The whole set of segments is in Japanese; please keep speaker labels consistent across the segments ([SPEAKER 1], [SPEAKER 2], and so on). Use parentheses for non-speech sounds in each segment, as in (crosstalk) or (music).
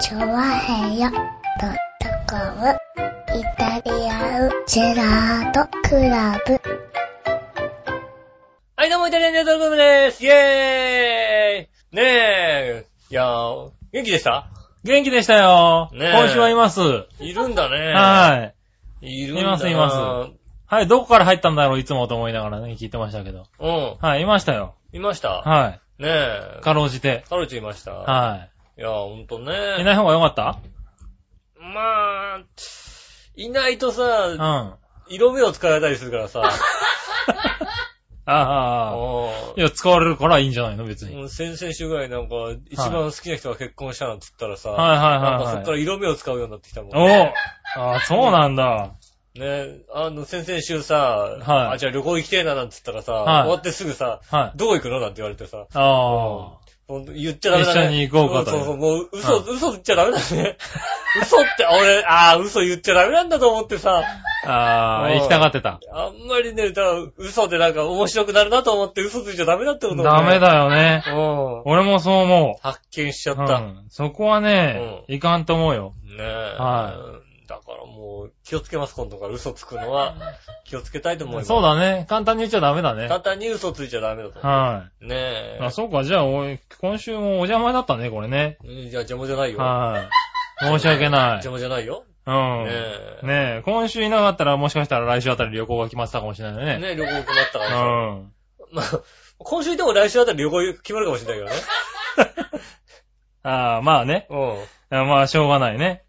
[SPEAKER 1] チョワヘヨドットコムイタリアンジェラートクラブ。
[SPEAKER 2] はい、どうも、イタリアンジェラートクラブですイェーイねえ、いやー、元気でした
[SPEAKER 3] 元気でしたよ。
[SPEAKER 2] ねえ
[SPEAKER 3] 今週はいます。
[SPEAKER 2] いるんだね。
[SPEAKER 3] はい。
[SPEAKER 2] い。いるんだ。
[SPEAKER 3] いますいますはい、どこから入ったんだろう、いつもと思いながらね、聞いてましたけど。
[SPEAKER 2] うん、
[SPEAKER 3] はい、いましたよ。
[SPEAKER 2] いました。
[SPEAKER 3] は
[SPEAKER 2] ねえ
[SPEAKER 3] い。、かろうじて。
[SPEAKER 2] カルチいました。
[SPEAKER 3] はい
[SPEAKER 2] やー、ほんと
[SPEAKER 3] い。い
[SPEAKER 2] ね。
[SPEAKER 3] ない方がよかった
[SPEAKER 2] まあ、いないと
[SPEAKER 3] うん。
[SPEAKER 2] さ、
[SPEAKER 3] あ
[SPEAKER 2] 色目を使われたりするから
[SPEAKER 3] (laughs)
[SPEAKER 2] さ、
[SPEAKER 3] あああ、
[SPEAKER 2] う
[SPEAKER 3] いや、使われるからいいんじゃないの、別
[SPEAKER 2] ん
[SPEAKER 3] に。
[SPEAKER 2] うん先々週ぐらいなんか、一番好きな人が結婚したなんて言ったらさ、
[SPEAKER 3] はいはい
[SPEAKER 2] なんか
[SPEAKER 3] はい
[SPEAKER 2] そ
[SPEAKER 3] は
[SPEAKER 2] っ
[SPEAKER 3] い。
[SPEAKER 2] から色目を使うようになってきたもん。
[SPEAKER 3] おああ、そうなんだ。
[SPEAKER 2] ね、あの、先々週さ、
[SPEAKER 3] はい
[SPEAKER 2] あ、じゃあ旅行行きてえな、なんつったらさ、
[SPEAKER 3] はい
[SPEAKER 2] 終わってすぐさ、
[SPEAKER 3] はい。
[SPEAKER 2] どこ行くのなんて言われてさ、
[SPEAKER 3] ああ。
[SPEAKER 2] ほんと言っちゃダメだね。
[SPEAKER 3] 一緒に行こうかと
[SPEAKER 2] そうそうそう、もう嘘、
[SPEAKER 3] は
[SPEAKER 2] 嘘言っちゃダメだね。 (laughs) 嘘って、俺、ああ、嘘言っちゃダメなんだと思ってさ、
[SPEAKER 3] ああ、
[SPEAKER 2] うん
[SPEAKER 3] 行きたがってた。
[SPEAKER 2] あんまりね、だから嘘でなんか面白くなるなと思って嘘ついちゃダメだってことをね
[SPEAKER 3] ダメ。だよね。
[SPEAKER 2] うん。
[SPEAKER 3] 俺もそう思
[SPEAKER 2] 発見しちゃ
[SPEAKER 3] う。う
[SPEAKER 2] った。
[SPEAKER 3] ん。そこはね、いかんと思うよ。
[SPEAKER 2] ねえ。
[SPEAKER 3] は
[SPEAKER 2] だからもう、気をつけます、今度から嘘つくのは。気をつけたいと思います。
[SPEAKER 3] そう。だね。簡単に言っちゃダメだね。
[SPEAKER 2] 簡単に嘘ついちゃダメだと。
[SPEAKER 3] はい。
[SPEAKER 2] ねえ。
[SPEAKER 3] あ、そうか。じゃあ、おい今週もお邪魔だったね、これね。
[SPEAKER 2] うん、じゃあ邪魔じゃないよ。
[SPEAKER 3] はい。申し訳ない
[SPEAKER 2] 邪。魔じゃないよ。
[SPEAKER 3] う
[SPEAKER 2] ね
[SPEAKER 3] ん。
[SPEAKER 2] え。
[SPEAKER 3] ねえ、今週いなかったら、もしかしたら来週あたり旅行が決まってたかもしれないね。
[SPEAKER 2] ねえ、旅行行くなったか
[SPEAKER 3] う
[SPEAKER 2] らさ。
[SPEAKER 3] ん。
[SPEAKER 2] まあ、今週でも来週あたり旅行決まるかもしれない
[SPEAKER 3] (laughs)
[SPEAKER 2] け
[SPEAKER 3] ああ、まあね。
[SPEAKER 2] どね。うん。
[SPEAKER 3] あまあ、しょうがないね。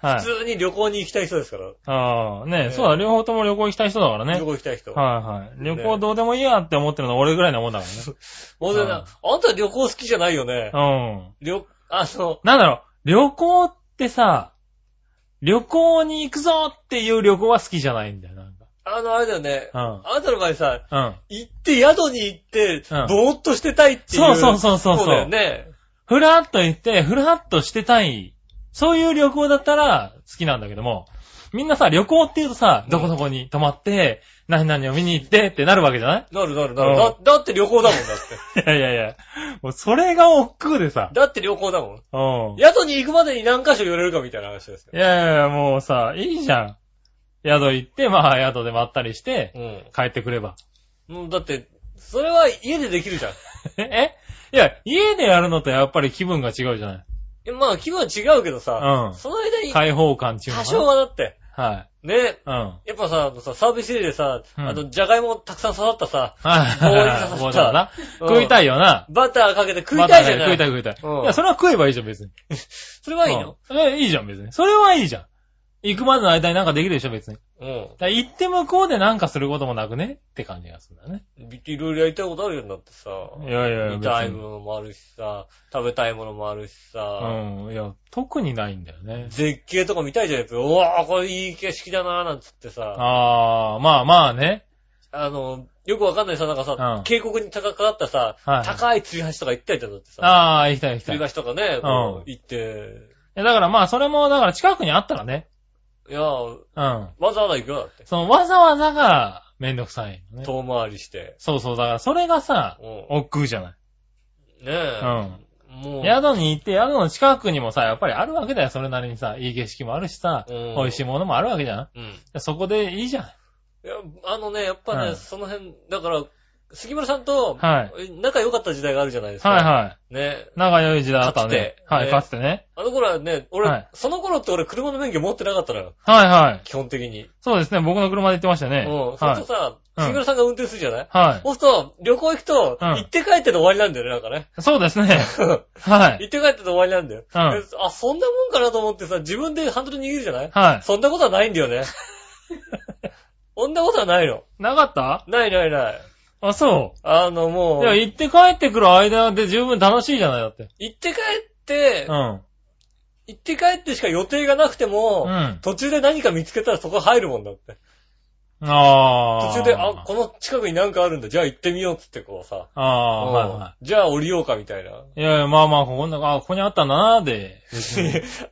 [SPEAKER 3] はい。
[SPEAKER 2] 普通に旅行に行きたい人ですから。
[SPEAKER 3] ああ、
[SPEAKER 2] ね
[SPEAKER 3] ねえ、そうだ、両方とも旅行行きたい人だからね。
[SPEAKER 2] 旅行行きたい人。
[SPEAKER 3] はいは
[SPEAKER 2] ね
[SPEAKER 3] い。旅行どうでもいいやって思ってるのは俺ぐらいなもんだか
[SPEAKER 2] もうね、あんた旅行好きじゃないよね。
[SPEAKER 3] らね。うん。
[SPEAKER 2] 旅、あの、
[SPEAKER 3] なんだろう、旅行ってさ、旅行に行くぞっていう旅行は好きじゃないんだよ、なんか。
[SPEAKER 2] あの、あれだよね。
[SPEAKER 3] うん。
[SPEAKER 2] あんたの場合さ、
[SPEAKER 3] うん。
[SPEAKER 2] 行って、宿に行って
[SPEAKER 3] うん、
[SPEAKER 2] ぼーっとしてたいっていう。
[SPEAKER 3] そうそうそうそうそ
[SPEAKER 2] そ
[SPEAKER 3] う
[SPEAKER 2] うだよね。
[SPEAKER 3] ふらっと行って、ふらっとしてたい。そういう旅行だったら好きなんだけども、みんなさ、旅行って言うとさ、どこどこに泊まって、何々を見に行ってってなるわけじゃない
[SPEAKER 2] なるなるなる。
[SPEAKER 3] うん
[SPEAKER 2] だ、だって旅行だもん、だって。
[SPEAKER 3] (laughs) いやいやいや。もうそれが億劫でさ。
[SPEAKER 2] だって旅行だもん。
[SPEAKER 3] うん。
[SPEAKER 2] 宿に行くまでに何箇所寄れるかみたいな話ですよ。
[SPEAKER 3] いやいやいや、もうさ、いいじゃん。宿行って、まあ宿でまったりして、
[SPEAKER 2] うん。
[SPEAKER 3] 帰ってくれば。
[SPEAKER 2] もうだって、それは家でできるじゃん。 (laughs)
[SPEAKER 3] えいや、家でやるのとやっぱり気分が違うじゃない。
[SPEAKER 2] えまあ、気分は違うけどさ、
[SPEAKER 3] うん
[SPEAKER 2] その間に、
[SPEAKER 3] 開放感っていうの
[SPEAKER 2] 多
[SPEAKER 3] かな
[SPEAKER 2] 少はだって、
[SPEAKER 3] はい。
[SPEAKER 2] ね、
[SPEAKER 3] うん。はい
[SPEAKER 2] やっぱさ、あのさサービスエリアでさ、
[SPEAKER 3] うん
[SPEAKER 2] あの、じゃがいもたくさん刺さったさ、
[SPEAKER 3] はいはい
[SPEAKER 2] 棒
[SPEAKER 3] (laughs) はい。棒
[SPEAKER 2] に刺さった
[SPEAKER 3] だな。
[SPEAKER 2] うん
[SPEAKER 3] 食いたいよな。
[SPEAKER 2] バターかけて食いたいじゃない、
[SPEAKER 3] 食いたい食いたい。
[SPEAKER 2] うん
[SPEAKER 3] いや、それは食えばいいじゃん、別に。
[SPEAKER 2] それはいいの
[SPEAKER 3] うんえいいじゃん、別に。それはいいじゃん。行くまでの間になんかできるでしょ、別に。だか
[SPEAKER 2] う
[SPEAKER 3] ら行って向こうでなんかすることもなくねって感じがするんだね。
[SPEAKER 2] ん。いろいろやりたいことあるようになってさ、
[SPEAKER 3] いやいやいや、
[SPEAKER 2] 見たいものもあるしさ、食べたいものもあるしさ、
[SPEAKER 3] うん。いや、特にないんだよね。
[SPEAKER 2] 絶景とか見たいじゃないですか。うわぁ、これいい景色だなぁ、なんつってさ、
[SPEAKER 3] あー、まあまあね。
[SPEAKER 2] あの、よくわかんないさ、なんかさ、
[SPEAKER 3] うん
[SPEAKER 2] 渓谷に高かったさ、
[SPEAKER 3] はい
[SPEAKER 2] 高い吊り橋とか行ったりだってさ、
[SPEAKER 3] あー、行きたい行きた
[SPEAKER 2] 釣
[SPEAKER 3] い。
[SPEAKER 2] り
[SPEAKER 3] い
[SPEAKER 2] 橋とかね、
[SPEAKER 3] ん
[SPEAKER 2] こう行って、
[SPEAKER 3] やだからまあ、それも、だから近くにあったらね。
[SPEAKER 2] いや、わ
[SPEAKER 3] うん。
[SPEAKER 2] ざわざ行くよだって。
[SPEAKER 3] その、わざわざがめんどくさいよね。
[SPEAKER 2] 遠回りして。
[SPEAKER 3] そうそう、だからそれがさ、
[SPEAKER 2] う
[SPEAKER 3] 億劫じゃない。
[SPEAKER 2] ん。ねえ。もう。
[SPEAKER 3] 宿に行って、宿の近くにもさ、やっぱりあるわけだよ、それなりにさ。いい景色もあるしさ、
[SPEAKER 2] うん
[SPEAKER 3] 美味しいものもあるわけじゃ
[SPEAKER 2] うん。
[SPEAKER 3] ん。そこでいいじゃん。
[SPEAKER 2] いや、あのね、やっぱ
[SPEAKER 3] う
[SPEAKER 2] ね、
[SPEAKER 3] ん
[SPEAKER 2] その辺、だから、杉村さんと、
[SPEAKER 3] は
[SPEAKER 2] 仲良かった時代があるじゃないですか。。
[SPEAKER 3] はいはい
[SPEAKER 2] ね。
[SPEAKER 3] い。仲良い時代あったね。
[SPEAKER 2] かつて
[SPEAKER 3] は
[SPEAKER 2] ね
[SPEAKER 3] い、かつてね。
[SPEAKER 2] あの頃はね、
[SPEAKER 3] は
[SPEAKER 2] 俺
[SPEAKER 3] い、
[SPEAKER 2] その頃って俺車の免許持ってなかったのよ。
[SPEAKER 3] はいはい。
[SPEAKER 2] 基本的に。
[SPEAKER 3] そうですね、僕の車で行ってました
[SPEAKER 2] う
[SPEAKER 3] ね。
[SPEAKER 2] ん。そう
[SPEAKER 3] は
[SPEAKER 2] すると
[SPEAKER 3] い。
[SPEAKER 2] さ、
[SPEAKER 3] うん
[SPEAKER 2] 杉村さんが運転するじゃない
[SPEAKER 3] は
[SPEAKER 2] そうすると、旅行行くと、
[SPEAKER 3] うん
[SPEAKER 2] 行って帰っての終わりなんだよね、なんかね。
[SPEAKER 3] い。そうですね。はい。
[SPEAKER 2] 行って帰っての終わりなんだよ。
[SPEAKER 3] うん
[SPEAKER 2] であ、そんなもんかなと思ってさ、自分でハンドル握るじゃない
[SPEAKER 3] は
[SPEAKER 2] そんなことはないんだよ
[SPEAKER 3] (laughs)
[SPEAKER 2] ね。そんなことはないの。
[SPEAKER 3] い。なかった
[SPEAKER 2] ないないない。
[SPEAKER 3] あ、そ
[SPEAKER 2] あの
[SPEAKER 3] う。
[SPEAKER 2] も、
[SPEAKER 3] いうや、行って帰ってくる間で十分楽しいじゃない、だって。
[SPEAKER 2] 行って帰って、
[SPEAKER 3] うん。
[SPEAKER 2] 行って帰ってしか予定がなくても、
[SPEAKER 3] うん
[SPEAKER 2] 途中で何か見つけたらそこ入るもんだって。
[SPEAKER 3] あ
[SPEAKER 2] 途
[SPEAKER 3] あ。
[SPEAKER 2] 中で、あ、この近くになんかあるんだ、じゃあ行ってみようっつってこうさ。
[SPEAKER 3] ああ、
[SPEAKER 2] うん
[SPEAKER 3] はいは
[SPEAKER 2] じゃあ降りようかみたいな。
[SPEAKER 3] い。いやいや、まあまあ、ここんな、あ、ここにあったんだな、で。
[SPEAKER 2] (laughs)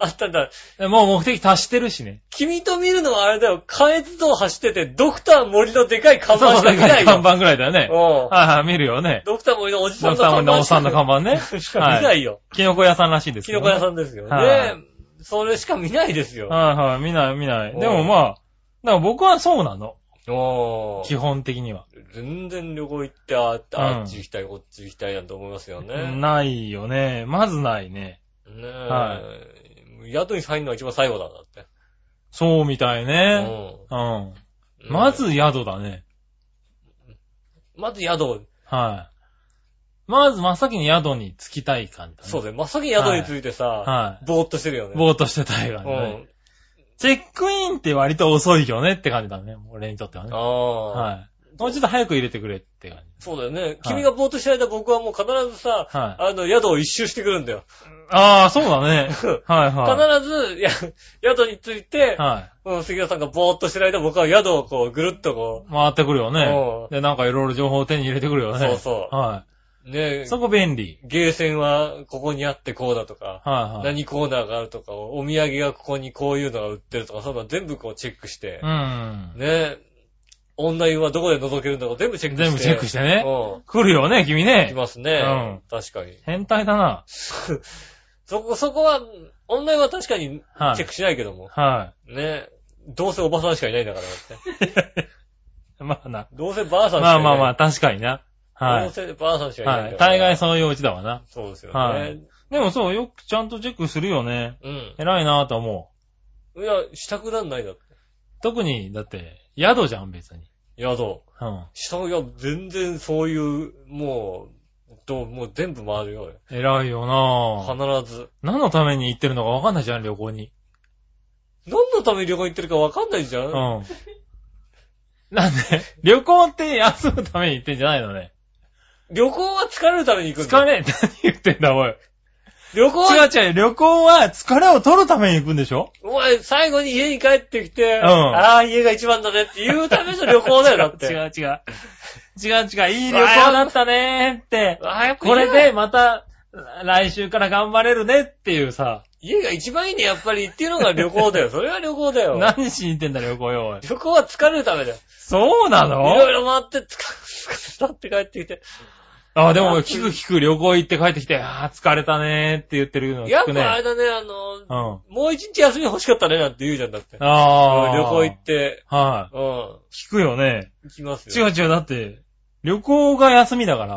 [SPEAKER 2] あったんだ。
[SPEAKER 3] えもう目的達してるしね。
[SPEAKER 2] 君と見るのはあれだよ、関越道走ってて、ドクター森のでかい看板しか
[SPEAKER 3] そう
[SPEAKER 2] 見
[SPEAKER 3] そう
[SPEAKER 2] ない
[SPEAKER 3] 看
[SPEAKER 2] よ。
[SPEAKER 3] 板ぐらいだよね。
[SPEAKER 2] うん
[SPEAKER 3] はいはい、見るよね。
[SPEAKER 2] ドクター森のおじさんの
[SPEAKER 3] ドクター
[SPEAKER 2] 看
[SPEAKER 3] 森のお
[SPEAKER 2] 板
[SPEAKER 3] っさんの看板ね。
[SPEAKER 2] し (laughs) か見ないよ。
[SPEAKER 3] キノコ屋さんらしいです
[SPEAKER 2] キ
[SPEAKER 3] けど
[SPEAKER 2] ノ
[SPEAKER 3] ね
[SPEAKER 2] コ屋さんですよ。
[SPEAKER 3] はい
[SPEAKER 2] ねそれしか見ないですよ。
[SPEAKER 3] はいはい、見ない見ない。
[SPEAKER 2] うん
[SPEAKER 3] でもまあ、だから僕はそうなの。
[SPEAKER 2] お
[SPEAKER 3] 基
[SPEAKER 2] ー
[SPEAKER 3] 本的には。
[SPEAKER 2] 全然旅行行って、あっ
[SPEAKER 3] うん
[SPEAKER 2] あっち行きたい、こっち行きたいなんて思いますよね。ね
[SPEAKER 3] ないよね。まずないね。は
[SPEAKER 2] え。宿に入るのは一番最後だ、だって。
[SPEAKER 3] そうみたいうね。
[SPEAKER 2] ん
[SPEAKER 3] うん。
[SPEAKER 2] うん
[SPEAKER 3] まず宿だね。
[SPEAKER 2] まず宿、
[SPEAKER 3] はい。まず真っ先に宿に着きたい感じだね。
[SPEAKER 2] そうだよ。まさき宿についてさ、
[SPEAKER 3] は
[SPEAKER 2] ぼーっとしてるよ
[SPEAKER 3] い。
[SPEAKER 2] ね。
[SPEAKER 3] ぼーっとしてたい感じだね。
[SPEAKER 2] う
[SPEAKER 3] チェックインって割と遅いよねって感じだね。俺にとっては
[SPEAKER 2] ん。
[SPEAKER 3] ね。
[SPEAKER 2] ああ。
[SPEAKER 3] はい。もうちょっと早く入れてくれって感じ。
[SPEAKER 2] そうだよね。君がぼーっとしてる間、僕はもう必ずさ、
[SPEAKER 3] は
[SPEAKER 2] あの、宿を一周してくるんだよ。
[SPEAKER 3] ああ、そうだ
[SPEAKER 2] (laughs)
[SPEAKER 3] ね。はいは
[SPEAKER 2] 必ず、や、宿について
[SPEAKER 3] い。、は
[SPEAKER 2] うん、杉田さんがぼーっとしてる間、僕は宿をこう、ぐるっとこ
[SPEAKER 3] い。回ってくるよ
[SPEAKER 2] う
[SPEAKER 3] ね
[SPEAKER 2] ん。
[SPEAKER 3] で、なんかいろいろ情報を手に入れてくるよね。
[SPEAKER 2] そうそう
[SPEAKER 3] は
[SPEAKER 2] う、ね
[SPEAKER 3] い。そこ便利。
[SPEAKER 2] ゲーセンはここにあってこうだとか、
[SPEAKER 3] はいはい。
[SPEAKER 2] 何コーナーがあるとか、お土産がここにこういうのが売ってるとか、そういうの全部こうチェックして
[SPEAKER 3] う、ん。
[SPEAKER 2] ね、オンラインはどこで覗けるんだろう、全部チェックして。
[SPEAKER 3] 全部チェックしてね
[SPEAKER 2] うん。
[SPEAKER 3] 来るよね、君
[SPEAKER 2] 来
[SPEAKER 3] ね。
[SPEAKER 2] ますね。
[SPEAKER 3] う
[SPEAKER 2] 確かに。
[SPEAKER 3] 変態だな。
[SPEAKER 2] そこ、そこは、オンラインは確かに
[SPEAKER 3] はい
[SPEAKER 2] チェックしないけども、
[SPEAKER 3] は
[SPEAKER 2] ね、どうせおばさんしかいないんだから、だって。
[SPEAKER 3] い。まあな。
[SPEAKER 2] どうせばあさんしかいな
[SPEAKER 3] まあ
[SPEAKER 2] い。
[SPEAKER 3] まあまあ、確かにな。は
[SPEAKER 2] どう
[SPEAKER 3] い。
[SPEAKER 2] せばあさんしかいないんだ
[SPEAKER 3] はい。
[SPEAKER 2] から。
[SPEAKER 3] 大概そういううちだわな。
[SPEAKER 2] そうですよ
[SPEAKER 3] は
[SPEAKER 2] ね
[SPEAKER 3] い。でもそう、よくちゃんとチェックするよね。
[SPEAKER 2] うん。
[SPEAKER 3] 偉いなぁと思う。
[SPEAKER 2] いや、したくなんないだって。
[SPEAKER 3] 特に、だって、宿じゃん、別に。
[SPEAKER 2] 宿。
[SPEAKER 3] うん。
[SPEAKER 2] 下が全然そういう、もう、どう、もう全部回るよ。
[SPEAKER 3] 偉いよなぁ。
[SPEAKER 2] 必ず。
[SPEAKER 3] 何のために行ってるのかわかんないじゃん、旅行に。
[SPEAKER 2] 何のために旅行行ってるかわかんないじゃ。
[SPEAKER 3] うんん。なんで、旅行って休むために行ってんじゃないのね。
[SPEAKER 2] 旅行は疲れるために行くんだ
[SPEAKER 3] 疲
[SPEAKER 2] よ。
[SPEAKER 3] れ、何言ってんだ、おい。
[SPEAKER 2] 旅行は、
[SPEAKER 3] 違う違う、旅行は疲れを取るために行くんでしょ
[SPEAKER 2] お前最後に家に帰ってきて、
[SPEAKER 3] うん
[SPEAKER 2] ああ、家が一番だねって言うための旅行だよ、だって。
[SPEAKER 3] (laughs) 違う違う。違う違う、いい旅行だったねーって。
[SPEAKER 2] 早く
[SPEAKER 3] こ
[SPEAKER 2] 言え
[SPEAKER 3] れで、また、来週から頑張れるねっていうさ、
[SPEAKER 2] 家が一番いいね、やっぱりっていうのが旅行だ
[SPEAKER 3] (laughs)
[SPEAKER 2] よ。それは旅行だよ。
[SPEAKER 3] 何しに行ってんだ、旅行よ、おい。
[SPEAKER 2] 旅行は疲れるためだよ。
[SPEAKER 3] そうないの
[SPEAKER 2] ろいろ回って疲れたって帰ってきて。
[SPEAKER 3] あ、でも聞く聞く、旅行行って帰ってきて、あー疲れたねーって言ってるの
[SPEAKER 2] や
[SPEAKER 3] 聞
[SPEAKER 2] っ
[SPEAKER 3] く
[SPEAKER 2] ぱあ
[SPEAKER 3] ね
[SPEAKER 2] れ。だね、あの、
[SPEAKER 3] うん。
[SPEAKER 2] もう一日休み欲しかったねなんて言うじゃんだって。
[SPEAKER 3] ああ。
[SPEAKER 2] 旅行行って、
[SPEAKER 3] は
[SPEAKER 2] うん、行
[SPEAKER 3] い。聞くよね。
[SPEAKER 2] きます
[SPEAKER 3] 違
[SPEAKER 2] よ。
[SPEAKER 3] う違う、だって、旅行が休みだから。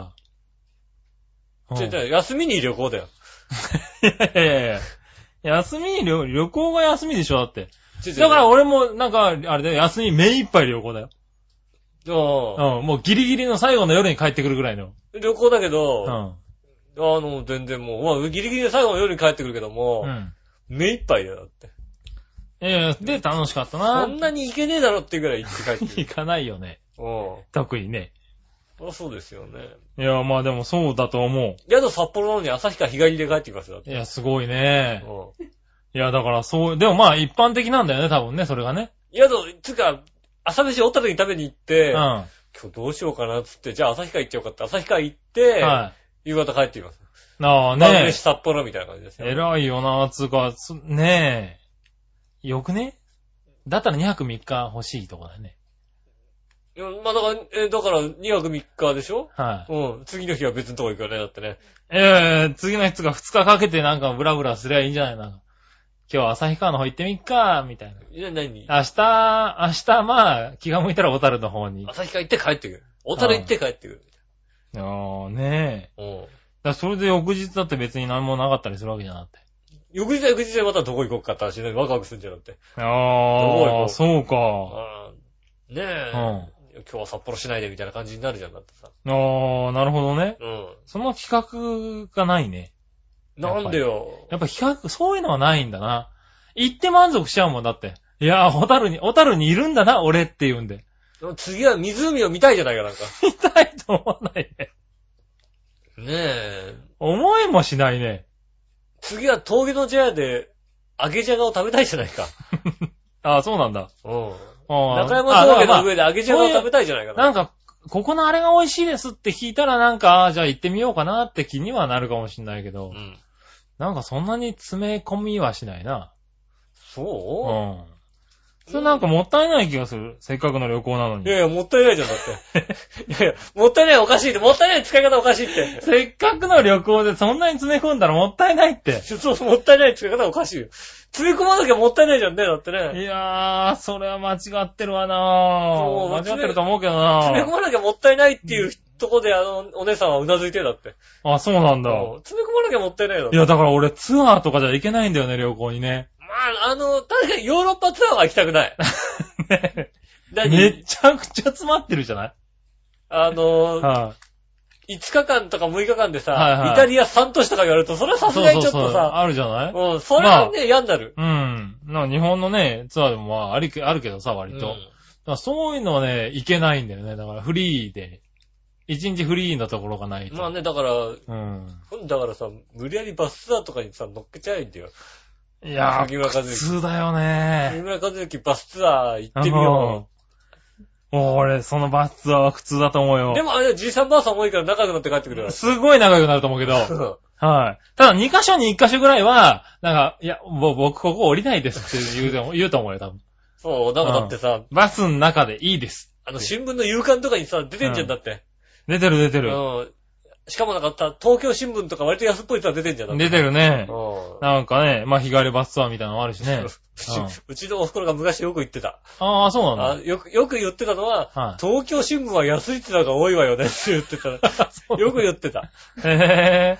[SPEAKER 3] うん
[SPEAKER 2] 違う。
[SPEAKER 3] い
[SPEAKER 2] 違う休みに旅行だよ。
[SPEAKER 3] や (laughs) いやいや。休み、旅、旅行が休みでしょ、だって。
[SPEAKER 2] 違う違う
[SPEAKER 3] だから、俺も、なんか、あれだよ、休み目いっぱい旅行だよ。
[SPEAKER 2] う
[SPEAKER 3] うん、もうギリギリの最後の夜に帰ってくるぐらいの。
[SPEAKER 2] ん旅行だけ
[SPEAKER 3] う
[SPEAKER 2] ど、
[SPEAKER 3] ん。
[SPEAKER 2] あの、全然もう、まあ、ギリギリで最後の夜に帰ってくるけど
[SPEAKER 3] う
[SPEAKER 2] も、
[SPEAKER 3] ん。
[SPEAKER 2] 目いっぱいだよ、だって。
[SPEAKER 3] いやいや、で、楽しかった
[SPEAKER 2] そ。
[SPEAKER 3] なん
[SPEAKER 2] なに行けねえだろっていうぐらい行って帰ってく
[SPEAKER 3] (laughs) 行
[SPEAKER 2] る。
[SPEAKER 3] かないよね。
[SPEAKER 2] う
[SPEAKER 3] 特にね。
[SPEAKER 2] ん。あそうですよね。
[SPEAKER 3] いや、まあでもそうだと思
[SPEAKER 2] 宿札幌なのに旭川日帰りで帰ってきますよ、だっ
[SPEAKER 3] う。
[SPEAKER 2] て。
[SPEAKER 3] いや、すごいね。
[SPEAKER 2] うん
[SPEAKER 3] いや、だからそう、でもまあ一般的なんだよね、多分ね、それがね。
[SPEAKER 2] 宿、つうか、朝飯小樽に食べに行って、
[SPEAKER 3] うん。
[SPEAKER 2] 今
[SPEAKER 3] は
[SPEAKER 2] 日どうしようかなっつって、じゃあ旭川行っちゃおうかって、旭川行って、
[SPEAKER 3] い。
[SPEAKER 2] 夕方帰ってきます。
[SPEAKER 3] なあ
[SPEAKER 2] 晩飯
[SPEAKER 3] ね
[SPEAKER 2] 札幌みたいな感じですよ。
[SPEAKER 3] 偉いよな、つうか、つねえ。よくねだったら2泊3日欲しいとこだね。
[SPEAKER 2] いやまあだから、え、だから2泊3日でしょ
[SPEAKER 3] はい。
[SPEAKER 2] うん。次の日は別のとこ行くよね、だってね。
[SPEAKER 3] ええ次の日とか2日かけてなんかブラブラすりゃいいんじゃないの今日は旭川の方行ってみっか、みたいな。
[SPEAKER 2] いや、何
[SPEAKER 3] 明日、明日、まあ、気が向いたら小樽の方に。
[SPEAKER 2] 朝日川行って帰ってくる。小樽行って帰ってくる。
[SPEAKER 3] ああ、ねえ。
[SPEAKER 2] うん。
[SPEAKER 3] だからそれで翌日だって別に何もなかったりするわけじゃなくて。
[SPEAKER 2] 翌日は翌日でまたどこ行こうかって話でワクワクするんじゃなくて。
[SPEAKER 3] ああ、そうか。
[SPEAKER 2] ああ、ね
[SPEAKER 3] う
[SPEAKER 2] え
[SPEAKER 3] ん。、あ
[SPEAKER 2] 今日は札幌しないでみたいな感じになるじゃん、だってさ。
[SPEAKER 3] あ、なるほどね。
[SPEAKER 2] うん。
[SPEAKER 3] その企画がないね。
[SPEAKER 2] なんでよ。
[SPEAKER 3] やっぱ企画、そういうのはないんだな。行って満足しちゃうもんだって。いやー、小樽に、小樽にいるんだな、俺って言うんで。
[SPEAKER 2] 次は湖を見たいじゃないか、なんか。
[SPEAKER 3] 痛いと思わないね。
[SPEAKER 2] ねえ。
[SPEAKER 3] 思いもしないね。
[SPEAKER 2] 次は峠の茶屋で揚げじゃがを食べたいじゃないか。
[SPEAKER 3] ああ、そうなんだ。
[SPEAKER 2] うん。
[SPEAKER 3] あ
[SPEAKER 2] 中山峠の上
[SPEAKER 3] で。
[SPEAKER 2] で揚げ汁を食べたいじゃないか
[SPEAKER 3] な
[SPEAKER 2] な。
[SPEAKER 3] んか、ここのあれが美味しいですって聞いたらなんか、あーじゃあ行ってみようかなって気にはなるかもしんないけど、
[SPEAKER 2] うん。
[SPEAKER 3] なんかそんなに詰め込みはしないな。う
[SPEAKER 2] そ
[SPEAKER 3] ん。それなんかもったいない気がする。せっかくの旅行なの
[SPEAKER 2] ういやい
[SPEAKER 3] に。
[SPEAKER 2] や、もったいないじゃん、だって。いやいや、もったいないおかしいって、もったいない使い方おかしいって。
[SPEAKER 3] せっかくの旅行でそんなに詰め込んだらもったいないって。
[SPEAKER 2] そう、もったいない使い方おかしいよ。詰め込まなきゃもったいないじゃんね、だって
[SPEAKER 3] い
[SPEAKER 2] ね。
[SPEAKER 3] やー、それは間違ってるわな
[SPEAKER 2] そう
[SPEAKER 3] ぁ。間違ってると思うけどな
[SPEAKER 2] 詰め込
[SPEAKER 3] ぁ。
[SPEAKER 2] まなきゃもったいないっていうとこで、あの、お姉さんはうなずいてんだって。
[SPEAKER 3] あ、そうなんだ。
[SPEAKER 2] うん詰め込まなきゃもったいないよ。
[SPEAKER 3] いや、だから俺ツアーとかじゃ行けないんだよね、旅行にね。
[SPEAKER 2] まあ、あの、確かにヨーロッパツアーは行きたくない。
[SPEAKER 3] ね
[SPEAKER 2] 何
[SPEAKER 3] めちゃくちゃ詰まってるじゃない
[SPEAKER 2] あの、
[SPEAKER 3] は
[SPEAKER 2] 5日間とか6日間でさ、
[SPEAKER 3] はいはい。
[SPEAKER 2] イタリア3都市とか言われると、それはいさすがにちょっ
[SPEAKER 3] そうそ
[SPEAKER 2] と
[SPEAKER 3] うそう
[SPEAKER 2] さ、
[SPEAKER 3] あるじゃない
[SPEAKER 2] うん、それはね、嫌になる。
[SPEAKER 3] うん。な日本のね、ツアーでもまあありけ、あるけどさ、割と。だからそういうのはね、行けないんだよね。だからフリーで。一日フリーのところがな
[SPEAKER 2] う
[SPEAKER 3] い
[SPEAKER 2] ん
[SPEAKER 3] と。
[SPEAKER 2] まあね、だから、
[SPEAKER 3] うん。
[SPEAKER 2] だからさ、無理やりバスツアーとかにさ、乗っけちゃえんだよ。
[SPEAKER 3] いや
[SPEAKER 2] 杉村
[SPEAKER 3] ー、
[SPEAKER 2] 和
[SPEAKER 3] 苦
[SPEAKER 2] 之
[SPEAKER 3] 痛だよ
[SPEAKER 2] 三
[SPEAKER 3] ね。
[SPEAKER 2] 浦和之バスツアー行ってみよ
[SPEAKER 3] うん。俺、そのバスツアーは苦痛だと思う
[SPEAKER 2] う。
[SPEAKER 3] よ。
[SPEAKER 2] でもあれ、じいさんばあさん多いから仲良くなって帰ってくるか
[SPEAKER 3] (laughs) すごい仲良くなると思うけ
[SPEAKER 2] (laughs)
[SPEAKER 3] ど。
[SPEAKER 2] ら。うん
[SPEAKER 3] はい。ただ、2箇所に1箇所ぐらいは、なんか、いや、ぼ僕ここ降りないですって言うで (laughs) も、言うと思うよ、多分。
[SPEAKER 2] そう、だからだってさ、
[SPEAKER 3] バスの中でいいです。
[SPEAKER 2] あの、新聞の夕刊とかにさ、出てんじゃんだって。
[SPEAKER 3] 出てる出て
[SPEAKER 2] う
[SPEAKER 3] る。
[SPEAKER 2] ん。しかもなんかさ、東京新聞とか割と安っぽいやつは出てんじゃん。だって
[SPEAKER 3] 出てるね。
[SPEAKER 2] うん。
[SPEAKER 3] なんかね、まあ、日帰りバスツアーみたいなのもあるしね
[SPEAKER 2] う。ちうちのおふくろが昔よく言ってた。
[SPEAKER 3] ああ、そうな
[SPEAKER 2] あ
[SPEAKER 3] んだ。
[SPEAKER 2] よく、よく言ってたのは、
[SPEAKER 3] はい
[SPEAKER 2] 東京新聞は安いってのが多いわよねって言ってた。
[SPEAKER 3] (laughs)
[SPEAKER 2] よく言ってた。
[SPEAKER 3] へえ。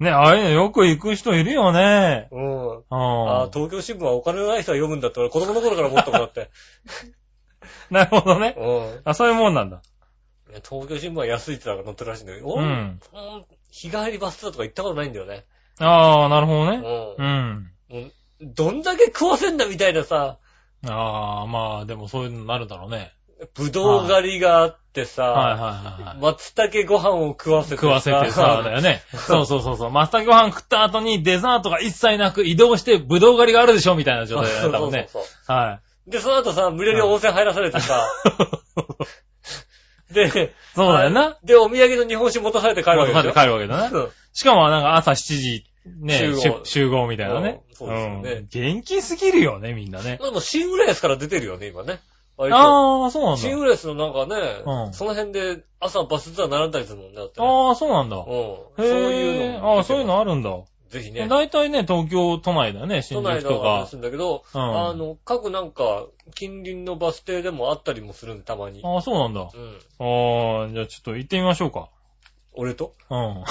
[SPEAKER 3] ね、ああいうのよく行く人いるよね。
[SPEAKER 2] うん。
[SPEAKER 3] う
[SPEAKER 2] あ
[SPEAKER 3] ん。
[SPEAKER 2] 東京新聞はお金のない人は読むんだって俺子供の頃から思ったもんだ
[SPEAKER 3] (laughs)
[SPEAKER 2] って。
[SPEAKER 3] なるほどね
[SPEAKER 2] う。ん。
[SPEAKER 3] あ、そういうもんなんだ。
[SPEAKER 2] いや東京新聞は安いってのが載ってるらしいんだけど、
[SPEAKER 3] う
[SPEAKER 2] 俺
[SPEAKER 3] ん。
[SPEAKER 2] うん日帰りバスツアーとか行ったことないんだよね。
[SPEAKER 3] ああ、なる
[SPEAKER 2] う
[SPEAKER 3] ほど
[SPEAKER 2] ん
[SPEAKER 3] ね。。うん。
[SPEAKER 2] もうどんだけ食わせんだみたいなさ、
[SPEAKER 3] ああ、まあ、でもそういうのになるだろうね。
[SPEAKER 2] ぶどう狩りがあってさ、
[SPEAKER 3] はいはいはいはい。
[SPEAKER 2] 松茸ご飯を食わせて
[SPEAKER 3] 食わせて
[SPEAKER 2] (laughs)
[SPEAKER 3] さ、だよね。そうそうそうそう。松茸ご飯食った後にデザートが一切なく移動してブドウ狩りがあるでしょみたいな状態だったもんね。
[SPEAKER 2] そうそうそうそう
[SPEAKER 3] は
[SPEAKER 2] で、その後さ、無理やり温泉入らされて
[SPEAKER 3] (laughs)
[SPEAKER 2] さ、で、
[SPEAKER 3] い。そうだよな。
[SPEAKER 2] で、お土産の日本酒持たされて帰るわけでしょ。
[SPEAKER 3] 帰るわけだな。
[SPEAKER 2] うん
[SPEAKER 3] しかもなんか朝7時、ね
[SPEAKER 2] 集合、
[SPEAKER 3] 集集合みたいなね。
[SPEAKER 2] うんそうですよね
[SPEAKER 3] ん元気すぎるよね、みんなね。
[SPEAKER 2] まあでも、シングレースから出てるよね、今ね。割と。
[SPEAKER 3] ああ、そうなん
[SPEAKER 2] シン
[SPEAKER 3] だ。
[SPEAKER 2] グレースのなんかね、
[SPEAKER 3] うん
[SPEAKER 2] その辺で朝バスツアー並んだりするもんね、だってね、
[SPEAKER 3] ああ、そうなんだ。
[SPEAKER 2] うん。そう
[SPEAKER 3] へえ。
[SPEAKER 2] いうのも
[SPEAKER 3] ああ、そういうのあるんだ。
[SPEAKER 2] ぜひね。
[SPEAKER 3] だいたいね、東京都内だよね、
[SPEAKER 2] 都
[SPEAKER 3] 新
[SPEAKER 2] 内
[SPEAKER 3] 宿
[SPEAKER 2] の
[SPEAKER 3] と
[SPEAKER 2] 話
[SPEAKER 3] か
[SPEAKER 2] す。んだけど、
[SPEAKER 3] うん
[SPEAKER 2] あの、各なんか、近隣のバス停でもあったりもするんで、たまに。
[SPEAKER 3] ああ、そうなんだ。あ
[SPEAKER 2] うん。
[SPEAKER 3] あ、じゃあちょっと行ってみましょうか。
[SPEAKER 2] 俺と
[SPEAKER 3] うん。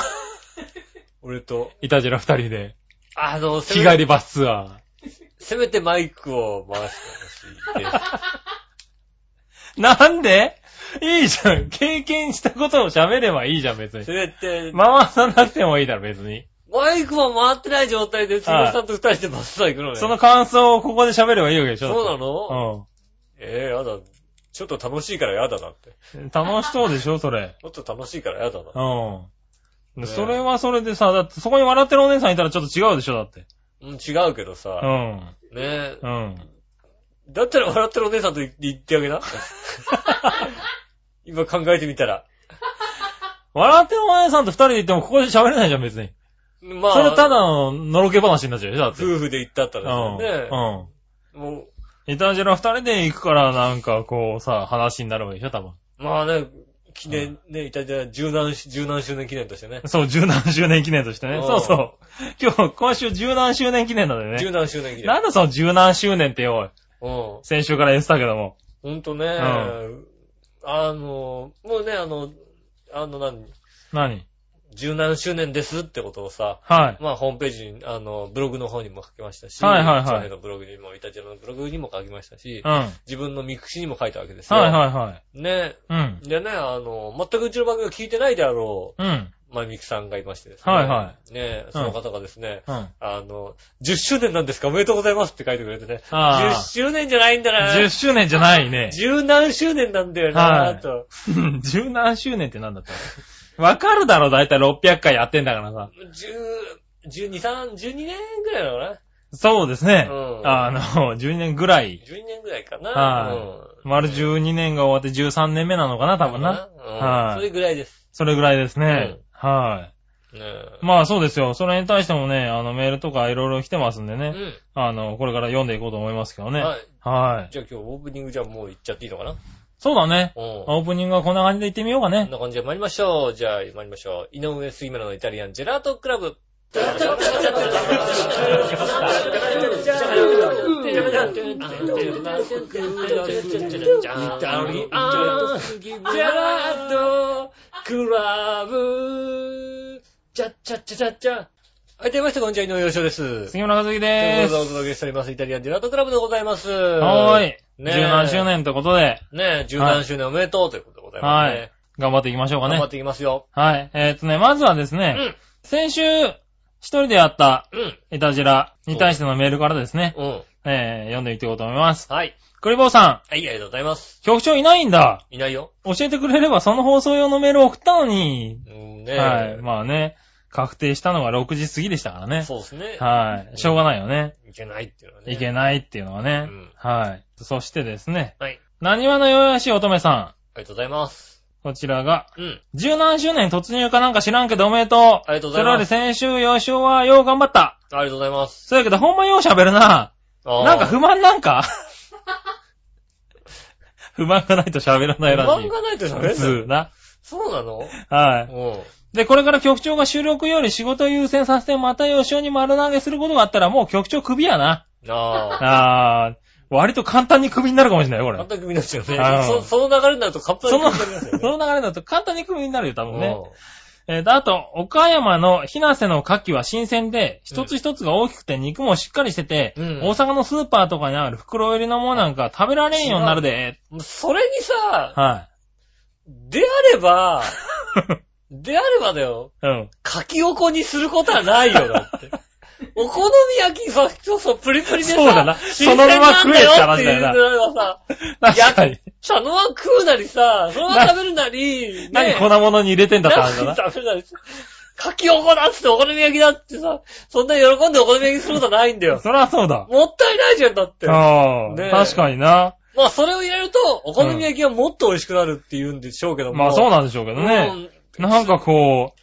[SPEAKER 2] 俺と。
[SPEAKER 3] いたじら二人で。
[SPEAKER 2] あの、せ
[SPEAKER 3] 日
[SPEAKER 2] め
[SPEAKER 3] 帰りバスツア
[SPEAKER 2] せめてマイクを回してほしいって。
[SPEAKER 3] ー。なんでいいじゃん。経験したことを喋ればいいじゃん、別 (laughs) に
[SPEAKER 2] そ。れって、
[SPEAKER 3] 回さなくてもいいだろ、別に。
[SPEAKER 2] マイクも回ってない状態で、つぶさんと二人でバスター行くのね。
[SPEAKER 3] その感想をここで喋ればいいわけでしょ。
[SPEAKER 2] そうな
[SPEAKER 3] だ
[SPEAKER 2] の
[SPEAKER 3] っ
[SPEAKER 2] ええ、やだ。ちょっと楽しいからやだなって。
[SPEAKER 3] てうん。楽しそうでしょ、それ。
[SPEAKER 2] もっと楽しいからやだな。
[SPEAKER 3] うん。
[SPEAKER 2] ね
[SPEAKER 3] それはそれでさ、だってそこに笑ってるお姉さんいたらちょっと違うでしょ、だって。
[SPEAKER 2] うん、違うけど
[SPEAKER 3] う
[SPEAKER 2] さ。
[SPEAKER 3] ん。
[SPEAKER 2] ねえ。
[SPEAKER 3] うん。
[SPEAKER 2] だったら笑ってるお姉さんと言ってあげな。今考えてみたら。
[SPEAKER 3] 笑ってるお姉さんと二人で行ってもここで喋れないじゃん、別に。
[SPEAKER 2] まあ、
[SPEAKER 3] それただの、のろけ話になっちゃうでしょ、だって。
[SPEAKER 2] 夫婦で行ったったらです
[SPEAKER 3] う
[SPEAKER 2] よね。
[SPEAKER 3] ん。うん。
[SPEAKER 2] もう、
[SPEAKER 3] いたじら二人で行くから、なんかこうさ、話になるわけでしょ、多分。
[SPEAKER 2] まあね、記念、ね、いたじゃ十何、十何周年記念としてね。
[SPEAKER 3] そう、十何周年記念としてね。
[SPEAKER 2] うん
[SPEAKER 3] そうそう。今日、今週十何周年記念なんだよ
[SPEAKER 2] 十
[SPEAKER 3] ね。
[SPEAKER 2] 何周年記念。
[SPEAKER 3] なんだその十何周年ってよ、おい
[SPEAKER 2] うん。
[SPEAKER 3] 先週から言ってたけども。
[SPEAKER 2] ほんとね、
[SPEAKER 3] ん
[SPEAKER 2] あの、もうね、あの、あの何、
[SPEAKER 3] 何
[SPEAKER 2] 十何周年ですってことをさ、
[SPEAKER 3] はい。
[SPEAKER 2] まあホームページに、あの、ブログの方にも書きましたし、
[SPEAKER 3] はいはいはい
[SPEAKER 2] 長編のブログにも、イタジラのブログにも書きましたし
[SPEAKER 3] うん。、はい
[SPEAKER 2] 自分のミクシーにも書いたわけですよ。
[SPEAKER 3] はいはい。
[SPEAKER 2] ね。
[SPEAKER 3] うん。
[SPEAKER 2] でね、あの、全くうちの番組を聞いてないであろ
[SPEAKER 3] うん。
[SPEAKER 2] う、まあミクさんがいましてですね。。
[SPEAKER 3] はいはい
[SPEAKER 2] ね、その方がですね、
[SPEAKER 3] うん。
[SPEAKER 2] あの、10周年なんですかおめでとうございますって書いてくれてね。
[SPEAKER 3] あ
[SPEAKER 2] 10
[SPEAKER 3] あ。
[SPEAKER 2] 周年じゃないんだな。
[SPEAKER 3] 10周年じゃないね。
[SPEAKER 2] 十何周年なんだよな
[SPEAKER 3] はい
[SPEAKER 2] と。
[SPEAKER 3] 十何周年ってなんだったのわかるだろ、だいたい600回やってんだからさ。
[SPEAKER 2] 十、十二、三、十二年ぐらいなのかな
[SPEAKER 3] そうですね。
[SPEAKER 2] うん
[SPEAKER 3] あの、12年ぐらい。
[SPEAKER 2] 12年ぐらいかな。
[SPEAKER 3] はい
[SPEAKER 2] うん
[SPEAKER 3] 丸12年が終わって13年目なのかな、多分な。。
[SPEAKER 2] うん
[SPEAKER 3] はい
[SPEAKER 2] それぐらいです。
[SPEAKER 3] それぐらいですね。はい。
[SPEAKER 2] ねえ
[SPEAKER 3] まあそうですよ。それに対してもね、あのメールとかいろいろ来てますんで
[SPEAKER 2] う
[SPEAKER 3] ね。
[SPEAKER 2] ん。
[SPEAKER 3] あの、これから読んでいこうと思いますけどね。
[SPEAKER 2] はい。
[SPEAKER 3] はい。
[SPEAKER 2] じゃあ今日オープニングじゃあもう行っちゃっていいのかな
[SPEAKER 3] そうだね。
[SPEAKER 2] うん。
[SPEAKER 3] オープニングはこんな感じで行ってみようか
[SPEAKER 2] こん
[SPEAKER 3] ね。
[SPEAKER 2] な感じで参りましょう。じゃあ参りましょう。井上杉村のイタリアンジェラートクラブ。ジェラートクラブ。チャッチャッチャチャッチャ。はい、どうもみなさんこんにちは、井上洋翔です。
[SPEAKER 3] 杉村和樹
[SPEAKER 2] とい
[SPEAKER 3] で
[SPEAKER 2] うことでお
[SPEAKER 3] す。
[SPEAKER 2] 届けしております、イタリアンジェラートクラブでございます。
[SPEAKER 3] はーい。
[SPEAKER 2] ねえ
[SPEAKER 3] 17周年ということで、
[SPEAKER 2] ねえ、17周年おめでとうということでございますね。
[SPEAKER 3] 頑張っていきましょうか
[SPEAKER 2] 頑張
[SPEAKER 3] ね
[SPEAKER 2] っ。ていきますよ。
[SPEAKER 3] はい。えーっとね、まずはです
[SPEAKER 2] う
[SPEAKER 3] ね、
[SPEAKER 2] ん。
[SPEAKER 3] 先週、一人でやった、
[SPEAKER 2] うん。
[SPEAKER 3] イタジラに対してのメールからですね、
[SPEAKER 2] うん。
[SPEAKER 3] えー読んでいこうと思います。
[SPEAKER 2] はい。
[SPEAKER 3] クリボーさ
[SPEAKER 2] はい、ありがとうございます。
[SPEAKER 3] ん、局長いないんだ。
[SPEAKER 2] いないよ。
[SPEAKER 3] 教えてくれればその放送用のメールを送ったのに。
[SPEAKER 2] うんねえ。
[SPEAKER 3] はい。まあね、確定したのが6時過ぎでしたからね。
[SPEAKER 2] そうですね。
[SPEAKER 3] はい。しょうがないよね。
[SPEAKER 2] いけないっていうのはね。
[SPEAKER 3] いけ
[SPEAKER 2] い。
[SPEAKER 3] ないっていうのはね
[SPEAKER 2] うん。
[SPEAKER 3] はい。そしてですね、
[SPEAKER 2] はい。
[SPEAKER 3] 何話のよやし乙女さ
[SPEAKER 2] ありがとうございます。
[SPEAKER 3] ん。こちらが、
[SPEAKER 2] うん。
[SPEAKER 3] 17周年突入かなんか知らんけどおめでとう。
[SPEAKER 2] ありがとうございます
[SPEAKER 3] それより先週よしおはよう頑張った。
[SPEAKER 2] ありがとうございます。
[SPEAKER 3] そうやけどほんまよう喋るな。
[SPEAKER 2] あー
[SPEAKER 3] なんか不満な
[SPEAKER 2] (laughs)
[SPEAKER 3] んか不満がないと喋らないらしい。
[SPEAKER 2] 不満がないと喋れ
[SPEAKER 3] 普
[SPEAKER 2] ない
[SPEAKER 3] 通な。
[SPEAKER 2] そうなの
[SPEAKER 3] は
[SPEAKER 2] うん。
[SPEAKER 3] い。で、これから局長が収録より仕事を優先させて、また吉尾に丸投げすることがあったら、もう局長クビやな。
[SPEAKER 2] ああ。
[SPEAKER 3] あー、割と簡単にクビになるかもしれないよ、こ
[SPEAKER 2] 簡
[SPEAKER 3] れ。
[SPEAKER 2] 単に組み出すよね
[SPEAKER 3] あ。ー
[SPEAKER 2] そその流れになると簡単
[SPEAKER 3] そ
[SPEAKER 2] に
[SPEAKER 3] の、
[SPEAKER 2] 組み出すよね。
[SPEAKER 3] その (laughs) 流れだと簡単にクビになるよ、多分ね。
[SPEAKER 2] うん
[SPEAKER 3] えーと、あと、岡山のひなせの牡蠣は新鮮で、一つ一つが大きくて肉もしっかりしてて、
[SPEAKER 2] うん
[SPEAKER 3] 大阪のスーパーとかにある袋入りのものなんか食べられんようになるで。
[SPEAKER 2] もうそれにさ、
[SPEAKER 3] は
[SPEAKER 2] であれば、
[SPEAKER 3] (laughs)
[SPEAKER 2] であればだよ。
[SPEAKER 3] い。うん。
[SPEAKER 2] かきおこにすることはないよ、だ
[SPEAKER 3] (laughs)
[SPEAKER 2] って。お好み焼きさ、そうそう、プリプリでさ、
[SPEAKER 3] そうだな
[SPEAKER 2] 新鮮なんだよっていうのはさ、
[SPEAKER 3] 確かに。
[SPEAKER 2] そのまま食うなりさ、そのまま食べるなり、
[SPEAKER 3] 何
[SPEAKER 2] ね
[SPEAKER 3] 粉物に入れてんだって話
[SPEAKER 2] 何
[SPEAKER 3] だ
[SPEAKER 2] (laughs)
[SPEAKER 3] な。
[SPEAKER 2] 食べるなり。かきおこだっつってお好み焼きだってさ、そんな喜んでお好み焼きすることはないんだ
[SPEAKER 3] (laughs)
[SPEAKER 2] よ。
[SPEAKER 3] そりゃそうだ。
[SPEAKER 2] もったいないじゃん、だって。ま
[SPEAKER 3] ああ、
[SPEAKER 2] ねえ
[SPEAKER 3] 確かにな。
[SPEAKER 2] あ、それを入れると、お好み焼きはもっと美味しくなるって言うんでしょうけども。
[SPEAKER 3] まあそう
[SPEAKER 2] な
[SPEAKER 3] なんでしょうけどね。
[SPEAKER 2] ね。
[SPEAKER 3] なんかこ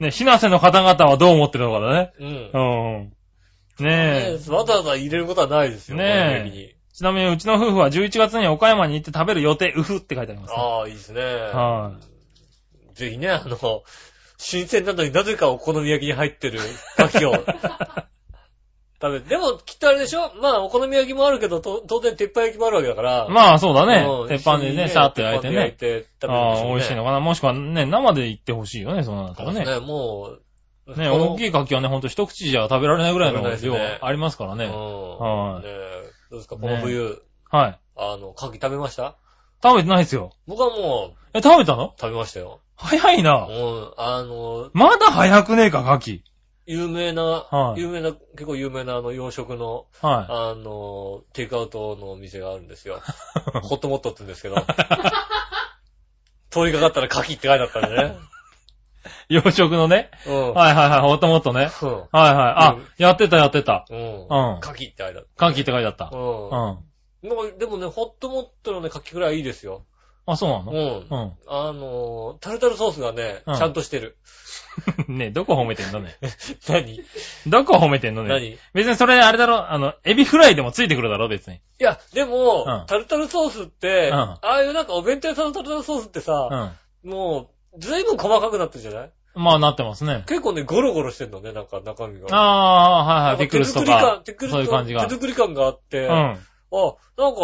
[SPEAKER 3] う、ね、ひなせの方々はどう思ってるのかだね。
[SPEAKER 2] うん。
[SPEAKER 3] うん。
[SPEAKER 2] (laughs)
[SPEAKER 3] ねえ。
[SPEAKER 2] わざわざ入れることはないですよ、
[SPEAKER 3] ねえ
[SPEAKER 2] お好み焼きに。
[SPEAKER 3] ちなみにうちの夫婦は11月に岡山に行って食べる予定、うふって書いてありますね。
[SPEAKER 2] ああ、いいですね。
[SPEAKER 3] は
[SPEAKER 2] ぜひね、あの、新鮮なのになぜかお好み焼きに入ってる牡
[SPEAKER 3] (laughs)
[SPEAKER 2] 蠣を食べて。でも、きっとあれでしょまあ、お好み焼きもあるけど、と当然、鉄板焼きもあるわけだから。
[SPEAKER 3] まあそうだね
[SPEAKER 2] うん。
[SPEAKER 3] 鉄板でね、シャーって焼い
[SPEAKER 2] 鉄板
[SPEAKER 3] てね。
[SPEAKER 2] で焼いて食べるんで
[SPEAKER 3] あ
[SPEAKER 2] しょ
[SPEAKER 3] あ、
[SPEAKER 2] うね
[SPEAKER 3] 美味しいのかな。もしくはね、生で行ってほしいよね、そうなった
[SPEAKER 2] そ
[SPEAKER 3] ら
[SPEAKER 2] うです
[SPEAKER 3] ね。
[SPEAKER 2] ね、もう。
[SPEAKER 3] ね、大きい牡蠣はね、ほんと一口じゃ食べられないぐらいの
[SPEAKER 2] 食べられないです
[SPEAKER 3] 量
[SPEAKER 2] ね
[SPEAKER 3] ありますから
[SPEAKER 2] ね。うん。
[SPEAKER 3] ね。は
[SPEAKER 2] ね
[SPEAKER 3] い
[SPEAKER 2] えどうですか、この冬、
[SPEAKER 3] はい。
[SPEAKER 2] あの、牡蠣食べました
[SPEAKER 3] 食べてないですよ。
[SPEAKER 2] 僕はもう、
[SPEAKER 3] え、食べたの
[SPEAKER 2] 食べましたよ。
[SPEAKER 3] 早いうな。
[SPEAKER 2] ん、あの、
[SPEAKER 3] まだ早くねえか、牡蠣。
[SPEAKER 2] 有名な
[SPEAKER 3] は、い
[SPEAKER 2] 有名な、結構有名なあの、洋食の、
[SPEAKER 3] は
[SPEAKER 2] あの、テイクアウトのお店があるんです
[SPEAKER 3] (laughs)
[SPEAKER 2] よ。ホットモットって言うんですけど。通りかかったらカキって書いてあったんでね。
[SPEAKER 3] い。洋食のね。
[SPEAKER 2] うん。
[SPEAKER 3] はいはいはい、ほっともっとね。
[SPEAKER 2] そ
[SPEAKER 3] はいはい。あ、
[SPEAKER 2] うん
[SPEAKER 3] やってたやってた。
[SPEAKER 2] う。うん。
[SPEAKER 3] うん
[SPEAKER 2] カキって書いてあっ
[SPEAKER 3] カキって書いてあった
[SPEAKER 2] た。。
[SPEAKER 3] う。
[SPEAKER 2] うんん。なんかでもね、ホットモットのね、カキくらいはいいですよ。
[SPEAKER 3] あ、そうな
[SPEAKER 2] う
[SPEAKER 3] の
[SPEAKER 2] ん。
[SPEAKER 3] う
[SPEAKER 2] あの、タルタルソースがね、
[SPEAKER 3] うん
[SPEAKER 2] ちゃんとして
[SPEAKER 3] (laughs)
[SPEAKER 2] る。
[SPEAKER 3] ん。ねえどこ褒めてんのね。
[SPEAKER 2] 何
[SPEAKER 3] どこ褒めてんの
[SPEAKER 2] (laughs)
[SPEAKER 3] ね。
[SPEAKER 2] 何い
[SPEAKER 3] 別にそれあれだろ、あの、エビフライでもついてくるだろ、別に。
[SPEAKER 2] や、でも、
[SPEAKER 3] うん
[SPEAKER 2] タルタルソースって、
[SPEAKER 3] うん
[SPEAKER 2] ああいうなんかお弁当屋さんのタルタルソースって
[SPEAKER 3] う
[SPEAKER 2] さ、
[SPEAKER 3] ん。
[SPEAKER 2] もう、ずいぶん細かくなってるじゃない
[SPEAKER 3] まあ、なってますね。
[SPEAKER 2] 結構ね、ゴロゴロしてんのね、なんか中身が。
[SPEAKER 3] ああ、はいはい、ピクルスとか。
[SPEAKER 2] 手作り感
[SPEAKER 3] そういう感じが
[SPEAKER 2] 手作り感があって、
[SPEAKER 3] うん。
[SPEAKER 2] (laughs) あ、
[SPEAKER 3] あ
[SPEAKER 2] なんか、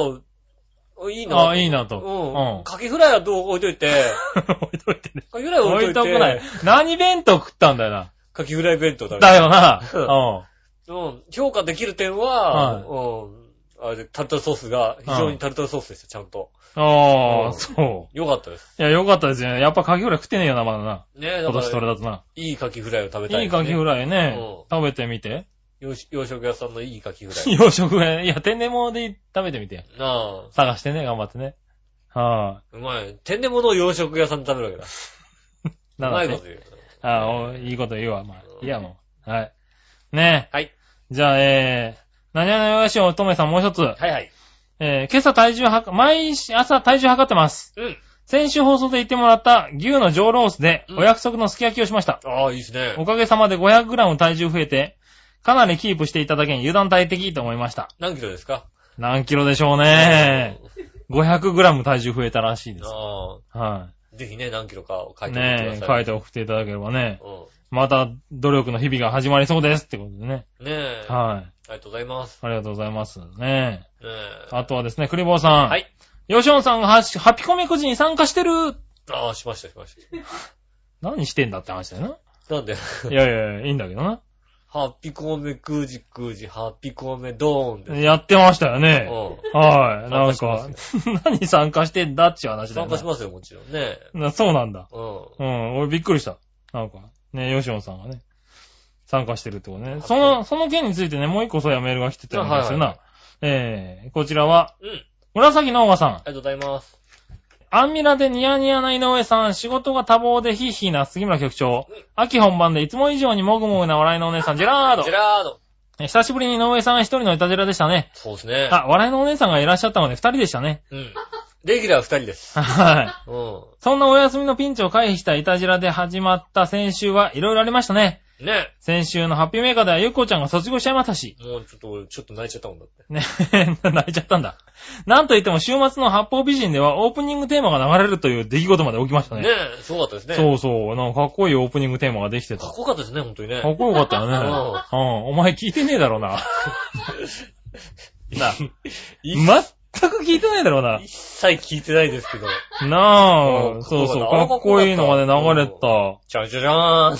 [SPEAKER 2] あいいな。
[SPEAKER 3] あ、いいな
[SPEAKER 2] う
[SPEAKER 3] と。
[SPEAKER 2] ん。
[SPEAKER 3] う
[SPEAKER 2] カキフライはどう置いとい
[SPEAKER 3] (laughs)
[SPEAKER 2] て、
[SPEAKER 3] ん。置いといてね。
[SPEAKER 2] カキフライ置
[SPEAKER 3] 置
[SPEAKER 2] い
[SPEAKER 3] い
[SPEAKER 2] と
[SPEAKER 3] と
[SPEAKER 2] いて、
[SPEAKER 3] くない。何弁当食ったんだよな。
[SPEAKER 2] カキフライ弁当だ
[SPEAKER 3] だよな。
[SPEAKER 2] うんうん。評価できる点は、
[SPEAKER 3] はい
[SPEAKER 2] うん。あれで、タルタルソースが、非常にタルタルソースでした、ちゃんと。
[SPEAKER 3] うん。あ
[SPEAKER 2] うん
[SPEAKER 3] あ、そ
[SPEAKER 2] よかったです。
[SPEAKER 3] う。いや、よかったですね。やっぱカキフライ食ってねえよな、まだな。
[SPEAKER 2] ねえ、だ
[SPEAKER 3] 今年
[SPEAKER 2] か
[SPEAKER 3] それ
[SPEAKER 2] ら、
[SPEAKER 3] だとな。
[SPEAKER 2] いいカキフライを食べたい、
[SPEAKER 3] いいカキフ
[SPEAKER 2] イ。
[SPEAKER 3] ライね
[SPEAKER 2] うん。
[SPEAKER 3] 食べてみて。 (laughs)
[SPEAKER 2] 洋食洋食屋さんのいいカキフライ。
[SPEAKER 3] 洋食がね、いや、天然物で食べてみて。
[SPEAKER 2] なあ、
[SPEAKER 3] 探してね、頑張ってね。は
[SPEAKER 2] うまい。天然物を洋食屋さんで食べるわけだ。
[SPEAKER 3] い。な
[SPEAKER 2] う
[SPEAKER 3] の
[SPEAKER 2] ま
[SPEAKER 3] で
[SPEAKER 2] い
[SPEAKER 3] ね
[SPEAKER 2] こと言う。
[SPEAKER 3] ああ、おいいこと言うわ。まあ、いいやもう。はい。ねえ。
[SPEAKER 2] はい。
[SPEAKER 3] じゃあ、えー、何々よやしお乙女さんもう一つ。
[SPEAKER 2] はいはい。
[SPEAKER 3] えー今朝体重はか、毎朝体重測ってます。
[SPEAKER 2] うん。
[SPEAKER 3] 先週放送で言ってもらった牛の上ロースで
[SPEAKER 2] うん
[SPEAKER 3] お約束のすき焼きをしました。
[SPEAKER 2] ああ、いいですね。
[SPEAKER 3] おかげさまで 500g 体重増えて、かなりキープしていただけに油断大敵と思いました。
[SPEAKER 2] 何キロですか
[SPEAKER 3] 何キロでしょうね。500g 体重増えたらしいです。
[SPEAKER 2] あ
[SPEAKER 3] は
[SPEAKER 2] あ、ぜひね、何キロかを書
[SPEAKER 3] い。
[SPEAKER 2] いてみてく
[SPEAKER 3] ねえ、
[SPEAKER 2] だ
[SPEAKER 3] 書
[SPEAKER 2] さい。
[SPEAKER 3] いて送っていただければね。
[SPEAKER 2] うん
[SPEAKER 3] また努力の日々が始まりそうですってことでね。
[SPEAKER 2] ねえ。あ
[SPEAKER 3] はい。
[SPEAKER 2] りがとうございます。
[SPEAKER 3] ありがとうございます。ね
[SPEAKER 2] ねえ
[SPEAKER 3] え。あとはですね、クリボーさん。
[SPEAKER 2] はい。
[SPEAKER 3] ヨシオンさんがハッシュハピコメくじに参加してる
[SPEAKER 2] ああ、しました、しまし
[SPEAKER 3] 何してんだって話だよ
[SPEAKER 2] た。なんで、 (laughs)
[SPEAKER 3] な。いやいやいや、いいんだけどな。
[SPEAKER 2] ハッピコメ、クージクージ、ハッピコメ、ドーンです。
[SPEAKER 3] やってましたよね。
[SPEAKER 2] う
[SPEAKER 3] は
[SPEAKER 2] 参
[SPEAKER 3] い。な
[SPEAKER 2] 加
[SPEAKER 3] ん
[SPEAKER 2] しま
[SPEAKER 3] か、 (laughs) 何参加してんだっていう話
[SPEAKER 2] ん。
[SPEAKER 3] だよ
[SPEAKER 2] 参
[SPEAKER 3] な
[SPEAKER 2] 加しますよ、もちろんね。
[SPEAKER 3] なそうなんだ。
[SPEAKER 2] うん。
[SPEAKER 3] うん、俺びっくりした。なんか、ね、ヨシオンさんがね、参加してるってことね。
[SPEAKER 2] あ
[SPEAKER 3] その、その件についてね、もう一個そうやメールが来てたんですよ
[SPEAKER 2] あ
[SPEAKER 3] な。えー、こちらは、
[SPEAKER 2] うん。あり
[SPEAKER 3] 紫のおばさん。
[SPEAKER 2] がとうございます。
[SPEAKER 3] アンミラでニヤニヤな井上さん、仕事が多忙でヒーヒーな杉村局長
[SPEAKER 2] うん。
[SPEAKER 3] 秋本番でいつも以上にもぐもぐな笑いのお姉さん、ジェラード
[SPEAKER 2] ジェ。ラード。
[SPEAKER 3] え久しぶりに井上さん一人のいたじらでしたね。
[SPEAKER 2] そうですね。
[SPEAKER 3] あ、笑いのお姉さんがいらっしゃったので二人でしたね。
[SPEAKER 2] うん。レギュラー二人です。
[SPEAKER 3] はい。
[SPEAKER 2] う
[SPEAKER 3] そんなお休みのピンチを回避したいたじらで始まった先週はいろいろありましたね。
[SPEAKER 2] ん。ね
[SPEAKER 3] 先週のハッピーメーカーではゆっこちゃんが卒業しちゃいましたし。
[SPEAKER 2] え。もうちょっと俺、ちょっと泣いちゃったもんだって。
[SPEAKER 3] ね (laughs) 泣いちゃったんだ。なんといっても週末の八方美人ではオープニングテーマが流れるという出来事まで起きましたね。
[SPEAKER 2] ねえ、すごかったですね。
[SPEAKER 3] そうそう。なんかかっこいいオープニングテーマができてた。
[SPEAKER 2] かっ
[SPEAKER 3] か
[SPEAKER 2] こよかったですね、本当にね。
[SPEAKER 3] っこよかったよね。うん。お前聞いてねえだろうな。な、全く聞いてないだろうな。
[SPEAKER 2] 一切聞いてないですけど。
[SPEAKER 3] な
[SPEAKER 2] う
[SPEAKER 3] あ、
[SPEAKER 2] ん
[SPEAKER 3] そうそう、
[SPEAKER 2] か
[SPEAKER 3] か
[SPEAKER 2] っこよかった
[SPEAKER 3] っこいいのがね、流れた。
[SPEAKER 2] じゃじゃじゃ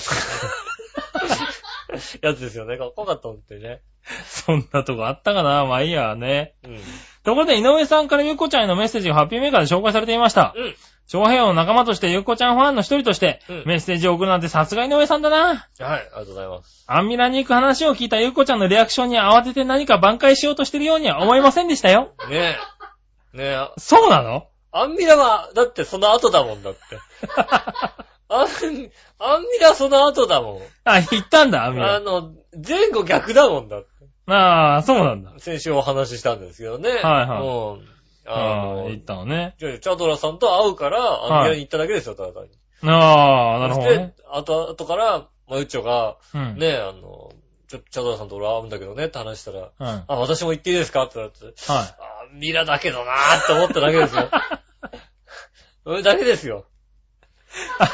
[SPEAKER 2] ーん。やつですよね。かっこよかったもんってね。
[SPEAKER 3] そんなとこあったかなまあいいやね。
[SPEAKER 2] うん。
[SPEAKER 3] ところで、井上さんからゆっこちゃんへのメッセージがハッピーメーカーで紹介されていました。
[SPEAKER 2] うん。
[SPEAKER 3] 長平王の仲間としてゆっこちゃんファンの一人として
[SPEAKER 2] うん、
[SPEAKER 3] メッセージを送るなんてさすが井上さんだな。
[SPEAKER 2] はい、ありがとうございます。
[SPEAKER 3] アンミラに行く話を聞いたゆっこちゃんのリアクションに慌てて何か挽回しようとしてるようには思いませんでしたよ。
[SPEAKER 2] ねえ。ねえ、
[SPEAKER 3] そうなの
[SPEAKER 2] アンミラは、だってその後だもんだ
[SPEAKER 3] (laughs)
[SPEAKER 2] って。アン、アンミラその後だもん。
[SPEAKER 3] あ、言ったんだ、アンミ
[SPEAKER 2] あ
[SPEAKER 3] ラ。
[SPEAKER 2] の、前後逆だもんだって。
[SPEAKER 3] ああ、そうなんだ。
[SPEAKER 2] 先週お話ししたんですけどね。はい
[SPEAKER 3] は
[SPEAKER 2] う
[SPEAKER 3] い
[SPEAKER 2] ん。あ
[SPEAKER 3] ああ、
[SPEAKER 2] の、
[SPEAKER 3] 言ったのね。
[SPEAKER 2] じゃあチャドラさんと会うから、アンミラに行っただけですよ、ただ単に。
[SPEAKER 3] ああ、なるほど
[SPEAKER 2] そし
[SPEAKER 3] ね
[SPEAKER 2] て。、あと、あとから、まゆっちょが、
[SPEAKER 3] うん。
[SPEAKER 2] ね、あの、ちょっとチャドラさんと俺会うんだけどねって話したら、
[SPEAKER 3] うん。はい。
[SPEAKER 2] あ、私も行っていいですかって言われて、あ、ミラだけどなーって思っただけです
[SPEAKER 3] (laughs)
[SPEAKER 2] よ。それだけですよ。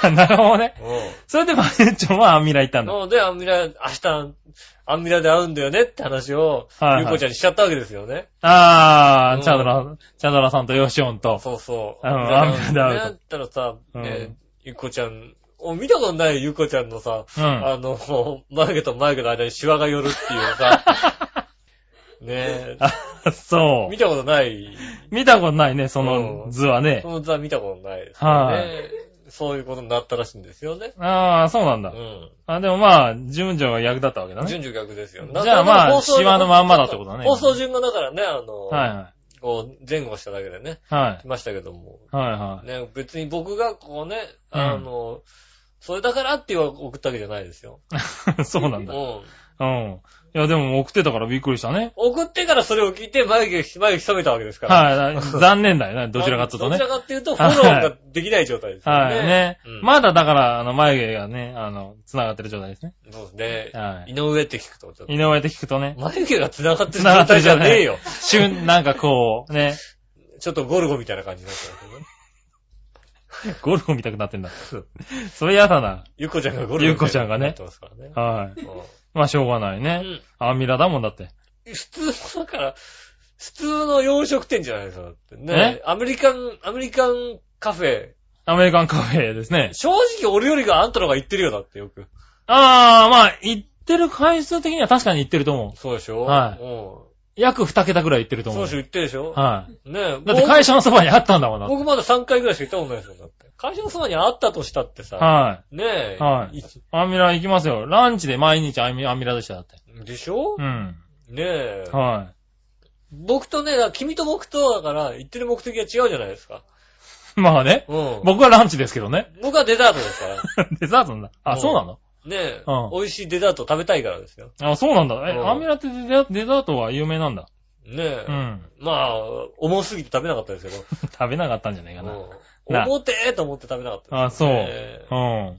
[SPEAKER 3] あなるほどね。
[SPEAKER 2] う
[SPEAKER 3] それで、まゆっちょはアンミラ行った
[SPEAKER 2] ん。
[SPEAKER 3] ん
[SPEAKER 2] な
[SPEAKER 3] だ。
[SPEAKER 2] ので、アンミラ、明日、アンミラで会うんだよねって話を、
[SPEAKER 3] はいはい
[SPEAKER 2] ゆうこちゃんにしちゃったわけですよね。
[SPEAKER 3] あ
[SPEAKER 2] う
[SPEAKER 3] あ、
[SPEAKER 2] ん
[SPEAKER 3] チャドラ、チャドラさんとヨシオンと。
[SPEAKER 2] そうそう。
[SPEAKER 3] うん
[SPEAKER 2] ミラ
[SPEAKER 3] アンミラで会うと
[SPEAKER 2] ねったらさ、
[SPEAKER 3] う
[SPEAKER 2] ね
[SPEAKER 3] ん、
[SPEAKER 2] ゆうこちゃん、お見たことないゆうこちゃんのさ、
[SPEAKER 3] うん。あ
[SPEAKER 2] あの、眉毛と眉毛の間にシワが寄るっていう
[SPEAKER 3] (laughs)
[SPEAKER 2] さ、ねえ、
[SPEAKER 3] そ
[SPEAKER 2] 見たことない、
[SPEAKER 3] う。見たことないね、その
[SPEAKER 2] うん
[SPEAKER 3] 図はね
[SPEAKER 2] そ。の座見たことないですよ
[SPEAKER 3] は
[SPEAKER 2] ね。そういうことになったらしいんですよね。
[SPEAKER 3] ああ、そうなん
[SPEAKER 2] う
[SPEAKER 3] だ。
[SPEAKER 2] ん。
[SPEAKER 3] あ、でもまあ、順序が役だったわけだね。
[SPEAKER 2] 順序逆ですよ。
[SPEAKER 3] じゃあまあ
[SPEAKER 2] だから放送
[SPEAKER 3] シワのまんまだってことだね
[SPEAKER 2] 放送順がだからね、あの、
[SPEAKER 3] はいは
[SPEAKER 2] こう前後しただけでね、
[SPEAKER 3] い。はい。
[SPEAKER 2] 来ましたけども。
[SPEAKER 3] はいはい。
[SPEAKER 2] ね、別に僕がこうね、あの、それだからって言う送ったわけじゃないですよ。
[SPEAKER 3] (laughs) そうなんだ。
[SPEAKER 2] うん。
[SPEAKER 3] うん。いや、でも送ってたからびっくりしたね。
[SPEAKER 2] 送ってからそれを聞いて眉毛、眉毛潜めたわけですから。
[SPEAKER 3] はい。残念だ
[SPEAKER 2] (laughs)
[SPEAKER 3] よね。どちらかというと
[SPEAKER 2] ど
[SPEAKER 3] ね
[SPEAKER 2] ち。らかっていうと、フォローができない状態ですよね。
[SPEAKER 3] はい。ね
[SPEAKER 2] うん。
[SPEAKER 3] まだだから、あの、眉毛がね、あの、繋がってる状態ですね。
[SPEAKER 2] そうですね。
[SPEAKER 3] はい。
[SPEAKER 2] 井上って聞くと、ちょっ
[SPEAKER 3] 井上って聞くとね
[SPEAKER 2] と。、眉毛が繋がってる
[SPEAKER 3] 繋が
[SPEAKER 2] 状
[SPEAKER 3] ってる
[SPEAKER 2] 態じ
[SPEAKER 3] じゃ
[SPEAKER 2] ゃ
[SPEAKER 3] な
[SPEAKER 2] ねえ
[SPEAKER 3] い
[SPEAKER 2] よ。。
[SPEAKER 3] 瞬、なんかこう、ね、
[SPEAKER 2] ちょっとゴルゴみたいな感じになってますよね。
[SPEAKER 3] ゴルフ見たくなってんだ。それ嫌だな。
[SPEAKER 2] ゆっこちゃんがゴルゴみたいな。
[SPEAKER 3] ゆっこちゃんがね
[SPEAKER 2] なってますからね。
[SPEAKER 3] はい。
[SPEAKER 2] う
[SPEAKER 3] まあ、しょうがないね。
[SPEAKER 2] ん。
[SPEAKER 3] アンミラだもんだって。
[SPEAKER 2] 普通の、だから、普通の洋食店じゃないですか。だってね。アメリカン、アメリカンカフェ。
[SPEAKER 3] アメリカンカフェですね。
[SPEAKER 2] 正直俺よりがあんたの方が行ってるよだってよく。
[SPEAKER 3] ああ、まあ、行ってる回数的には確かに行ってると思う。
[SPEAKER 2] そうでしょ。
[SPEAKER 3] はい約2桁ぐらい行ってると
[SPEAKER 2] うん。そ
[SPEAKER 3] 思
[SPEAKER 2] うで。しょ、
[SPEAKER 3] う
[SPEAKER 2] 行ってるでしょ
[SPEAKER 3] はい。
[SPEAKER 2] ねえ。
[SPEAKER 3] だって会社のそばにあったんだもんな。
[SPEAKER 2] 僕まだ3回ぐらいしか行ったことないですもん、だって。会社のそばにあったとしたってさ、
[SPEAKER 3] は
[SPEAKER 2] ねえ、
[SPEAKER 3] はいい。アンミラ行きますよ。ランチで毎日アンミアンミラでした、だって。
[SPEAKER 2] でしょ
[SPEAKER 3] うん。
[SPEAKER 2] ねえ、
[SPEAKER 3] は
[SPEAKER 2] 僕とね、だから君と僕と、だから、行ってる目的が違うじゃないですか。
[SPEAKER 3] い。まあね。
[SPEAKER 2] うん。
[SPEAKER 3] 僕はランチですけどね。
[SPEAKER 2] (laughs)
[SPEAKER 3] (laughs)
[SPEAKER 2] 僕はデザートですから。
[SPEAKER 3] デザートなんだ。
[SPEAKER 2] う
[SPEAKER 3] あ、
[SPEAKER 2] ん
[SPEAKER 3] そうなの
[SPEAKER 2] ねえ、
[SPEAKER 3] うん
[SPEAKER 2] 美味しいデザート食べたいからですよ。
[SPEAKER 3] あ、そうなんだ。え、
[SPEAKER 2] うん
[SPEAKER 3] アンミラってデザデザートは有名なんだ。
[SPEAKER 2] ねえ。
[SPEAKER 3] うん。
[SPEAKER 2] まあ、重すぎて食べなかったですけど。
[SPEAKER 3] 食べなかったんじゃ (laughs) ないかな。
[SPEAKER 2] うん重てえと思って食べなかった
[SPEAKER 3] あ、
[SPEAKER 2] です
[SPEAKER 3] そう。
[SPEAKER 2] ね
[SPEAKER 3] う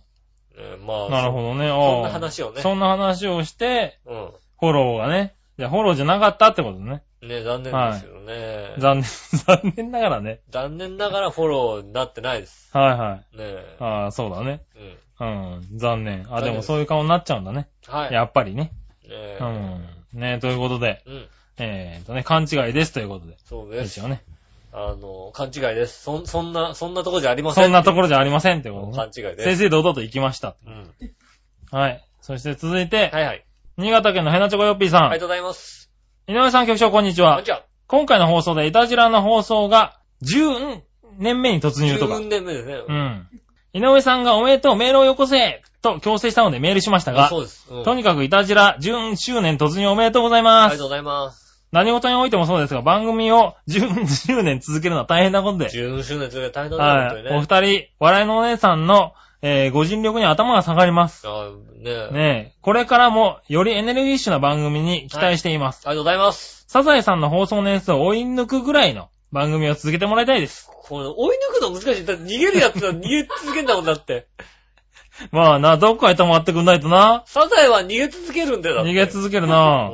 [SPEAKER 2] ええまあ、
[SPEAKER 3] ん。なるほどね。
[SPEAKER 2] そん
[SPEAKER 3] あ
[SPEAKER 2] な
[SPEAKER 3] あ
[SPEAKER 2] 話をね。
[SPEAKER 3] そんな話をして、
[SPEAKER 2] うん。
[SPEAKER 3] フォローがね。いや、フォローじゃなかったってことね。
[SPEAKER 2] ねえ残念ですよね。
[SPEAKER 3] 残念、 (laughs) 残念ながらね。
[SPEAKER 2] 残念ながらフォローになってないです。
[SPEAKER 3] はいは
[SPEAKER 2] ねえ
[SPEAKER 3] い。。ああ、そうだね。
[SPEAKER 2] うん。
[SPEAKER 3] うん。残念。
[SPEAKER 2] 残
[SPEAKER 3] あ、
[SPEAKER 2] 念
[SPEAKER 3] でもそういう顔になっちゃうんだね。
[SPEAKER 2] はい。
[SPEAKER 3] やっぱりね。
[SPEAKER 2] ねえ
[SPEAKER 3] うん。ねということで、
[SPEAKER 2] うん。
[SPEAKER 3] えーとね、勘違いですということで。
[SPEAKER 2] そう
[SPEAKER 3] で
[SPEAKER 2] ですす。
[SPEAKER 3] よね。
[SPEAKER 2] あの、勘違いです。そん、そんな、そんなとこじゃありません。
[SPEAKER 3] そんなところじゃありませんってこと
[SPEAKER 2] もう
[SPEAKER 3] ね
[SPEAKER 2] 勘違いで
[SPEAKER 3] 正
[SPEAKER 2] す。
[SPEAKER 3] 々堂々と行きました。
[SPEAKER 2] うん。
[SPEAKER 3] はい。そして続いて、
[SPEAKER 2] はいはい。
[SPEAKER 3] 新潟県のヘナチョコヨッピーさん。
[SPEAKER 2] ありがとうございます。
[SPEAKER 3] 井上さん局長、こんにち
[SPEAKER 2] こん
[SPEAKER 3] は
[SPEAKER 2] に。ちは。
[SPEAKER 3] 今回の放送でイタジラの放送が10年目に突入とか
[SPEAKER 2] 10。年目ですね。
[SPEAKER 3] うん。井上さんがおめでとう、メールをよこせと強制したのでメールしましたが
[SPEAKER 2] そ、うです。うん
[SPEAKER 3] とにかくイタジラ10周年突入おめでとうござい
[SPEAKER 2] あ
[SPEAKER 3] ま
[SPEAKER 2] りがと
[SPEAKER 3] す
[SPEAKER 2] う。ございます。
[SPEAKER 3] 何事においてもそうですが、番組を10周 (laughs) 年続けるのは大変なことで、
[SPEAKER 2] 10周年続けて大変だね、
[SPEAKER 3] は
[SPEAKER 2] 本
[SPEAKER 3] い。
[SPEAKER 2] 当
[SPEAKER 3] お
[SPEAKER 2] にね。
[SPEAKER 3] 二人、笑いのお姉さんの、えーご尽力に頭が下がります。
[SPEAKER 2] あねえ。
[SPEAKER 3] ねえ、これからもよりエネルギッシュな番組に期待しています。
[SPEAKER 2] ありがとうございます。
[SPEAKER 3] サザエさんの放送年数を追い抜くぐらいの番組を続けてもらいたいです。
[SPEAKER 2] これ、追い抜くの難しい。だって逃げるやつは逃げ続けんだもんだって。
[SPEAKER 3] まあな、どっかへ泊まってくんないとな。
[SPEAKER 2] サザエは逃げ続けるんだよ、だって
[SPEAKER 3] 逃げ続け
[SPEAKER 2] (laughs)
[SPEAKER 3] るな。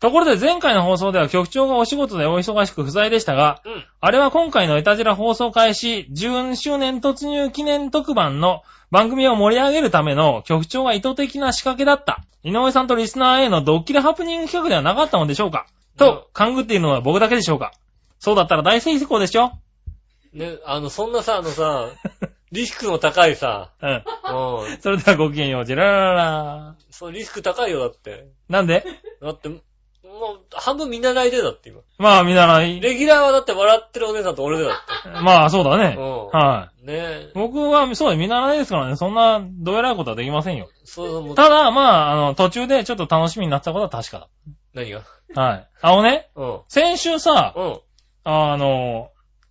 [SPEAKER 3] ところで前回の放送では局長がお仕事でお忙しく不在でしたが、
[SPEAKER 2] うん。うん。
[SPEAKER 3] あれは今回のエタジラ放送開始10周年突入記念特番の番組を盛り上げるための局長が意図的な仕掛けだった。井上さんとリスナーへのドッキリハプニング企画ではなかったのでしょうかと、勘ぐっているのは僕だけでしょうかそうだったら大成功でしょ
[SPEAKER 2] ね、あの、そんなさ、あのさ、リスクの高いさ、
[SPEAKER 3] うん。
[SPEAKER 2] うん。
[SPEAKER 3] それではごきげんよう、ジェララララ
[SPEAKER 2] そのリスク高いよ、だって。
[SPEAKER 3] なんで
[SPEAKER 2] だって、もう、半分見習いでだって、今。
[SPEAKER 3] まあ、見習い。
[SPEAKER 2] レギュラーはだって笑ってるお姉さんと俺でだっ
[SPEAKER 3] まあ、そうだ
[SPEAKER 2] て。
[SPEAKER 3] ね。
[SPEAKER 2] うん。
[SPEAKER 3] は
[SPEAKER 2] ねえ
[SPEAKER 3] い。。僕は、そうだ、見習いですからね。そんな、どうやらいことはできませんよ。
[SPEAKER 2] そうそう、もう、
[SPEAKER 3] ただ、まあ、あの、途中でちょっと楽しみになったことは確か
[SPEAKER 2] 何が
[SPEAKER 3] だ。はい。あのね、
[SPEAKER 2] うん。
[SPEAKER 3] 先週さ、
[SPEAKER 2] うん。
[SPEAKER 3] あの、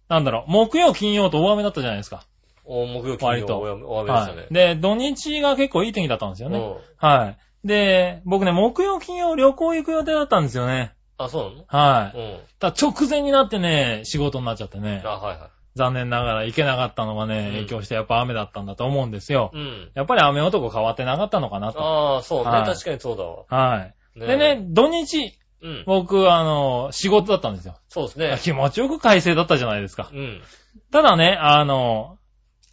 [SPEAKER 3] なんだろう、木曜、金曜と大雨だったじゃないですか。
[SPEAKER 2] お、木曜金
[SPEAKER 3] 割と
[SPEAKER 2] 曜、お雨でした
[SPEAKER 3] は
[SPEAKER 2] ね
[SPEAKER 3] い。。で、土日が結構いい天気だったんですよ
[SPEAKER 2] う
[SPEAKER 3] ね。
[SPEAKER 2] ん。
[SPEAKER 3] はい。で、僕ね、木曜、金曜旅行行く予定だったんですよね。
[SPEAKER 2] あ、そうなの
[SPEAKER 3] はい。
[SPEAKER 2] うん。
[SPEAKER 3] ただ直前になってね、仕事になっちゃってね。
[SPEAKER 2] あ、はいは
[SPEAKER 3] 残念ながら行けなかったのがね
[SPEAKER 2] うん、
[SPEAKER 3] 影響してやっぱ雨だったんだと思うんですよ。
[SPEAKER 2] い。うん。
[SPEAKER 3] やっぱり雨男変わってなかったのかなと。
[SPEAKER 2] ああ、そうね
[SPEAKER 3] は。い
[SPEAKER 2] 確かにそうだわ。
[SPEAKER 3] はい。
[SPEAKER 2] ねえ
[SPEAKER 3] でね、、土日、
[SPEAKER 2] うん。
[SPEAKER 3] 僕、あの、仕事だったんですよ。
[SPEAKER 2] そうですね。
[SPEAKER 3] 気持ちよく快晴だったじゃないですか
[SPEAKER 2] う。ん。
[SPEAKER 3] ただね、あの、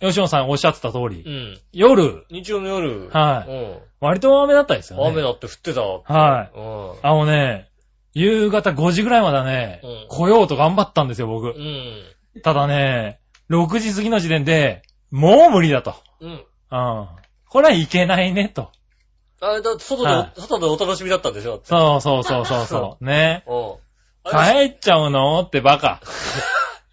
[SPEAKER 3] 吉野さんおっしゃってた通
[SPEAKER 2] う
[SPEAKER 3] り、
[SPEAKER 2] ん。
[SPEAKER 3] 夜、
[SPEAKER 2] 日曜の夜。。
[SPEAKER 3] はい割と雨だったです
[SPEAKER 2] う
[SPEAKER 3] よ
[SPEAKER 2] ん。
[SPEAKER 3] ね。
[SPEAKER 2] 雨だって降ってたわ。
[SPEAKER 3] はい。
[SPEAKER 2] うん。
[SPEAKER 3] あのね、夕方5時ぐらいまではね
[SPEAKER 2] うん、
[SPEAKER 3] 来ようと頑張ったんですよ、僕
[SPEAKER 2] う。ん。
[SPEAKER 3] ただね、6時過ぎの時点で、もう無理だと。
[SPEAKER 2] うん。
[SPEAKER 3] うん。これはいけないね、と。
[SPEAKER 2] あれだって外で、
[SPEAKER 3] は
[SPEAKER 2] 外でお楽しみだったんでしょ
[SPEAKER 3] そうそうそうそう
[SPEAKER 2] (laughs)
[SPEAKER 3] そう。ね。
[SPEAKER 2] うん。あれ
[SPEAKER 3] 帰っちゃうのってバカ。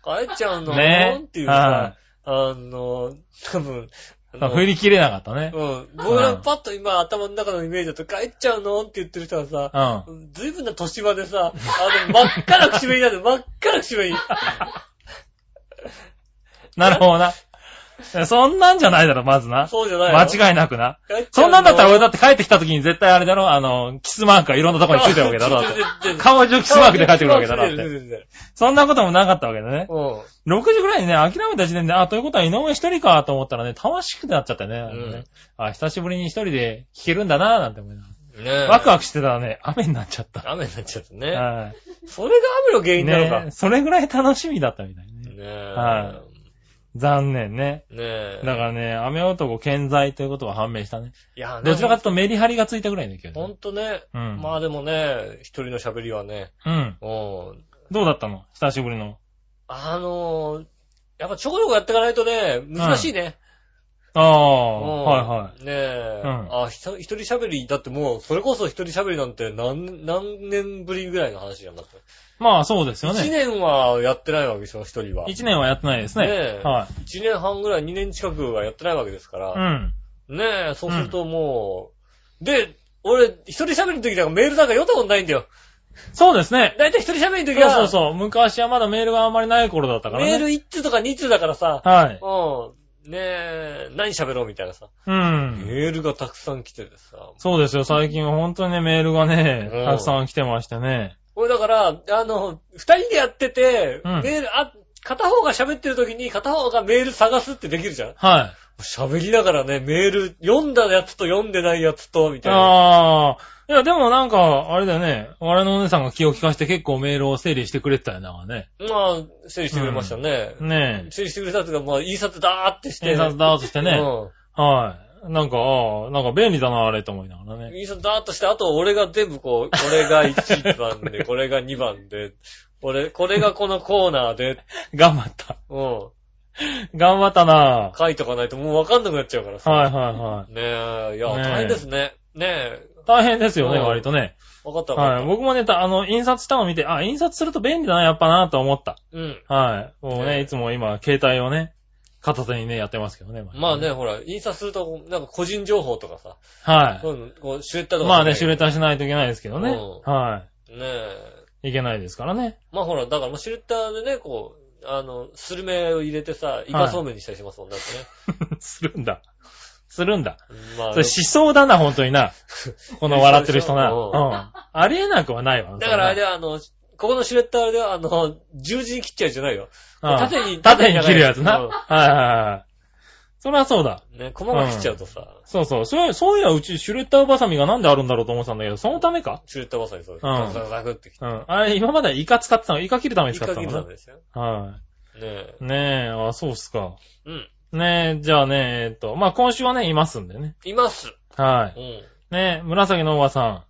[SPEAKER 2] 帰っちゃうの
[SPEAKER 3] ね
[SPEAKER 2] ってい。う
[SPEAKER 3] は
[SPEAKER 2] さ、あの、多分、あ
[SPEAKER 3] い
[SPEAKER 2] の
[SPEAKER 3] 振り切れなかったね。
[SPEAKER 2] うん。僕らパッと今頭の中のイメージだと帰っちゃうのって言ってる人はさ、
[SPEAKER 3] う
[SPEAKER 2] ずいぶんな年場でさ、あの、真っ赤な口紅なんで、真っ赤な口紅。
[SPEAKER 3] ん。なるほどな。そんなんじゃないだろ、まずな。
[SPEAKER 2] そうじゃないの
[SPEAKER 3] 間違いなくな。
[SPEAKER 2] 帰っちゃうの
[SPEAKER 3] そんなんだったら俺だって帰ってきた時に絶対あれだろ、あの、キスマークがいろんなとこについてるわけだ
[SPEAKER 2] (laughs)
[SPEAKER 3] ろ、だって。顔中キスマークで帰ってくるわけだろ、だって。
[SPEAKER 2] て。
[SPEAKER 3] そんなこともなかったわけだね。
[SPEAKER 2] うん。
[SPEAKER 3] 6時ぐらいにね、諦めた時点で、あ、ということは井上一人かと思ったらね、楽しくなっちゃったね。
[SPEAKER 2] ん
[SPEAKER 3] あ、久しぶりに一人で弾けるんだなぁなんて思いなが
[SPEAKER 2] ねえ
[SPEAKER 3] ら。ワクワクしてたらね、雨になっちゃった。
[SPEAKER 2] 雨になっちゃったね。
[SPEAKER 3] は
[SPEAKER 2] それが雨の原
[SPEAKER 3] い。
[SPEAKER 2] 因なのか。
[SPEAKER 3] ね
[SPEAKER 2] ね
[SPEAKER 3] それぐらい楽しみだったみたいね。
[SPEAKER 2] え。
[SPEAKER 3] は残念ね。
[SPEAKER 2] ねえ。
[SPEAKER 3] だからね、雨男健在ということが判明したね。
[SPEAKER 2] いやね、
[SPEAKER 3] どちらかというとメリハリがついたぐらいの勢いだ
[SPEAKER 2] ほ
[SPEAKER 3] ね。
[SPEAKER 2] んとね。
[SPEAKER 3] うん
[SPEAKER 2] まあでもね、一人の喋りはね、
[SPEAKER 3] うん。
[SPEAKER 2] うん。
[SPEAKER 3] どうだったの久しぶりの。
[SPEAKER 2] あのー、やっぱちょこちょこやっていかないとね、難しいね。
[SPEAKER 3] あ
[SPEAKER 2] う
[SPEAKER 3] あ、
[SPEAKER 2] ん
[SPEAKER 3] はいは
[SPEAKER 2] ね
[SPEAKER 3] い。
[SPEAKER 2] え。
[SPEAKER 3] うん
[SPEAKER 2] あ、ひと一人喋り、だってもう、それこそ一人喋りなんて何、何年ぶりぐらいの話じゃなくて。
[SPEAKER 3] まあそうですよ
[SPEAKER 2] 一
[SPEAKER 3] ね。
[SPEAKER 2] 年はやってないわけでしょ、一人は。
[SPEAKER 3] 一年はやってないです
[SPEAKER 2] ね
[SPEAKER 3] ね
[SPEAKER 2] え。
[SPEAKER 3] は
[SPEAKER 2] 一年半ぐらい、二年近くはやってないわけですか
[SPEAKER 3] い。う
[SPEAKER 2] ら。
[SPEAKER 3] ん。
[SPEAKER 2] ねえ、そうするともう、で、俺、一人喋りの時なんかメールなんか読んだことないんだよ。
[SPEAKER 3] そうですね。
[SPEAKER 2] だいたい一人喋りの時
[SPEAKER 3] そう
[SPEAKER 2] は、
[SPEAKER 3] そうそう。昔はまだメールがあんまりない頃だったからね。
[SPEAKER 2] メール1通とか2通だからさ、
[SPEAKER 3] はい。
[SPEAKER 2] うねえ、何喋ろうみたいなさ、
[SPEAKER 3] うん。
[SPEAKER 2] メールがたくさん来ててさ、
[SPEAKER 3] そうですよ、最近は本当にね、メールがね、
[SPEAKER 2] うん
[SPEAKER 3] たくさん来てましてね。
[SPEAKER 2] これだから、あの、二人でやってて、
[SPEAKER 3] うん
[SPEAKER 2] メール、あ、片方が喋ってる時に片方がメール探すってできるじゃん
[SPEAKER 3] は
[SPEAKER 2] 喋りながらね、メール、読んだやつと読んでないやつと、み
[SPEAKER 3] い。
[SPEAKER 2] たいな。
[SPEAKER 3] ああ。いや、でもなんか、あれだよね。我のお姉さんが気を利かして結構メールを整理してくれてたよねなんかね。
[SPEAKER 2] まあ、整理してくれましたね。
[SPEAKER 3] ねえ。
[SPEAKER 2] 整理してくれたっていうか、まあ、印刷ダーってして。
[SPEAKER 3] 印刷ダーッとしてね。
[SPEAKER 2] う
[SPEAKER 3] はい。なんか、ああ、なんか便利だな、あれと思いながら
[SPEAKER 2] ん。
[SPEAKER 3] ね。
[SPEAKER 2] 印刷ダーっとして、あと俺が全部こう、これが1番で、これが2番で、俺、これがこのコーナーで、
[SPEAKER 3] 頑張った。
[SPEAKER 2] うん。
[SPEAKER 3] 頑張ったな。
[SPEAKER 2] 書いとかないともうわかんなくなっちゃうからさ。
[SPEAKER 3] はいはいは
[SPEAKER 2] ねえ、いや、
[SPEAKER 3] ねえ
[SPEAKER 2] 大変ですね。ねえ、
[SPEAKER 3] い。大変ですよね、
[SPEAKER 2] うん
[SPEAKER 3] 割とね。
[SPEAKER 2] わかったわか
[SPEAKER 3] はい。
[SPEAKER 2] っ
[SPEAKER 3] 僕もね、たあの、印刷したのを見て、あ、印刷すると便利だな、やっぱな、と思った。
[SPEAKER 2] た。うん。
[SPEAKER 3] はい。もう
[SPEAKER 2] ね
[SPEAKER 3] ね、いつも今、携帯をね、片手にね、やってますけどね。
[SPEAKER 2] まあね、。ほら、印刷すると、なんか個人情報とかさ、
[SPEAKER 3] は
[SPEAKER 2] そういうの、こう、シュレッダー
[SPEAKER 3] い。
[SPEAKER 2] とか。
[SPEAKER 3] まあね、シュレッ
[SPEAKER 2] ッ
[SPEAKER 3] ダーしないといけないですけどね。
[SPEAKER 2] う
[SPEAKER 3] は
[SPEAKER 2] ダー。ねえ。
[SPEAKER 3] い。いけないですか
[SPEAKER 2] (laughs)
[SPEAKER 3] らね。
[SPEAKER 2] まあほら、だからもうシュレッダーでね、こう、あの、スルメを入れてさ、イカそうめんにしたりしますもんね。
[SPEAKER 3] するんだ。するんだ。
[SPEAKER 2] まあ
[SPEAKER 3] それ思想だな、本当に
[SPEAKER 2] (laughs)
[SPEAKER 3] な。この笑ってる人な。
[SPEAKER 2] そううでしょ
[SPEAKER 3] ん。ありえなくはないわ。
[SPEAKER 2] だからあれ
[SPEAKER 3] そ
[SPEAKER 2] では、あの、ここのシュレッダーでは、あの、十字に切っちゃうじゃないよ。
[SPEAKER 3] んなうん
[SPEAKER 2] 縦に、
[SPEAKER 3] 縦に切るやつな。
[SPEAKER 2] う
[SPEAKER 3] はいはいはい。そりゃそうだ。
[SPEAKER 2] んね、細かく切っちゃうとさ、
[SPEAKER 3] そうそう。そうそういや、うちシュレッダーバサミがなんであるんだろうと思ってたんだけど、そのためか
[SPEAKER 2] シュレッダーばさりそうです。
[SPEAKER 3] うん
[SPEAKER 2] ザクザクザクって切っ
[SPEAKER 3] うん。あれ、今まではイカ使ってたのイカ切るため
[SPEAKER 2] て。
[SPEAKER 3] に
[SPEAKER 2] イ
[SPEAKER 3] 使っ
[SPEAKER 2] カ
[SPEAKER 3] て
[SPEAKER 2] 切
[SPEAKER 3] た
[SPEAKER 2] るた
[SPEAKER 3] の
[SPEAKER 2] めですよ。ね
[SPEAKER 3] は
[SPEAKER 2] え。
[SPEAKER 3] い。ねえ、あ、そうっすか。
[SPEAKER 2] うん。
[SPEAKER 3] ねえ、じゃあね、えっと、まあ、今週はね、いますんでね。
[SPEAKER 2] います。
[SPEAKER 3] は
[SPEAKER 2] うん。
[SPEAKER 3] い。ねえ、紫のおばさん。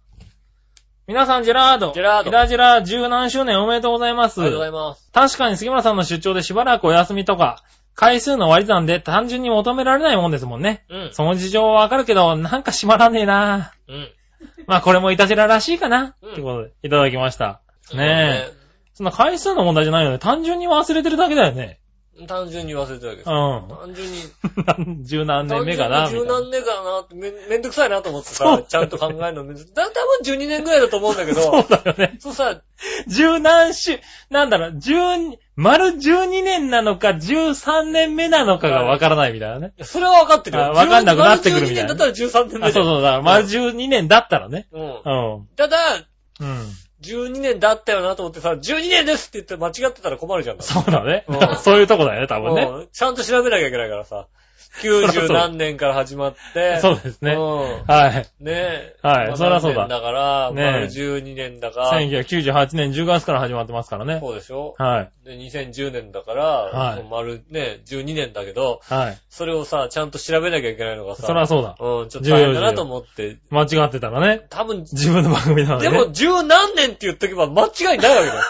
[SPEAKER 3] 皆さん、ジェラード。
[SPEAKER 2] ジェラード
[SPEAKER 3] ジラジラ、十何周年おめでとうございます。
[SPEAKER 2] ありがとうございます。
[SPEAKER 3] 確かに杉村さんの出張でしばらくお休みとか、回数の割り算で単純に求められないもんですもんね。
[SPEAKER 2] うん。
[SPEAKER 3] その事情はわかるけど、なんか閉まらねえな
[SPEAKER 2] うん。
[SPEAKER 3] (laughs) まあこれもいたじららしいかな、
[SPEAKER 2] うん
[SPEAKER 3] ってことで、いただきました。ねそんな回数の問題じゃないよね。単純に忘れてるだけだよね。
[SPEAKER 2] え。単純に忘れてたわけで
[SPEAKER 3] う
[SPEAKER 2] す。
[SPEAKER 3] ん。 (laughs)
[SPEAKER 2] 単純に、
[SPEAKER 3] 十何年目かな
[SPEAKER 2] 単
[SPEAKER 3] みた
[SPEAKER 2] 純
[SPEAKER 3] い
[SPEAKER 2] に
[SPEAKER 3] な
[SPEAKER 2] 十何年かなってめ、めんどくさいなと思って
[SPEAKER 3] そうだ
[SPEAKER 2] さ
[SPEAKER 3] ね、
[SPEAKER 2] ちゃんと考えるのめんどくだ、多分12年ぐらいだと思うんだけど、
[SPEAKER 3] そうだよね。
[SPEAKER 2] そうさ、
[SPEAKER 3] 十何週、なんだろう、十二、丸十二年なのか、十三年目なのかがわからないみたいなね。
[SPEAKER 2] それは分かってるよ。
[SPEAKER 3] あ分かんなくなってくるみたいな
[SPEAKER 2] 12年だったら13年
[SPEAKER 3] あ、
[SPEAKER 2] 目
[SPEAKER 3] そうそうだから、丸十二年だったらね。
[SPEAKER 2] う。うん
[SPEAKER 3] う。ん。
[SPEAKER 2] ただ、
[SPEAKER 3] うん。
[SPEAKER 2] 12年だったよなと思ってさ、12年ですって言って間違ってたら困るじゃん。
[SPEAKER 3] そうだね。
[SPEAKER 2] うん
[SPEAKER 3] だから (laughs) そういうとこだよね、多分ね。
[SPEAKER 2] うんちゃんと調べなきゃいけないからさ、
[SPEAKER 3] らそう
[SPEAKER 2] 90何年から始まって、
[SPEAKER 3] そうですね。
[SPEAKER 2] うん
[SPEAKER 3] はい。
[SPEAKER 2] ねえ。
[SPEAKER 3] はい
[SPEAKER 2] まあ
[SPEAKER 3] そりゃそうだ
[SPEAKER 2] 何年だから、
[SPEAKER 3] ねえ
[SPEAKER 2] 丸12年だから、
[SPEAKER 3] 1998年10月から始まってますからね。
[SPEAKER 2] そうでしょ
[SPEAKER 3] はい。
[SPEAKER 2] で、2010年だから、
[SPEAKER 3] はい
[SPEAKER 2] その丸ね、12年だけど、
[SPEAKER 3] はい。
[SPEAKER 2] それをさ、ちゃんと調べなきゃいけないのがさ、
[SPEAKER 3] そりゃそうだ。
[SPEAKER 2] うん、ちょっと大変だなと思って、
[SPEAKER 3] 間違ってたらね。
[SPEAKER 2] 多分、
[SPEAKER 3] 自分の番組なの
[SPEAKER 2] で
[SPEAKER 3] で、ね。
[SPEAKER 2] も、十何年って言っとけば間違いないわけ
[SPEAKER 3] (laughs)
[SPEAKER 2] だ。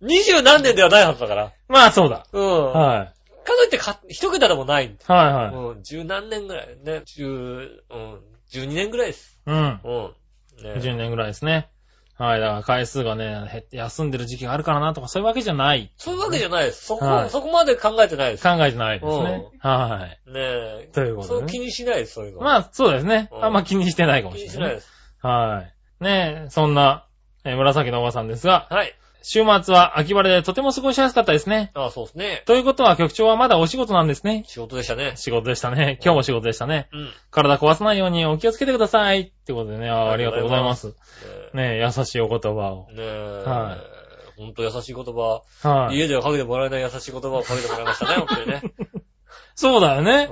[SPEAKER 2] 二十何年ではないはずだから。
[SPEAKER 3] まあそうだ。
[SPEAKER 2] うん。か
[SPEAKER 3] は
[SPEAKER 2] といってか、一桁でもない。
[SPEAKER 3] い。はいは
[SPEAKER 2] うん、十何年ぐらい。ね、十、うん、十二年ぐらいです。
[SPEAKER 3] い。うん。
[SPEAKER 2] うん。ね
[SPEAKER 3] 10年ぐらいですね。はい。だから回数がね、減って休んでる時期があるからなとかそういうわけじゃない。
[SPEAKER 2] そういうわけじゃないです。そこ、
[SPEAKER 3] はい
[SPEAKER 2] そこまで考えてないです。ね
[SPEAKER 3] 考えてないですね。は
[SPEAKER 2] え
[SPEAKER 3] い。。というこ
[SPEAKER 2] そ
[SPEAKER 3] と
[SPEAKER 2] う
[SPEAKER 3] で、
[SPEAKER 2] 気
[SPEAKER 3] ね。
[SPEAKER 2] にしないです、そういうの。
[SPEAKER 3] まあそうですね。
[SPEAKER 2] うん
[SPEAKER 3] あんま気にしてないかも
[SPEAKER 2] 気に
[SPEAKER 3] し
[SPEAKER 2] し
[SPEAKER 3] れな
[SPEAKER 2] ない
[SPEAKER 3] い。
[SPEAKER 2] です。
[SPEAKER 3] はい。ねえ、そんな、えー紫のおばさんですが、
[SPEAKER 2] はい。
[SPEAKER 3] 週末は秋晴れでとても過ごしやすかったですね。
[SPEAKER 2] ああ、そうですね。
[SPEAKER 3] ということは局長はまだお仕事なんですね。
[SPEAKER 2] 仕事でしたね。
[SPEAKER 3] 仕事でしたね。今日も仕事でしたね。
[SPEAKER 2] うん。ね
[SPEAKER 3] 体壊さないようにお気をつけてください。ってことでね、あー
[SPEAKER 2] あ
[SPEAKER 3] あり
[SPEAKER 2] り
[SPEAKER 3] が
[SPEAKER 2] が
[SPEAKER 3] と
[SPEAKER 2] と
[SPEAKER 3] う
[SPEAKER 2] う
[SPEAKER 3] ご
[SPEAKER 2] ご
[SPEAKER 3] ざ
[SPEAKER 2] ざ
[SPEAKER 3] い
[SPEAKER 2] い
[SPEAKER 3] ま。
[SPEAKER 2] ますえ。
[SPEAKER 3] ねえ、優しいお言葉を。
[SPEAKER 2] ねえ。
[SPEAKER 3] は
[SPEAKER 2] ほんと優しい言葉。
[SPEAKER 3] はい。
[SPEAKER 2] 家ではかけてもらえない優しい言葉をかけてもらいました
[SPEAKER 3] (laughs)
[SPEAKER 2] ね、本当にね。
[SPEAKER 3] そうだよね。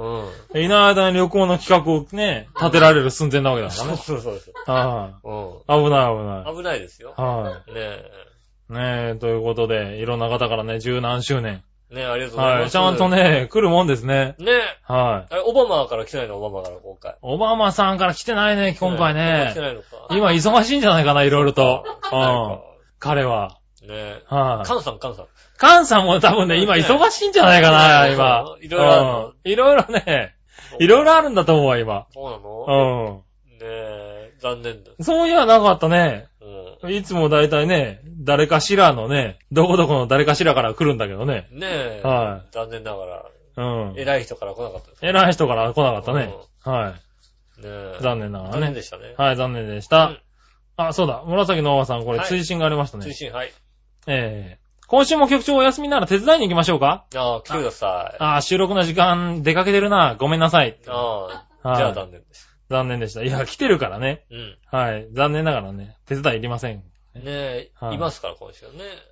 [SPEAKER 2] う
[SPEAKER 3] いない間に旅行の企画をね、立てられる寸前なわけだ
[SPEAKER 2] ん。
[SPEAKER 3] か
[SPEAKER 2] そうそうそうです。
[SPEAKER 3] ら。は
[SPEAKER 2] う。
[SPEAKER 3] い。危ない危なん
[SPEAKER 2] 危ないですよ。
[SPEAKER 3] い。は
[SPEAKER 2] ねえ。
[SPEAKER 3] い。ねえ、ということで、いろんな方からね、十何周年。
[SPEAKER 2] ねえ、ありがとうござい
[SPEAKER 3] は
[SPEAKER 2] ま
[SPEAKER 3] い。
[SPEAKER 2] す。
[SPEAKER 3] ちゃんと。ね、来るもんですね。
[SPEAKER 2] ねえ。
[SPEAKER 3] はい。
[SPEAKER 2] あれ、オバマから来てないの、オバマから今回。
[SPEAKER 3] オバマさんから来てないね、今回
[SPEAKER 2] 来て
[SPEAKER 3] ね。
[SPEAKER 2] ないのか。
[SPEAKER 3] 今忙しいんじゃないかな、いろいろと。うん。
[SPEAKER 2] う
[SPEAKER 3] 彼は。
[SPEAKER 2] ん。ねえ。
[SPEAKER 3] はい。
[SPEAKER 2] カンさん、カンさん。
[SPEAKER 3] カンさんも多分ね、今忙しいんじゃないかな、
[SPEAKER 2] ね
[SPEAKER 3] 今。
[SPEAKER 2] いろいろあるの
[SPEAKER 3] うんいろいろね、いろいろあるんだと思うわ、今。
[SPEAKER 2] そうな
[SPEAKER 3] う
[SPEAKER 2] のねえ、残念だ。
[SPEAKER 3] ん。そういやなかったね。
[SPEAKER 2] うん。
[SPEAKER 3] いつも大体ね、誰かしらのね、どこどこの誰かしらから来るんだけどね。
[SPEAKER 2] ねえ。
[SPEAKER 3] は
[SPEAKER 2] 残念ながら、
[SPEAKER 3] うん。
[SPEAKER 2] 偉い人から来なかったです。
[SPEAKER 3] 偉い人から来なかったね。は
[SPEAKER 2] ねえ。
[SPEAKER 3] い。残念なが
[SPEAKER 2] 残
[SPEAKER 3] ら
[SPEAKER 2] 念
[SPEAKER 3] ね。
[SPEAKER 2] でしたね。
[SPEAKER 3] はい、残念でし
[SPEAKER 2] う
[SPEAKER 3] た
[SPEAKER 2] ん。
[SPEAKER 3] あ、そうだ。紫のおばさん、これ
[SPEAKER 2] はい
[SPEAKER 3] 追伸がありましたね
[SPEAKER 2] 追。伸、はい。
[SPEAKER 3] ええ今週も局長お休みなら手伝いに行きましょうか
[SPEAKER 2] ああ、来てください。
[SPEAKER 3] ああ、収録の時間出かけてるな。ごめんなさい。
[SPEAKER 2] あ
[SPEAKER 3] は
[SPEAKER 2] あ、
[SPEAKER 3] い
[SPEAKER 2] じゃあ残念です。
[SPEAKER 3] 残念でした。いや、来てるからね。
[SPEAKER 2] うん。
[SPEAKER 3] はい。残念ながらね、手伝いいりません。
[SPEAKER 2] ねえ、
[SPEAKER 3] はい
[SPEAKER 2] いますから、今週ね。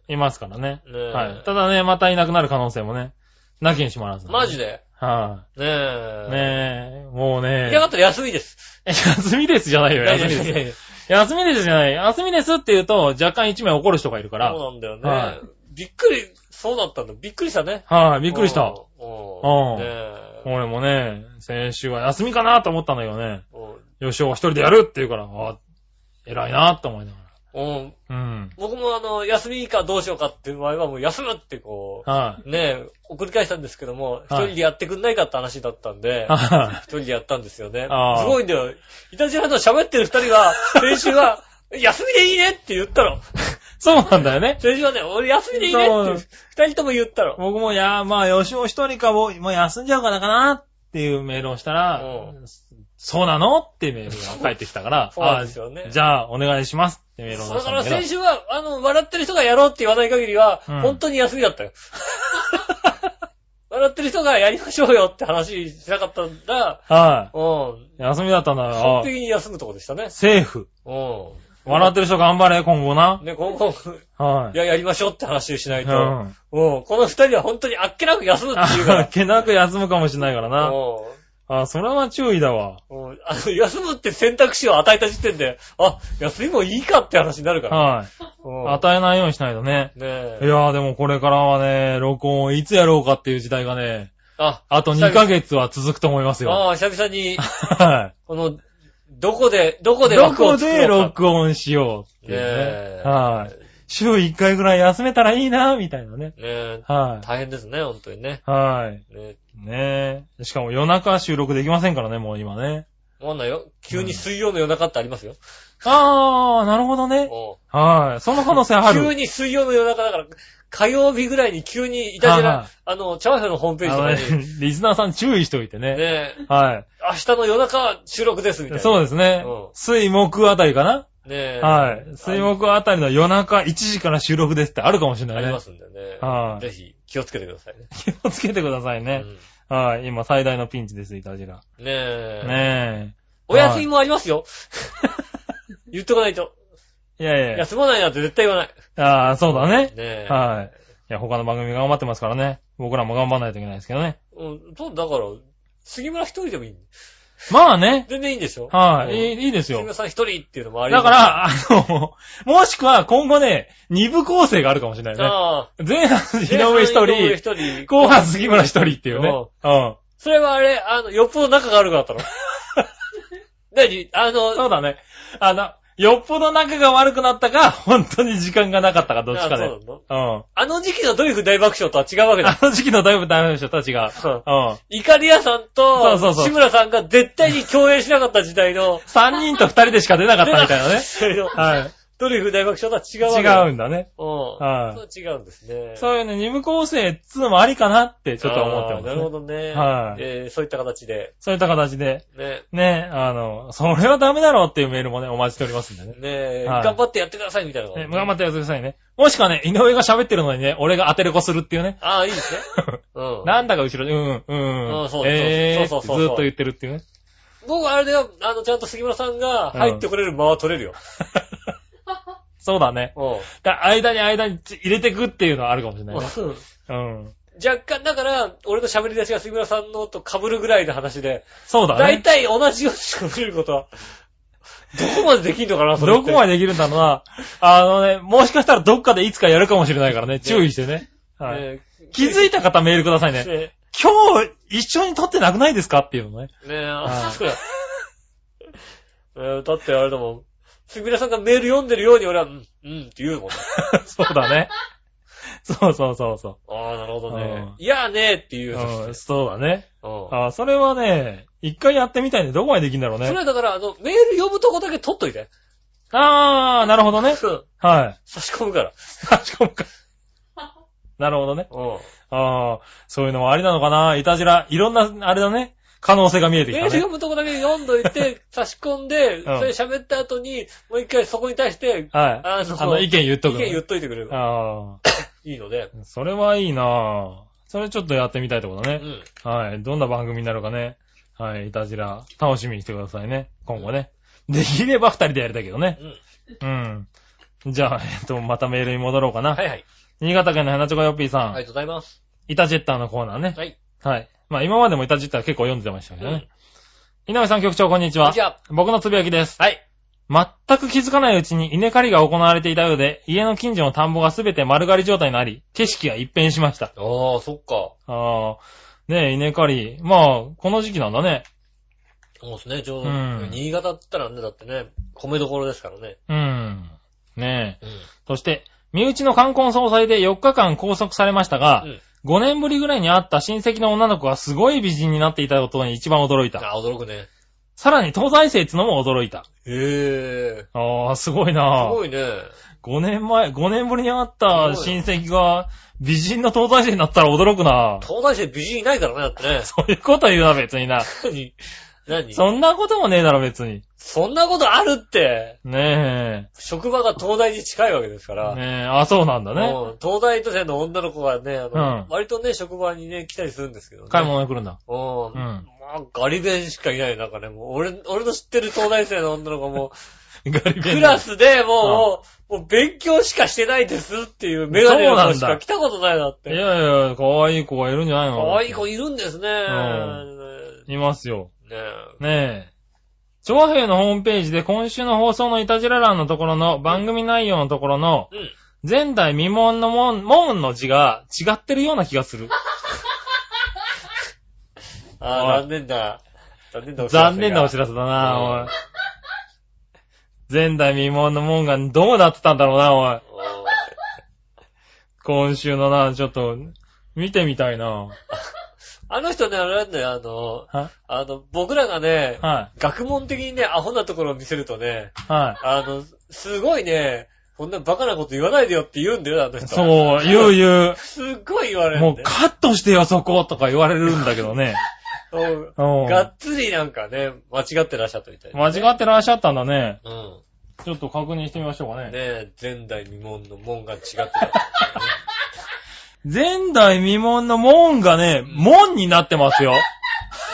[SPEAKER 3] いますからね。
[SPEAKER 2] ねえ。
[SPEAKER 3] はい。ただね、またいなくなる可能性もね、なきにしもあらず、
[SPEAKER 2] マジ
[SPEAKER 3] で
[SPEAKER 2] で
[SPEAKER 3] は
[SPEAKER 2] ね
[SPEAKER 3] い、
[SPEAKER 2] え。
[SPEAKER 3] ねえ、もうね
[SPEAKER 2] いなかったら休みです。
[SPEAKER 3] 休みですじゃないよ、休み
[SPEAKER 2] いやいやいや
[SPEAKER 3] です。休みですじゃない。休みですって言うと、若干一名怒る人がいるから。
[SPEAKER 2] そうなんだよね。
[SPEAKER 3] は
[SPEAKER 2] びっくり、そうだったんだ。びっくりしたね。
[SPEAKER 3] はい、びっくりした。
[SPEAKER 2] うん。うん
[SPEAKER 3] うん
[SPEAKER 2] ねえ。
[SPEAKER 3] 俺もね、先週は休みかなと思ったんだけどね、
[SPEAKER 2] うん
[SPEAKER 3] 吉尾は一人でやるって言うから、あ、偉いなと思いなが
[SPEAKER 2] うん
[SPEAKER 3] ら。うん。
[SPEAKER 2] 僕もあの、休みかどうしようかっていう場合はもう休むってこ
[SPEAKER 3] は
[SPEAKER 2] う、ねえ、送り返したんですけども、一
[SPEAKER 3] はい
[SPEAKER 2] 人でやってくんないかって話だったんで
[SPEAKER 3] い。、は
[SPEAKER 2] 一人でやったんですよね。
[SPEAKER 3] あー
[SPEAKER 2] すごいんだよ。イタジラと喋ってる二人
[SPEAKER 3] (laughs)
[SPEAKER 2] が、先週は、休みでいいねって言ったの。 (laughs)
[SPEAKER 3] い。 (laughs) そうなんだよね。
[SPEAKER 2] 先週はね、俺休みでいいね
[SPEAKER 3] そうな
[SPEAKER 2] っ
[SPEAKER 3] の
[SPEAKER 2] て、二人とも言ったの。
[SPEAKER 3] 僕も、いや、まあ、吉尾一人かも、もう休んじゃうかなかなっていうメールをしたら、
[SPEAKER 2] う
[SPEAKER 3] そうなのっていうメールが返ってきたから、
[SPEAKER 2] そうなんですよね
[SPEAKER 3] あじゃあ、お願いしますってメールを出
[SPEAKER 2] だ
[SPEAKER 3] し
[SPEAKER 2] か
[SPEAKER 3] たんだ
[SPEAKER 2] ら
[SPEAKER 3] けど
[SPEAKER 2] 先。週は、あの、笑ってる人がやろうって言わない限りは、
[SPEAKER 3] うん
[SPEAKER 2] 本当に休みだった
[SPEAKER 3] (laughs)
[SPEAKER 2] よ。笑ってる人がやりましょうよって話しなかったんだ。
[SPEAKER 3] は
[SPEAKER 2] うん。
[SPEAKER 3] い。休みだったんだよ
[SPEAKER 2] 完。璧に休むとこでしたね。
[SPEAKER 3] セーフ。
[SPEAKER 2] うん。
[SPEAKER 3] 笑ってる人頑張れ、今後な。
[SPEAKER 2] ね、今後、
[SPEAKER 3] はいい。
[SPEAKER 2] や、やりましょうって話をしないうと。
[SPEAKER 3] ん。 (laughs)
[SPEAKER 2] うん。この二人は本当にあっけなく休むっていうか
[SPEAKER 3] あ
[SPEAKER 2] ら
[SPEAKER 3] っ。けなく休むかもしれないからな。
[SPEAKER 2] う
[SPEAKER 3] あ、それは注意だわ。
[SPEAKER 2] ん。うんあの、休むって選択肢を与えた時点で、あ、休みもいいかって話になるから。
[SPEAKER 3] はい。
[SPEAKER 2] うん
[SPEAKER 3] 与えないようにしないとね。
[SPEAKER 2] ねえ。
[SPEAKER 3] いやーでもこれからはね、録音をいつやろうかっていう時代がね、
[SPEAKER 2] あ、
[SPEAKER 3] あと2ヶ月は続くと思いますよ。
[SPEAKER 2] ああ、久々に、
[SPEAKER 3] は
[SPEAKER 2] この、どこで、どこ
[SPEAKER 3] い。
[SPEAKER 2] で
[SPEAKER 3] ど
[SPEAKER 2] 枠
[SPEAKER 3] こ
[SPEAKER 2] を作
[SPEAKER 3] で
[SPEAKER 2] ろうか。
[SPEAKER 3] 録音しようってい
[SPEAKER 2] ね
[SPEAKER 3] う
[SPEAKER 2] え
[SPEAKER 3] ね。はい。週1回ぐらい休めたらいいな、みたいなね。
[SPEAKER 2] ねえ。
[SPEAKER 3] は
[SPEAKER 2] 大変ですね、本当にね。
[SPEAKER 3] い。はい。
[SPEAKER 2] ね
[SPEAKER 3] ねえ。しかも夜中収録できませんからね、もう今ね。
[SPEAKER 2] え。わかんないよ。急に水曜の夜中ってありますよ。
[SPEAKER 3] あー、なるほどね。
[SPEAKER 2] うん
[SPEAKER 3] はい。その可能性ある。
[SPEAKER 2] 急に水曜の夜中だから、火曜日ぐらいに急にいたじ
[SPEAKER 3] はいはい
[SPEAKER 2] ら、あの、チャワヒョのホームページ
[SPEAKER 3] あ
[SPEAKER 2] と
[SPEAKER 3] の
[SPEAKER 2] か
[SPEAKER 3] ね
[SPEAKER 2] に、ね
[SPEAKER 3] リスナーさん注意しておいてね。
[SPEAKER 2] え、
[SPEAKER 3] は
[SPEAKER 2] 明日の夜中収録ですみたい
[SPEAKER 3] い。
[SPEAKER 2] な。
[SPEAKER 3] そうですね
[SPEAKER 2] うん。
[SPEAKER 3] 水木あたりかな
[SPEAKER 2] ねえ。
[SPEAKER 3] はい。水木あたりの夜中1時から収録ですってあるかもしれ
[SPEAKER 2] あ
[SPEAKER 3] ない
[SPEAKER 2] り
[SPEAKER 3] ね
[SPEAKER 2] ま。すんでね。
[SPEAKER 3] はい
[SPEAKER 2] ぜひ気をつけてくださいね。
[SPEAKER 3] 気をつけてくださいね。はい。今最大のピンチです、イタジラ。
[SPEAKER 2] うんねえ。
[SPEAKER 3] ね
[SPEAKER 2] お休みもありますよ。言っとかないと。
[SPEAKER 3] え。いやいや。
[SPEAKER 2] 休まないなんて絶対言わない。
[SPEAKER 3] ああ、そうだね。
[SPEAKER 2] ねえ。
[SPEAKER 3] はい。いや、他の番組頑張ってますからね。僕らも頑張らないといけないですけどね。
[SPEAKER 2] うん、そう、だから、杉村一人でもいい。
[SPEAKER 3] まあね。
[SPEAKER 2] 全然いいんでしょ
[SPEAKER 3] は
[SPEAKER 2] うん
[SPEAKER 3] い。いいいいです
[SPEAKER 2] 杉
[SPEAKER 3] よ
[SPEAKER 2] 村。さん一人っていうのもあり
[SPEAKER 3] だから、あの、もしくは今後ね、二部構成があるかもしれない
[SPEAKER 2] じゃ
[SPEAKER 3] ね。
[SPEAKER 2] ああ、
[SPEAKER 3] 前半、井上一
[SPEAKER 2] 井上一
[SPEAKER 3] 人、
[SPEAKER 2] 人。
[SPEAKER 3] 後半杉村一人っていうね。うん。
[SPEAKER 2] それはあれ、あの、よっぽど仲が悪くなった
[SPEAKER 3] (laughs)
[SPEAKER 2] の。何あ
[SPEAKER 3] そ
[SPEAKER 2] の、
[SPEAKER 3] うだね。あの、よっぽど仲が悪くなったか、本当に時間がなかったか、どっちかで。
[SPEAKER 2] あ
[SPEAKER 3] う
[SPEAKER 2] そ
[SPEAKER 3] ん
[SPEAKER 2] う。なの
[SPEAKER 3] あ
[SPEAKER 2] あの時期のドリフ大爆笑とは違うわけ
[SPEAKER 3] (laughs)
[SPEAKER 2] だ。
[SPEAKER 3] の時期のだいぶ大変でしょ、たちが。
[SPEAKER 2] そう
[SPEAKER 3] うん。
[SPEAKER 2] イカリアさんと、
[SPEAKER 3] そうそうそう
[SPEAKER 2] 志村さんが絶対に共演しなかった時代の、
[SPEAKER 3] 三人と二人でしか出なかったみたいなね。
[SPEAKER 2] 時代の
[SPEAKER 3] はい。
[SPEAKER 2] ドリフ大爆笑とは違うわけだ。
[SPEAKER 3] 違
[SPEAKER 2] う。
[SPEAKER 3] うんだね。
[SPEAKER 2] うん。
[SPEAKER 3] はい
[SPEAKER 2] そう違うんですね。う、
[SPEAKER 3] そういうね、二部構成っつうのもありかなってちょっと思ってます、ね。
[SPEAKER 2] なるほどね。
[SPEAKER 3] はい
[SPEAKER 2] えーそういった形で、
[SPEAKER 3] そういった形で。
[SPEAKER 2] ね。
[SPEAKER 3] ね、あの、それはダメだろうっていうメールもね、お待ちしておりますんでね。
[SPEAKER 2] ねえ、
[SPEAKER 3] はい
[SPEAKER 2] 頑張ってやってくださいみたいなのが。
[SPEAKER 3] ね頑張ってやってくださいね。もしくはね、井上が喋ってるのにね、俺が当てれこするっていうね。
[SPEAKER 2] ああ、いいですね。
[SPEAKER 3] (laughs)
[SPEAKER 2] うん。
[SPEAKER 3] なんだか後ろで、うん、うん、
[SPEAKER 2] うんそう
[SPEAKER 3] えー
[SPEAKER 2] そうそうそ
[SPEAKER 3] ず
[SPEAKER 2] うそう
[SPEAKER 3] ーっと言ってるっていうね。 (laughs)
[SPEAKER 2] 僕あれだよ、あの、ちゃんと杉村さんが入ってくれる間は取れるよ。
[SPEAKER 3] そうだね。
[SPEAKER 2] う
[SPEAKER 3] だ間に間に入れてくっていうのはあるかもしれない
[SPEAKER 2] ん。
[SPEAKER 3] ね。うん。
[SPEAKER 2] 若干、だから、俺の喋り出しが杉村さんのと被るぐらいの話で、
[SPEAKER 3] そうだ
[SPEAKER 2] 大
[SPEAKER 3] ね。
[SPEAKER 2] 体同じように喋れることは、どこまでできんのかな、それっ
[SPEAKER 3] ど
[SPEAKER 2] て。
[SPEAKER 3] こまでできるんだろうな。あのね、もしかしたらどっかでいつかやるかもしれないからね、注意してね。はい。
[SPEAKER 2] ねえ
[SPEAKER 3] 気づいた方メールくださいね。
[SPEAKER 2] ね
[SPEAKER 3] 今日一緒に撮ってなくないですかっていうのね。
[SPEAKER 2] え、ねえ、あ
[SPEAKER 3] はい
[SPEAKER 2] そうだ。えーだってあれだもん。杉村さんがメール読んでるように俺は、うん、うんって言うもんね。
[SPEAKER 3] (laughs) そうだね。そうそうそうそ
[SPEAKER 2] ああ、なるほどね。
[SPEAKER 3] う。
[SPEAKER 2] いやーねーっていうう。
[SPEAKER 3] うん、そうだね。
[SPEAKER 2] うん
[SPEAKER 3] あそれはね、一回やってみたいね。どこまでできるんだろう
[SPEAKER 2] それ
[SPEAKER 3] ね。
[SPEAKER 2] はだから、あの、メール読むとこだけ取っといて。
[SPEAKER 3] あー、なるほどね。
[SPEAKER 2] うん。
[SPEAKER 3] はい。 (laughs)
[SPEAKER 2] 差し込むから。
[SPEAKER 3] 差し込むか。なるほどね。
[SPEAKER 2] うん。
[SPEAKER 3] ああ、そういうのもありなのかな。いたじら、いろんな、あれだね。可能性が見えてき
[SPEAKER 2] メー
[SPEAKER 3] た
[SPEAKER 2] ル
[SPEAKER 3] ね
[SPEAKER 2] 読。むとこだけ読んどい
[SPEAKER 3] (laughs)
[SPEAKER 2] て、差し込んで、
[SPEAKER 3] ん
[SPEAKER 2] それ喋った後に、もう一回そこに対して、
[SPEAKER 3] はい。
[SPEAKER 2] あの
[SPEAKER 3] あの、意見言っとくの
[SPEAKER 2] 意見言っといてくれる。
[SPEAKER 3] ああ。
[SPEAKER 2] いいので、
[SPEAKER 3] それはいいなぁ。それちょっとやってみたいってこと
[SPEAKER 2] う
[SPEAKER 3] ね。
[SPEAKER 2] ん。
[SPEAKER 3] はい。どんな番組になるかね。はい。いたじら、楽しみにしてくださいね。今後ね。できれば二人でやりたいけどね。
[SPEAKER 2] うん。
[SPEAKER 3] うん。じゃあ、えっと、またメールに戻ろうかな。
[SPEAKER 2] はいはい。
[SPEAKER 3] 新潟県の花チョコヨッピー
[SPEAKER 2] あ
[SPEAKER 3] さん。
[SPEAKER 2] りがとうございます。
[SPEAKER 3] イタジェッターのコーナーね。
[SPEAKER 2] はい。
[SPEAKER 3] はい。まあ、今までもイタジェッター結構読んでましたけど
[SPEAKER 2] う
[SPEAKER 3] ね
[SPEAKER 2] ん。
[SPEAKER 3] 稲上さん局長、こんにちは
[SPEAKER 2] じ。ゃあ、
[SPEAKER 3] 僕のつぶやきです。
[SPEAKER 2] はい。
[SPEAKER 3] 全く気づかないうちに稲刈りが行われていたようで、家の近所の田んぼがすべて丸刈り状態になり、景色が一変しました。
[SPEAKER 2] ああ、そっか。
[SPEAKER 3] ああ、ねえ、稲刈り。まあ、この時期なんだね。
[SPEAKER 2] そうですね、ちょう
[SPEAKER 3] う
[SPEAKER 2] ど。
[SPEAKER 3] ん
[SPEAKER 2] 新潟って言ったらね、だってね、米どころですからね。
[SPEAKER 3] うん。ねえ。
[SPEAKER 2] うん。
[SPEAKER 3] そして、身内の冠婚葬祭で4日間拘束されましたが、
[SPEAKER 2] うん
[SPEAKER 3] 5年ぶりぐらいに会った親戚の女の子がすごい美人になっていたことに一番驚いた。
[SPEAKER 2] あ、驚くね。
[SPEAKER 3] さらに東西生っつのも驚いた。
[SPEAKER 2] へえ。す
[SPEAKER 3] ああ、すごいな
[SPEAKER 2] ごいね。
[SPEAKER 3] 5年前、5年ぶりに会った
[SPEAKER 2] すごい
[SPEAKER 3] 親戚が美人の東西生になったら驚
[SPEAKER 2] (laughs)
[SPEAKER 3] くな
[SPEAKER 2] 東大生美人いないからね、だってね。
[SPEAKER 3] そういうこと言うな、別にな。
[SPEAKER 2] 何 (laughs) 何そ
[SPEAKER 3] そんなこともねえだろ、別に。
[SPEAKER 2] んなことあるって。
[SPEAKER 3] ね
[SPEAKER 2] 職場が東大に近いわけですか
[SPEAKER 3] え。
[SPEAKER 2] ら。
[SPEAKER 3] ねえ、あ、そうなんだね。
[SPEAKER 2] もう東大都生の女の子がね、あの、
[SPEAKER 3] うん
[SPEAKER 2] 割とね、職場にね、来たりするんですけどね。
[SPEAKER 3] 買い物に来るんだ。
[SPEAKER 2] うん。
[SPEAKER 3] うん
[SPEAKER 2] まあ、ガリ弁しかいない、なんかね、もう、俺、俺の知ってる東大生の女の子も、
[SPEAKER 3] ガリ
[SPEAKER 2] クラスで
[SPEAKER 3] うん
[SPEAKER 2] もう、もう勉強しかしてないですっていうメガネの子し
[SPEAKER 3] そうな
[SPEAKER 2] か
[SPEAKER 3] んだ
[SPEAKER 2] 来たことないなっ
[SPEAKER 3] い
[SPEAKER 2] て。
[SPEAKER 3] やいや、可愛い子がいるんじゃないの
[SPEAKER 2] かわいい子いるんですね。
[SPEAKER 3] ん
[SPEAKER 2] ね
[SPEAKER 3] いますよ。
[SPEAKER 2] え。
[SPEAKER 3] ねえ。長平のホームページで今週の放送のいたじら欄のところの番組内容のところの
[SPEAKER 2] うん。
[SPEAKER 3] 前代未聞の門門の字が違ってるような気がする。
[SPEAKER 2] あ
[SPEAKER 3] お
[SPEAKER 2] あ、
[SPEAKER 3] い
[SPEAKER 2] 残念だ。残念だお知らせが。
[SPEAKER 3] 残念なお知らせだな、
[SPEAKER 2] うん
[SPEAKER 3] おい。前代未聞の門がどうなってたんだろうな、おい。
[SPEAKER 2] おー
[SPEAKER 3] 今週のな、ちょっと、見てみたいな。
[SPEAKER 2] あの人ね、あれなんだよ、あの、
[SPEAKER 3] は
[SPEAKER 2] あの、僕らがね、
[SPEAKER 3] は
[SPEAKER 2] 学問的にね、アホなところを見せるとね、
[SPEAKER 3] い。は
[SPEAKER 2] あの、すごいね、こんなバカなこと言わないでよって言うんだよ、あの
[SPEAKER 3] い。
[SPEAKER 2] 人。
[SPEAKER 3] そう、言う言う。
[SPEAKER 2] すっごい言われる
[SPEAKER 3] も
[SPEAKER 2] ん
[SPEAKER 3] う
[SPEAKER 2] だよ。
[SPEAKER 3] カットしてよ、そことか言われるんだけどね。
[SPEAKER 2] そう
[SPEAKER 3] うん
[SPEAKER 2] がっつりなんかね、間違ってらっしゃったみたいな。
[SPEAKER 3] 間違ってらっしゃったんだね。
[SPEAKER 2] うん。
[SPEAKER 3] ちょっと確認してみましょうか
[SPEAKER 2] ね
[SPEAKER 3] ね。
[SPEAKER 2] え、前代未聞の門が違
[SPEAKER 3] (laughs)
[SPEAKER 2] ってた。
[SPEAKER 3] 前代未聞の門がね、門になってますよ。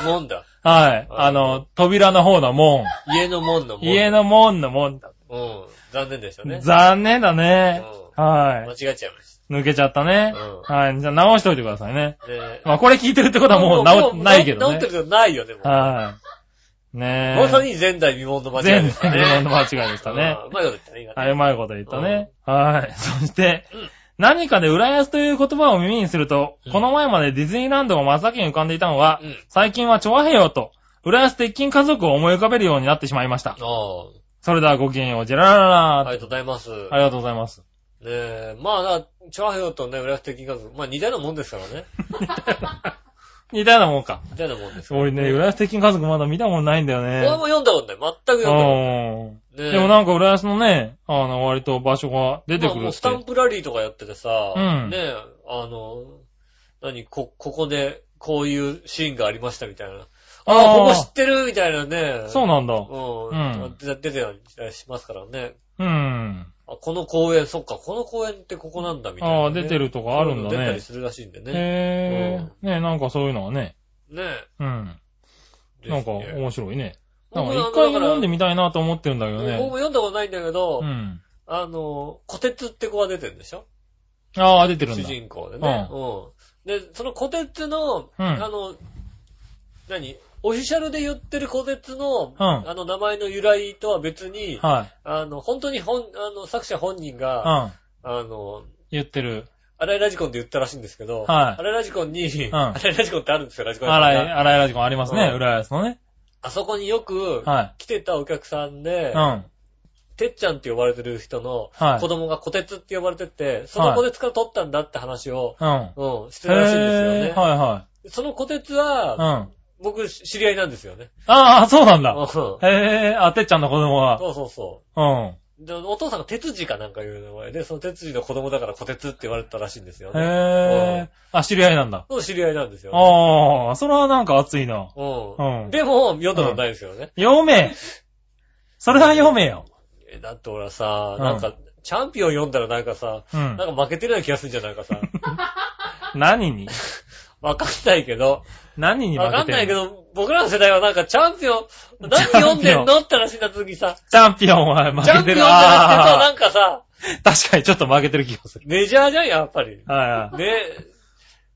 [SPEAKER 2] 門だ。
[SPEAKER 3] はい。あの、扉の方の門。
[SPEAKER 2] 家の門の門。
[SPEAKER 3] 家。の門の門だ。
[SPEAKER 2] うん。残念でしたね。
[SPEAKER 3] 残念だね。
[SPEAKER 2] 間
[SPEAKER 3] は
[SPEAKER 2] 違えちゃいまし
[SPEAKER 3] い。抜けちゃったね。
[SPEAKER 2] う
[SPEAKER 3] はい。じゃあ直しといてくださいね。
[SPEAKER 2] た。で、
[SPEAKER 3] まあこれ聞いてるってことはもう直、ないけど
[SPEAKER 2] 直
[SPEAKER 3] ね
[SPEAKER 2] って。るけどないよ、でも。
[SPEAKER 3] はい。ねえ。
[SPEAKER 2] まさに前代未聞の間
[SPEAKER 3] 前
[SPEAKER 2] 違い
[SPEAKER 3] 代
[SPEAKER 2] でした
[SPEAKER 3] 未
[SPEAKER 2] ね。
[SPEAKER 3] 聞の間違いでしたね。
[SPEAKER 2] うんうまいこと言ったね、今ね
[SPEAKER 3] はい、うまいこと言ったね。はい。 (laughs) そして、何かで浦安という言葉を耳にすると、
[SPEAKER 2] うん
[SPEAKER 3] この前までディズニーランドが真っ先に浮かんでいたのは、
[SPEAKER 2] うん
[SPEAKER 3] 最近はチョアヘヨと、浦安鉄筋家族を思い浮かべるようになってしまいました。
[SPEAKER 2] あ
[SPEAKER 3] それではごきげんよう、ジェラララ
[SPEAKER 2] あ、
[SPEAKER 3] ラ
[SPEAKER 2] ありがとうございます。
[SPEAKER 3] ありがとうございます。
[SPEAKER 2] ねえ、まあな、チャーヘヨとね、浦安的家族、まあ似たようなもんですからね。
[SPEAKER 3] 似たようなもんか。
[SPEAKER 2] 似たようなもんです
[SPEAKER 3] すごいね、浦安鉄筋家族まだ見たもんないんだよね
[SPEAKER 2] 俺。も読んだことない。全く読んだことない。
[SPEAKER 3] うん
[SPEAKER 2] ねえ
[SPEAKER 3] でもなんか浦安のね、あの、割と場所が出てく
[SPEAKER 2] まあ
[SPEAKER 3] る
[SPEAKER 2] もう
[SPEAKER 3] っ
[SPEAKER 2] ス
[SPEAKER 3] て
[SPEAKER 2] タ。ンプラリーとかやっててさ、
[SPEAKER 3] うん
[SPEAKER 2] ねえ、あの、何、こ、ここで、こういうシーンがありましたみたいな。ああ、ここ知ってるみたいなね。
[SPEAKER 3] そうなんだ。
[SPEAKER 2] うん。
[SPEAKER 3] うん
[SPEAKER 2] 出てたりしますからね。
[SPEAKER 3] うん。
[SPEAKER 2] あ、この公園、そっか、この公園ってここなんだみたいな、ね。
[SPEAKER 3] ああ、出てるとかあるん
[SPEAKER 2] そういうの
[SPEAKER 3] だ
[SPEAKER 2] 出たり
[SPEAKER 3] ね。
[SPEAKER 2] するらしいんでね。
[SPEAKER 3] へえ。ねなんかそういうのはね。
[SPEAKER 2] ね
[SPEAKER 3] うん。
[SPEAKER 2] え。
[SPEAKER 3] なんか
[SPEAKER 2] ですね
[SPEAKER 3] 面白いね。なん
[SPEAKER 2] 僕
[SPEAKER 3] か
[SPEAKER 2] あの
[SPEAKER 3] 一回
[SPEAKER 2] だから
[SPEAKER 3] 飲んでみたいなと思ってるんだけど
[SPEAKER 2] 僕も
[SPEAKER 3] ね。
[SPEAKER 2] 読んだことないんだけど、
[SPEAKER 3] うん。
[SPEAKER 2] あの、小鉄って子が出てるんでしょ
[SPEAKER 3] ああ、出てるん
[SPEAKER 2] 主
[SPEAKER 3] だ。
[SPEAKER 2] 人公でね。うん。で、その小鉄の、
[SPEAKER 3] うん
[SPEAKER 2] あの、何オフィシャルで言ってる小鉄の、
[SPEAKER 3] うん
[SPEAKER 2] あの名前の由来とは別に、
[SPEAKER 3] は
[SPEAKER 2] あの、本当に本、あの、作者本人
[SPEAKER 3] い。
[SPEAKER 2] が、
[SPEAKER 3] うん。
[SPEAKER 2] あの、
[SPEAKER 3] 言ってる。
[SPEAKER 2] 荒井ラジコンで言ったらしいんですけど、
[SPEAKER 3] はい
[SPEAKER 2] 荒井ラジコンに、
[SPEAKER 3] ん
[SPEAKER 2] 荒井ラジコンってあるんですよ、ラジコン屋さんが
[SPEAKER 3] 荒い、荒いラジコンありますね。
[SPEAKER 2] うん
[SPEAKER 3] 浦安のね。
[SPEAKER 2] あそこによく
[SPEAKER 3] は
[SPEAKER 2] 来てたお客さん
[SPEAKER 3] い。
[SPEAKER 2] で
[SPEAKER 3] う、ん。
[SPEAKER 2] てっちゃんって呼ばれてる人の
[SPEAKER 3] はい
[SPEAKER 2] 子供が小鉄って呼ばれてて、その小鉄から取ったんだって話を、
[SPEAKER 3] うん。
[SPEAKER 2] うん、して
[SPEAKER 3] へ
[SPEAKER 2] たらしいんですよね
[SPEAKER 3] え。はいは
[SPEAKER 2] その小鉄
[SPEAKER 3] い。うん。
[SPEAKER 2] は、
[SPEAKER 3] あ
[SPEAKER 2] 僕、知り合いなんですよね。
[SPEAKER 3] あ、そうなん
[SPEAKER 2] うん
[SPEAKER 3] だ。
[SPEAKER 2] そ
[SPEAKER 3] へえ、あ、てっちゃんの子供は。
[SPEAKER 2] うそうそうう。で、お父さんが鉄次かなんかいう名前で、その鉄次の子供だから小鉄って言われてたらしいんですよ
[SPEAKER 3] ん。
[SPEAKER 2] ね。
[SPEAKER 3] へえ。あ、知り合いなんだ。
[SPEAKER 2] そう知り合いなんですよ。
[SPEAKER 3] ああ、それはなんか熱いな。
[SPEAKER 2] う
[SPEAKER 3] うん
[SPEAKER 2] ん。でも、読んだことないですよね。
[SPEAKER 3] 読めそれは読めよ。
[SPEAKER 2] えだって俺はさ、
[SPEAKER 3] うん
[SPEAKER 2] なんか、チャンピオン読んだらなんかさ、
[SPEAKER 3] うん
[SPEAKER 2] な。んか負けてるような気がするんじゃんないかさ。 (laughs)
[SPEAKER 3] 何に
[SPEAKER 2] わかんないけど、
[SPEAKER 3] 何に負
[SPEAKER 2] わか
[SPEAKER 3] けてるの
[SPEAKER 2] んないけど、僕らの世代はなんかチャンピオン、何読んでんのって話になった時さ、
[SPEAKER 3] チャンピオンは負
[SPEAKER 2] チャンピオ
[SPEAKER 3] けて
[SPEAKER 2] ンじ
[SPEAKER 3] る。
[SPEAKER 2] ゃ
[SPEAKER 3] あ
[SPEAKER 2] なくてさ、なんかさ、
[SPEAKER 3] ー確かにちょっと負けてる気がする。
[SPEAKER 2] メジャーじゃん、やっぱ
[SPEAKER 3] (laughs)
[SPEAKER 2] り。
[SPEAKER 3] はいはい。
[SPEAKER 2] ね、で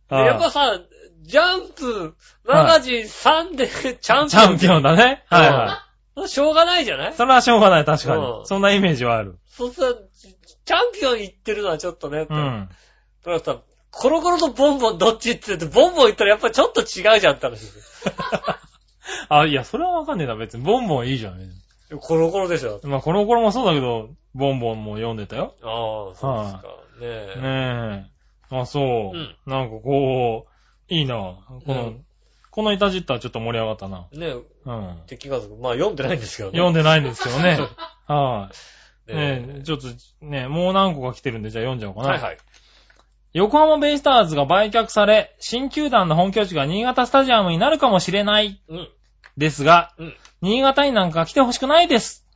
[SPEAKER 3] あー
[SPEAKER 2] やっぱさ、ジャンプ、マガジン3で、チャンピ
[SPEAKER 3] チャンピオンだね。はいは
[SPEAKER 2] オン。しょうがないじゃない
[SPEAKER 3] い。それはしょうがない、確かに
[SPEAKER 2] う。ん
[SPEAKER 3] そんなイメージはある。
[SPEAKER 2] そうするとチチャンピオン行ってるのはちょっとね。
[SPEAKER 3] うん。
[SPEAKER 2] だからさ、コロコロとボンボンどっちって言って、ボンボン行ったらやっぱちょっと違うじゃんって話です
[SPEAKER 3] あ、いや、それはわかんねえな、別に。ボンボンいいじゃん。
[SPEAKER 2] よ。コロコロでしょ。
[SPEAKER 3] まあ、この頃もそうだけど、ボンボンも読んでたよ。
[SPEAKER 2] ああ、そうですか。ねえ。。
[SPEAKER 3] ねえ。あ、そううんなんかこう、いいな。こ
[SPEAKER 2] う
[SPEAKER 3] の
[SPEAKER 2] ん、
[SPEAKER 3] このいたじったはちょっと盛り上がったな。
[SPEAKER 2] ねえ、
[SPEAKER 3] うん。
[SPEAKER 2] 敵家族。まあ読んでないんですけどね。
[SPEAKER 3] 読んでないんですけど
[SPEAKER 2] (laughs)
[SPEAKER 3] ね。はい。
[SPEAKER 2] ね
[SPEAKER 3] ねえ、ちょっと、ねもう何個か来てるんで、じゃあ読んじゃおうかな。
[SPEAKER 2] はいはい。
[SPEAKER 3] 横浜ベイスターズが売却され、新球団の本拠地が新潟スタジアムになるかもしれない
[SPEAKER 2] うん。
[SPEAKER 3] ですが、
[SPEAKER 2] うん
[SPEAKER 3] 新潟になんか来てほしくないです。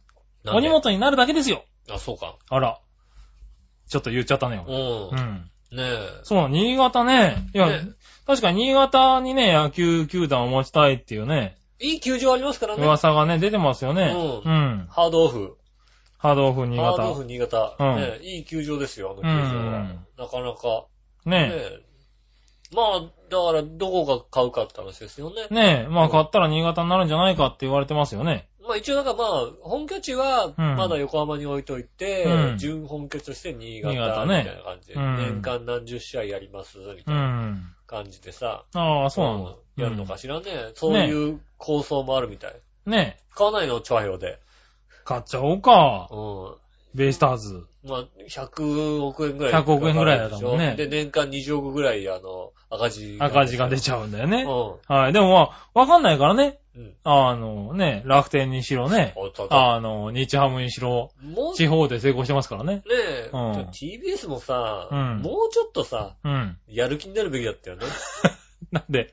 [SPEAKER 2] なんで
[SPEAKER 3] お荷物になるだけですよ。
[SPEAKER 2] あ、そうか。
[SPEAKER 3] あら。ちょっと言っちゃったね
[SPEAKER 2] う。。
[SPEAKER 3] うんん。
[SPEAKER 2] ねえ。
[SPEAKER 3] そう、新潟ね。いや、
[SPEAKER 2] ね
[SPEAKER 3] 確かに新潟にね、野球球団を持ちたいっていうね、
[SPEAKER 2] いい球場ありますからね。
[SPEAKER 3] 噂がね、出てますよね。
[SPEAKER 2] う
[SPEAKER 3] うん。
[SPEAKER 2] ハードオフ。
[SPEAKER 3] ハードオフ新
[SPEAKER 2] ハードオフ
[SPEAKER 3] 潟。
[SPEAKER 2] 新潟。
[SPEAKER 3] うん
[SPEAKER 2] ねえいい球場ですよ、あの球場
[SPEAKER 3] う
[SPEAKER 2] は
[SPEAKER 3] ん。
[SPEAKER 2] なかなか。
[SPEAKER 3] ね
[SPEAKER 2] ねえ。まあ、だから、どこが買うかって話ですよね。
[SPEAKER 3] え。ねえ、まあ買ったら新潟になるんじゃないかって言われてますよね。
[SPEAKER 2] まあ一応なんかまあ、本拠地は、
[SPEAKER 3] うん
[SPEAKER 2] まだ横浜に置いといて、
[SPEAKER 3] うん
[SPEAKER 2] 準本拠地として新潟
[SPEAKER 3] 新
[SPEAKER 2] み
[SPEAKER 3] 潟
[SPEAKER 2] た
[SPEAKER 3] ね
[SPEAKER 2] いな感じで、
[SPEAKER 3] うん
[SPEAKER 2] 年間何十試合やります、み
[SPEAKER 3] う。
[SPEAKER 2] たいなん感じでさ、
[SPEAKER 3] ああ、そうなんだ。
[SPEAKER 2] やるのかしらね。そういう構想もあるみたい。
[SPEAKER 3] ねえ。
[SPEAKER 2] 買わないの、チョアヘヨで。
[SPEAKER 3] 買っちゃおうか。
[SPEAKER 2] う
[SPEAKER 3] ベイスターズ。
[SPEAKER 2] ん。まあ、100億円ぐらい。
[SPEAKER 3] 100億円ぐらいだったもんね
[SPEAKER 2] で、年間20億ぐらい、あの、赤字。
[SPEAKER 3] 赤字が出
[SPEAKER 2] ゃ
[SPEAKER 3] ちゃうんだよね。
[SPEAKER 2] う。
[SPEAKER 3] はい。でもまあ、わかんないからね。
[SPEAKER 2] うん。うん。
[SPEAKER 3] あのね、楽天にしろね。
[SPEAKER 2] おっとっと
[SPEAKER 3] あの、日ハムにしろ、
[SPEAKER 2] もう
[SPEAKER 3] 地方で成功してますからね。
[SPEAKER 2] ねえ、
[SPEAKER 3] うん
[SPEAKER 2] TBS もさ、
[SPEAKER 3] うん
[SPEAKER 2] もうちょっとさ、
[SPEAKER 3] うん。
[SPEAKER 2] やる気になるべきだったよね。
[SPEAKER 3] なんで、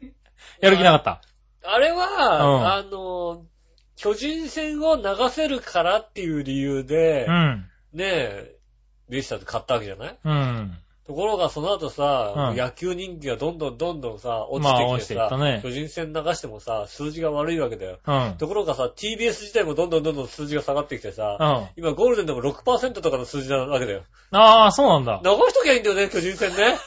[SPEAKER 3] やる気なかった。
[SPEAKER 2] あれ
[SPEAKER 3] うん
[SPEAKER 2] は、あの、巨人戦を流せるからっていう理由で、
[SPEAKER 3] うん。
[SPEAKER 2] ねえ、ベイスターズ買ったわけじゃない
[SPEAKER 3] うん。
[SPEAKER 2] ところがその後さ、
[SPEAKER 3] うん
[SPEAKER 2] 野球人気がどんどんどんどんさ、落ちて
[SPEAKER 3] まあ落
[SPEAKER 2] き
[SPEAKER 3] ち
[SPEAKER 2] て
[SPEAKER 3] て
[SPEAKER 2] さ、
[SPEAKER 3] いったね
[SPEAKER 2] 巨人戦流してもさ、数字が悪いわけだよ。
[SPEAKER 3] うん。
[SPEAKER 2] ところがさ、TBS 自体もどんどんどんどん数字が下がってきてさ、
[SPEAKER 3] うん。
[SPEAKER 2] 今ゴールデンでも6%とかの数字なわけだよ。
[SPEAKER 3] ああ、そうなんだ。
[SPEAKER 2] 流しときゃいいんだよね、巨人戦ね。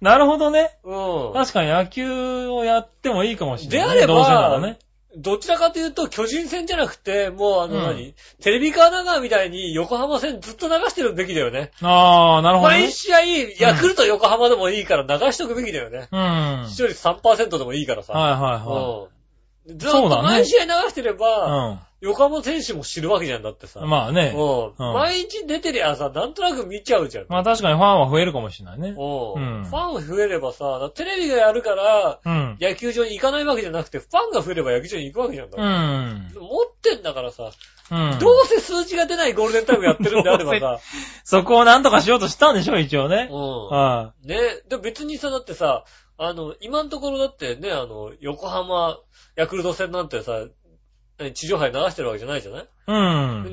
[SPEAKER 3] なるほどね。
[SPEAKER 2] うん。
[SPEAKER 3] 確かに野球をやってもいいかもしれない、
[SPEAKER 2] であれば
[SPEAKER 3] どうせならね。
[SPEAKER 2] どちらかというと、巨人戦じゃなくて、もうあの
[SPEAKER 3] うん
[SPEAKER 2] 何、テレビカーナガーみたいに横浜戦ずっと流してるべきだよね。
[SPEAKER 3] ああ、なるほどね
[SPEAKER 2] 毎。試合、ヤクルト横浜でもいいから流しとくべきだよね。
[SPEAKER 3] うん。はい
[SPEAKER 2] 視聴率3%でもいいからさ。
[SPEAKER 3] はいは
[SPEAKER 2] うん。ずっ
[SPEAKER 3] そ
[SPEAKER 2] と
[SPEAKER 3] うだね
[SPEAKER 2] 毎試合流してれば、
[SPEAKER 3] い。
[SPEAKER 2] 横浜選手も知るわけじゃんだってさ。
[SPEAKER 3] うん。まあね。
[SPEAKER 2] うん
[SPEAKER 3] うん
[SPEAKER 2] 毎日出てりゃさ、なんとなく見ちゃうじゃん。
[SPEAKER 3] まあ確かにファンは増えるかもしれないね。
[SPEAKER 2] う
[SPEAKER 3] うんん
[SPEAKER 2] ファン増えればさ、テレビがやるから、
[SPEAKER 3] うん。
[SPEAKER 2] 野球場に行かないわけじゃなくて、ファンが増えれば野球場に行くわけじゃんだ
[SPEAKER 3] う。ん。
[SPEAKER 2] 持ってんだからさ、
[SPEAKER 3] うん。
[SPEAKER 2] どうせ数字が出ないゴールデンタイムやってるんであればさ、
[SPEAKER 3] そこをなんとかしようとしたんでしょ、一応ね。
[SPEAKER 2] う
[SPEAKER 3] は
[SPEAKER 2] ん。ね、でも別にさ、だってさ、あの、今のところだってね、あの、横浜、ヤクルト戦なんてさ、何地上波に流してるわけじゃないじゃない、
[SPEAKER 3] い。うん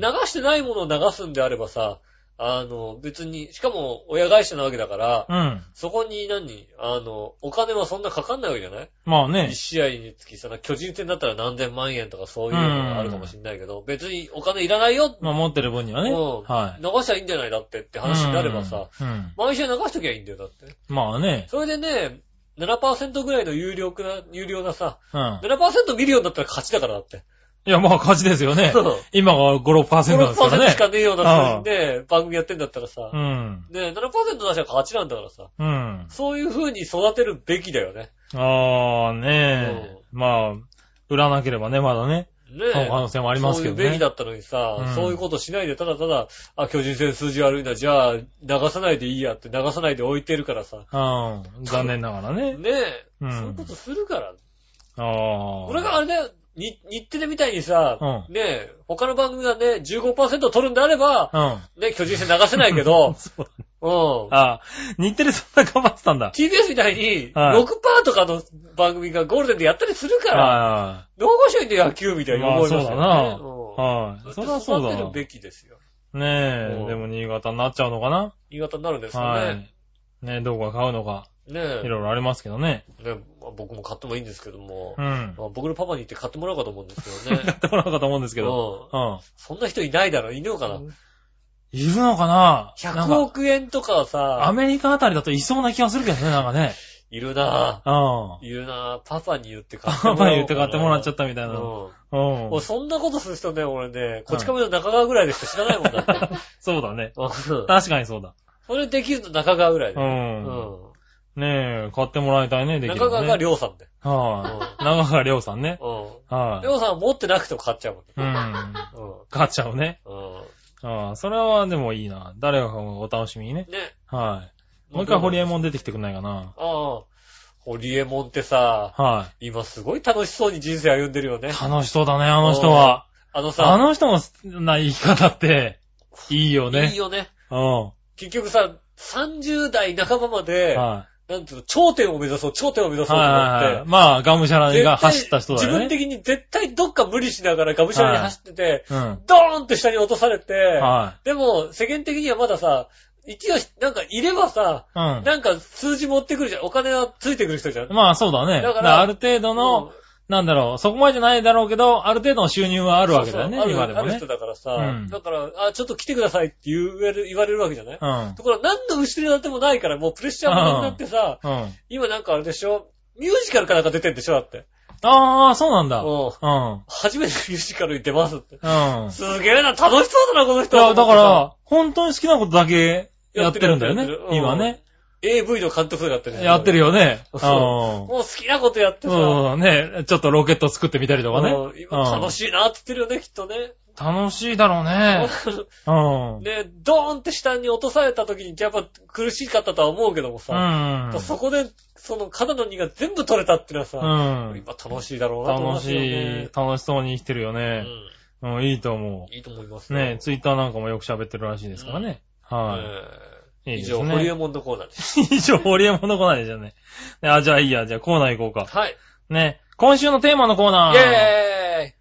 [SPEAKER 2] 流。してないものを流すんであればさ、あの、別に、しかも親会社なわけだから、
[SPEAKER 3] うん。
[SPEAKER 2] そこに何あの、お金はそんなかかんないわけじゃない
[SPEAKER 3] まあね
[SPEAKER 2] 一。試合につきさ、巨人戦だったら何千万円とかそういうのがあるかもしんないけど、別にお金いらないよ
[SPEAKER 3] まあ持ってる分にはね。
[SPEAKER 2] うん
[SPEAKER 3] はい。
[SPEAKER 2] 流しゃいいんじゃないだってって話になればさ、
[SPEAKER 3] うん。
[SPEAKER 2] 毎試合流しときゃいいんだよ、だって。
[SPEAKER 3] うんまあね。
[SPEAKER 2] それでね、7%ぐらいの有料な、有料なさ、
[SPEAKER 3] うん。
[SPEAKER 2] 7%見るようになったら勝ちだからだって。
[SPEAKER 3] いや、まあ勝ちですよね
[SPEAKER 2] そ。う。
[SPEAKER 3] 今が5、6%なんですから
[SPEAKER 2] 5%
[SPEAKER 3] ね
[SPEAKER 2] し。かねえような数字で番組やってんだったらさ
[SPEAKER 3] う、ん。
[SPEAKER 2] ねえ、7%出したら勝ちなんだからさ、
[SPEAKER 3] うん。
[SPEAKER 2] そういう風に育てるべきだよね。
[SPEAKER 3] ああ、ねえ。まあ、売らなければね、まだね。
[SPEAKER 2] ね
[SPEAKER 3] そ
[SPEAKER 2] え
[SPEAKER 3] の可。能性もありますけど
[SPEAKER 2] そういうべき
[SPEAKER 3] ね。
[SPEAKER 2] だったのにさ、
[SPEAKER 3] うん
[SPEAKER 2] そういうことしないで、ただただ、あ、巨人戦数字悪いんだ、じゃあ、流さないでいいやって、流さないで置いてるからさ。
[SPEAKER 3] うん。残念ながらね
[SPEAKER 2] ね。え、
[SPEAKER 3] うん
[SPEAKER 2] そういうことするから。
[SPEAKER 3] ああ。
[SPEAKER 2] これがあれだよ、に日テレみたいにさ、
[SPEAKER 3] う
[SPEAKER 2] ねえ、他の番組がね、15%取るんであれば、
[SPEAKER 3] うん。、
[SPEAKER 2] ね、巨人戦流せないけど
[SPEAKER 3] (laughs) そう
[SPEAKER 2] うん。
[SPEAKER 3] ああ、日テレそんな頑張ってたんだ。
[SPEAKER 2] TBS みたいに、
[SPEAKER 3] はい
[SPEAKER 2] 6%とかの番組がゴールデンでやったりするから、
[SPEAKER 3] は
[SPEAKER 2] 老後者で野球みたいに思いますよね。
[SPEAKER 3] まあそうだな
[SPEAKER 2] うん
[SPEAKER 3] いはい。はい。それはそう
[SPEAKER 2] 育
[SPEAKER 3] だ
[SPEAKER 2] て
[SPEAKER 3] な
[SPEAKER 2] る。べきですよ。
[SPEAKER 3] ね
[SPEAKER 2] う
[SPEAKER 3] え、
[SPEAKER 2] ん
[SPEAKER 3] でも新潟になっちゃうのかな
[SPEAKER 2] 新潟になるんですよ
[SPEAKER 3] は
[SPEAKER 2] ね。
[SPEAKER 3] い。ねえ、どこが買うのか、
[SPEAKER 2] ね
[SPEAKER 3] いろいろありますけどね。
[SPEAKER 2] え。ねまあ僕も買ってもいいんですけども
[SPEAKER 3] う、ん。
[SPEAKER 2] まあ僕のパパに行って買ってもらおうかと思うんですけどね。
[SPEAKER 3] どうなのかと思うん (laughs) ですけど。
[SPEAKER 2] うん
[SPEAKER 3] うん。
[SPEAKER 2] そんな人いないだろいねえかな。
[SPEAKER 3] いるのかなな
[SPEAKER 2] 100
[SPEAKER 3] んか、
[SPEAKER 2] 億円とか
[SPEAKER 3] ア
[SPEAKER 2] さ、
[SPEAKER 3] メリカあたりだといそうな気がするけどね、なんかね。
[SPEAKER 2] いるなぁ。
[SPEAKER 3] うん。
[SPEAKER 2] いるなぁ。パパに言って買って
[SPEAKER 3] パ
[SPEAKER 2] も
[SPEAKER 3] パ
[SPEAKER 2] らおうかな。
[SPEAKER 3] に言って買ってもらっちゃったみたいな。うん。
[SPEAKER 2] うん。俺そんなことする人ね、俺ね、こち亀の中川ぐらいでしか知らないもんだって。
[SPEAKER 3] (laughs) そうだね。
[SPEAKER 2] うん
[SPEAKER 3] 確かにそうだ。
[SPEAKER 2] それできると中川ぐらいだ
[SPEAKER 3] う
[SPEAKER 2] よ。
[SPEAKER 3] ん。
[SPEAKER 2] う
[SPEAKER 3] ねえ、買ってもらいたいね、で
[SPEAKER 2] ん。
[SPEAKER 3] きれ
[SPEAKER 2] 中
[SPEAKER 3] ば
[SPEAKER 2] 川が
[SPEAKER 3] ね。
[SPEAKER 2] りょうさんだよ。
[SPEAKER 3] はい。長川亮さんね。
[SPEAKER 2] う
[SPEAKER 3] は
[SPEAKER 2] ん。
[SPEAKER 3] い
[SPEAKER 2] り。ょうさんは持ってなくても買っちゃうもんね。
[SPEAKER 3] うん。
[SPEAKER 2] う
[SPEAKER 3] 買っちゃうね。
[SPEAKER 2] ん。うん。
[SPEAKER 3] ああ、それはでもいいな。誰が買うのかお楽しみにね。
[SPEAKER 2] ね。
[SPEAKER 3] はい。もう一回ホリエモン出てきてくんないかな。
[SPEAKER 2] ああ。ホリエモンってさ、
[SPEAKER 3] は
[SPEAKER 2] 今すごい楽しそうに人生歩んでるよね
[SPEAKER 3] い。。楽しそうだね、あの人は。
[SPEAKER 2] あのさ、
[SPEAKER 3] あの人のな生き
[SPEAKER 2] (laughs)
[SPEAKER 3] 方って、いいよね。
[SPEAKER 2] いいよね。
[SPEAKER 3] う
[SPEAKER 2] 結局さ、30代半ばまで、
[SPEAKER 3] ん。はい。
[SPEAKER 2] なんていうの、頂点を目指そう、頂点を目指そうと思っ
[SPEAKER 3] はいはい
[SPEAKER 2] て
[SPEAKER 3] はい。、まあ、がむしゃら
[SPEAKER 2] 絶対
[SPEAKER 3] が走った人だよね。
[SPEAKER 2] 自分的に絶対どっか無理しながらがむしゃらに走ってて、
[SPEAKER 3] うん。
[SPEAKER 2] ドーンって下に落とされて、
[SPEAKER 3] は
[SPEAKER 2] でも世間的にはまださ、一応なんかいればさ、
[SPEAKER 3] い。うん。
[SPEAKER 2] なんか数字持ってくるじゃん。お金はついてくる人じゃん。
[SPEAKER 3] まあ、そうだね。
[SPEAKER 2] だから
[SPEAKER 3] だからある程度の、なんだろう、そこまでじゃないだろうけど、ある程度の収入はあ
[SPEAKER 2] あ
[SPEAKER 3] るわけだよね、今でも
[SPEAKER 2] ある
[SPEAKER 3] ね
[SPEAKER 2] 人。だからさ、
[SPEAKER 3] うん
[SPEAKER 2] だから、あ、ちょっと来てくださいって言われる言われるわけじゃない、
[SPEAKER 3] うん。
[SPEAKER 2] ところが何の後ろ盾もないから、もうプレッシャーもなくなってさ、
[SPEAKER 3] うん。
[SPEAKER 2] 今なんかあれでしょミュージカルかなんか出てんでしょだって。
[SPEAKER 3] ああ、そうなんだ。
[SPEAKER 2] うん
[SPEAKER 3] うん。
[SPEAKER 2] 初めてミュージカルに出ますって。
[SPEAKER 3] うん。
[SPEAKER 2] すげえな、楽しそうだな、この
[SPEAKER 3] い
[SPEAKER 2] 人
[SPEAKER 3] や、だから、本当に好きなことだけや
[SPEAKER 2] や
[SPEAKER 3] っ
[SPEAKER 2] っててる
[SPEAKER 3] るんだよね。
[SPEAKER 2] うん
[SPEAKER 3] 今ね。
[SPEAKER 2] AV の監督とかやってるじゃん
[SPEAKER 3] やってる。よね。う
[SPEAKER 2] そ
[SPEAKER 3] ん
[SPEAKER 2] もう好きなことやってさ、
[SPEAKER 3] うん。ねちょっとロケット作ってみたりとかね。
[SPEAKER 2] うん今楽しいなって言ってるよね、きっとね。 (laughs)
[SPEAKER 3] 楽しいだろうね。うん。
[SPEAKER 2] ね、ドーンって下に落とされた時に、やっぱ苦しかったとは思うけども
[SPEAKER 3] う
[SPEAKER 2] さ、
[SPEAKER 3] ん。
[SPEAKER 2] そこで、その肩の荷が全部取れたっていうのはさ、
[SPEAKER 3] うん。
[SPEAKER 2] 今楽しいだろうなと思いま
[SPEAKER 3] 楽
[SPEAKER 2] すよ
[SPEAKER 3] しい
[SPEAKER 2] ね。、
[SPEAKER 3] 楽しそうに生きてるよ
[SPEAKER 2] う
[SPEAKER 3] ね。
[SPEAKER 2] ん
[SPEAKER 3] うん、いいと思
[SPEAKER 2] いいと思います
[SPEAKER 3] う。
[SPEAKER 2] よ
[SPEAKER 3] ねツイッターなんかもよく喋ってるらしいですからね。は
[SPEAKER 2] えー
[SPEAKER 3] い。いい
[SPEAKER 2] 以
[SPEAKER 3] で
[SPEAKER 2] 上、
[SPEAKER 3] す
[SPEAKER 2] ホリエ
[SPEAKER 3] ね。
[SPEAKER 2] モンのコーナーです。
[SPEAKER 3] (laughs) 以上、ホリエモンのコーナーですよね。ねあ、じゃあいいや。じゃあコーナー行こうか。
[SPEAKER 2] はい。
[SPEAKER 3] ね今週のテーマのコーナ
[SPEAKER 2] イ
[SPEAKER 3] ー。
[SPEAKER 2] ェーイ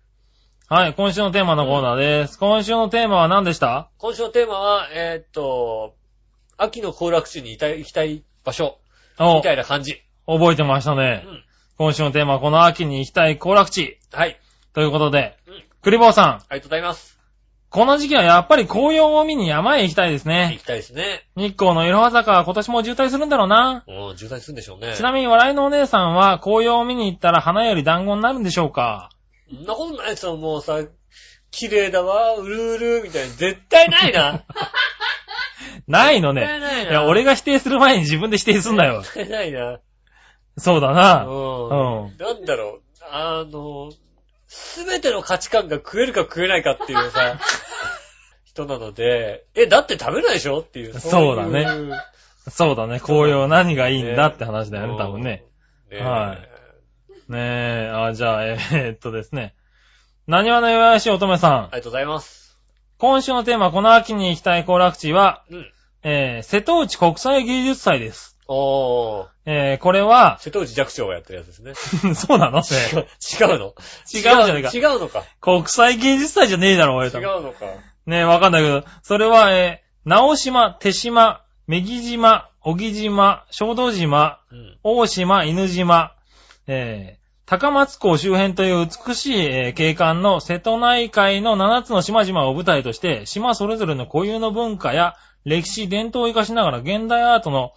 [SPEAKER 3] はい、今週のテーマのコーナーです。今週のテーマは何でした
[SPEAKER 2] 今週のテーマは、えーっと、秋の行楽地に行きたい行きたい場所、
[SPEAKER 3] お
[SPEAKER 2] み、たいな感じ。
[SPEAKER 3] 覚えてましたね。
[SPEAKER 2] うん
[SPEAKER 3] 今週のテーマはこの秋に行きたい行楽地。
[SPEAKER 2] はい。
[SPEAKER 3] ということで
[SPEAKER 2] うん、
[SPEAKER 3] クリボーさん、
[SPEAKER 2] ありがとうございます。
[SPEAKER 3] この時期はやっぱり紅葉を見に山へ行きたいです
[SPEAKER 2] 行
[SPEAKER 3] ね。
[SPEAKER 2] きたいですね。
[SPEAKER 3] 日光のいろは坂は今年も渋滞するんだろうな。
[SPEAKER 2] うん、渋滞するんでしょうね。
[SPEAKER 3] ちなみに笑いのお姉さんは紅葉を見に行ったら花より団子になるんでしょうか
[SPEAKER 2] そんなことないですよ、もうさ、綺麗だわ、うるうる、みたいな。絶対ない
[SPEAKER 3] (laughs)
[SPEAKER 2] な。
[SPEAKER 3] ないの
[SPEAKER 2] 絶対
[SPEAKER 3] ね。
[SPEAKER 2] ない
[SPEAKER 3] い
[SPEAKER 2] な。
[SPEAKER 3] や、俺が否定する前に自分で否定すんなよ。
[SPEAKER 2] 絶対ないな。
[SPEAKER 3] そうだ
[SPEAKER 2] う
[SPEAKER 3] な。
[SPEAKER 2] ん。
[SPEAKER 3] うん
[SPEAKER 2] なんだろう、あの、すべての価値観が食えるか食えないかっていう
[SPEAKER 3] (laughs)
[SPEAKER 2] さ、人なので、え、だって食べないでしょっていう。
[SPEAKER 3] そうだね
[SPEAKER 2] い
[SPEAKER 3] そうだね。紅葉何がいいんだって話だよね、
[SPEAKER 2] うん
[SPEAKER 3] 多分ね。
[SPEAKER 2] ねえ
[SPEAKER 3] はいねえ、あ、じゃあ、えーえっとですね。何わの弱々しい乙女さん
[SPEAKER 2] あ。りがとうございます。
[SPEAKER 3] 今週のテーマ、この秋に行きたい行楽地は、
[SPEAKER 2] うん。
[SPEAKER 3] えー、瀬戸内国際芸術祭です。
[SPEAKER 2] おー、
[SPEAKER 3] えー、これ
[SPEAKER 2] (laughs)
[SPEAKER 3] は、
[SPEAKER 2] 瀬戸内寂聴がやってるやつです (laughs) ね。
[SPEAKER 3] そうなのね
[SPEAKER 2] 違う違うの
[SPEAKER 3] 違うじゃねえか
[SPEAKER 2] 違うのか。
[SPEAKER 3] 国際芸術祭じゃねえだろ、俺
[SPEAKER 2] 違
[SPEAKER 3] と。
[SPEAKER 2] うのか。
[SPEAKER 3] ねえ、わかんないけど、それは、えー、直島、手島、女木島、小木島、小豆島、
[SPEAKER 2] うん。
[SPEAKER 3] 大島、犬島、えー、高松港周辺という美しい、えー景観の瀬戸内海の7つの島々を舞台として、島それぞれの固有の文化や歴史、伝統を活かしながら現代アートの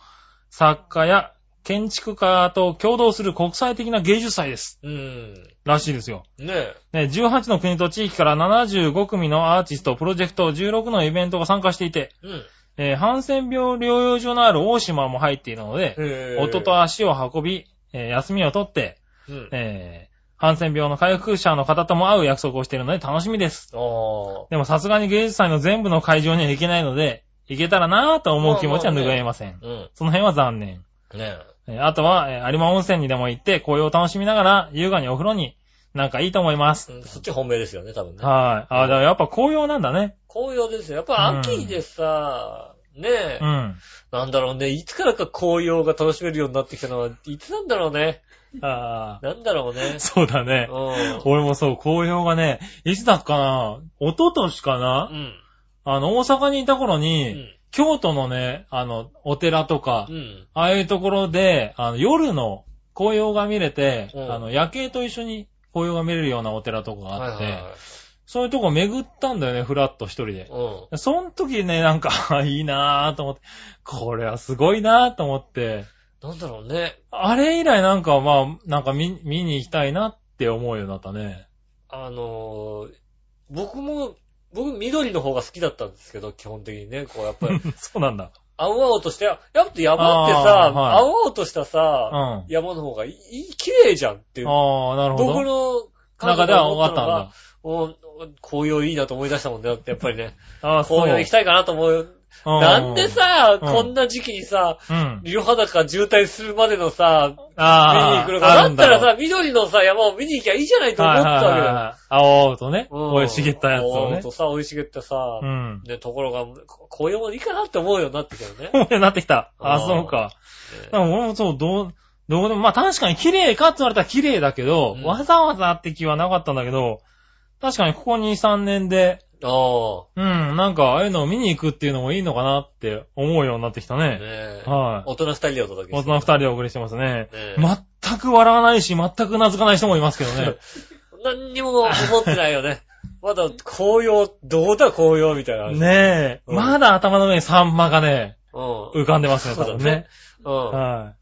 [SPEAKER 3] 作家や建築家と共同する国際的な芸術祭です。
[SPEAKER 2] うん。
[SPEAKER 3] らしいですよ。
[SPEAKER 2] ねえ。
[SPEAKER 3] ね、18の国と地域から75組のアーティスト、プロジェクト、16のイベントが参加していて、
[SPEAKER 2] うん。
[SPEAKER 3] えーハンセン病療養所のある大島も入っているので、
[SPEAKER 2] え
[SPEAKER 3] 音と足を運び、えー休みを取って、
[SPEAKER 2] うん。
[SPEAKER 3] えーハンセン病の回復者の方とも会う約束をしているので楽しみです。
[SPEAKER 2] あ
[SPEAKER 3] でもさすがに芸術祭の全部の会場には行けないので、行けたらなぁと思う気持ちは拭えません。
[SPEAKER 2] あ。うん。
[SPEAKER 3] その辺は残念。
[SPEAKER 2] ね
[SPEAKER 3] えーあとは、えー有馬温泉にでも行って紅葉を楽しみながら、優雅にお風呂になんかいいと思います。
[SPEAKER 2] え。うんそっち本命ですよね、多分ね。
[SPEAKER 3] はい。あー、だからやっぱ紅葉なんだね。
[SPEAKER 2] 紅葉ですよ。やっぱ秋でさ、ねえ
[SPEAKER 3] う、ん。
[SPEAKER 2] なんだろうね、いつからか紅葉が楽しめるようになってきたのは、いつなんだろうね。
[SPEAKER 3] あ
[SPEAKER 2] なんだろうね (laughs)
[SPEAKER 3] あ。。そうだね
[SPEAKER 2] う。ん。
[SPEAKER 3] 俺もそう、紅葉がね、いつだっかな一昨年か
[SPEAKER 2] う。
[SPEAKER 3] なんあの、大阪にいた頃
[SPEAKER 2] う
[SPEAKER 3] に、
[SPEAKER 2] ん。
[SPEAKER 3] 京都のね、あの、お寺とか、
[SPEAKER 2] うん。
[SPEAKER 3] ああいうところで、あの、夜の紅葉が見れて、
[SPEAKER 2] うん
[SPEAKER 3] あの、夜景と一緒に紅葉が見れるようなお寺とかが
[SPEAKER 2] はい
[SPEAKER 3] あっ
[SPEAKER 2] は
[SPEAKER 3] て、
[SPEAKER 2] いは
[SPEAKER 3] そういうとこ巡ったんだよね、ふらっと一人で
[SPEAKER 2] い。。う
[SPEAKER 3] その時ね、なんか、 (laughs) いいなぁと思って、これはすごいなぁと思って、
[SPEAKER 2] ん。なんだろうね。
[SPEAKER 3] あれ以来なんかまあ、なんか見、見に行きたいなって思うようになったね。
[SPEAKER 2] (laughs) あのー、僕も、僕緑の方が好きだったんですけど、基本的にね、こうやっぱ
[SPEAKER 3] (laughs)
[SPEAKER 2] り、
[SPEAKER 3] そうなんだ。
[SPEAKER 2] 青々として、やっぱ山ってさ、
[SPEAKER 3] あーはい
[SPEAKER 2] 青々とした
[SPEAKER 3] うん。
[SPEAKER 2] さ、
[SPEAKER 3] あ
[SPEAKER 2] 山の方がいい、綺麗じゃんっていう。
[SPEAKER 3] あ、なるほど。
[SPEAKER 2] 僕の
[SPEAKER 3] 中では終わったん
[SPEAKER 2] の
[SPEAKER 3] だ
[SPEAKER 2] が。お紅葉いいなと思い出したもんね、だってやっぱりね。
[SPEAKER 3] (laughs) ああ、そう。
[SPEAKER 2] 紅葉行きたいかなと思う。
[SPEAKER 3] う
[SPEAKER 2] なんでさ、
[SPEAKER 3] うん
[SPEAKER 2] こんな時期にさ、
[SPEAKER 3] うん。
[SPEAKER 2] 両裸渋滞するまでのさ、見
[SPEAKER 3] ああ。
[SPEAKER 2] に来るから。だったら
[SPEAKER 3] あるんだろう、
[SPEAKER 2] さ、緑のさ、山を見に行きゃいいじゃないと思っ
[SPEAKER 3] はい
[SPEAKER 2] て
[SPEAKER 3] は
[SPEAKER 2] た
[SPEAKER 3] いはい
[SPEAKER 2] わ
[SPEAKER 3] はい。青々とね、
[SPEAKER 2] けよ。うん
[SPEAKER 3] 生い茂ったやつを
[SPEAKER 2] 青々
[SPEAKER 3] ね
[SPEAKER 2] と。さ、生い茂ったさ
[SPEAKER 3] う、ん。
[SPEAKER 2] で、ところが、こ紅葉もいいかなって思うようになってきたよね。
[SPEAKER 3] こうなってきた。あ、
[SPEAKER 2] うん
[SPEAKER 3] そうか。でも俺もそう、どう、どうでも、まあ確かに綺麗かって言われたら綺麗だけど、
[SPEAKER 2] うん
[SPEAKER 3] わざわざって気はなかったんだけど、確かにここ2、3年で、
[SPEAKER 2] あ
[SPEAKER 3] うん、なんかああいうのを見に行くっていうのもいいのかなって思うようになってきた
[SPEAKER 2] あ、ね
[SPEAKER 3] ね。
[SPEAKER 2] え。
[SPEAKER 3] はい。
[SPEAKER 2] 大人二人でお届け
[SPEAKER 3] 大
[SPEAKER 2] して
[SPEAKER 3] 人2人でお送りしてますね。
[SPEAKER 2] ねえ
[SPEAKER 3] 全く笑わないし、全く頷かない人もいますけどね。
[SPEAKER 2] 何にも思ってないよね。 (laughs) まだ紅葉、どうだ紅葉みたいな話。
[SPEAKER 3] ねえ、
[SPEAKER 2] うん
[SPEAKER 3] まだ頭の上にサンマがね、
[SPEAKER 2] うん。
[SPEAKER 3] 浮かんでますね、多分ね。
[SPEAKER 2] うん。ね
[SPEAKER 3] は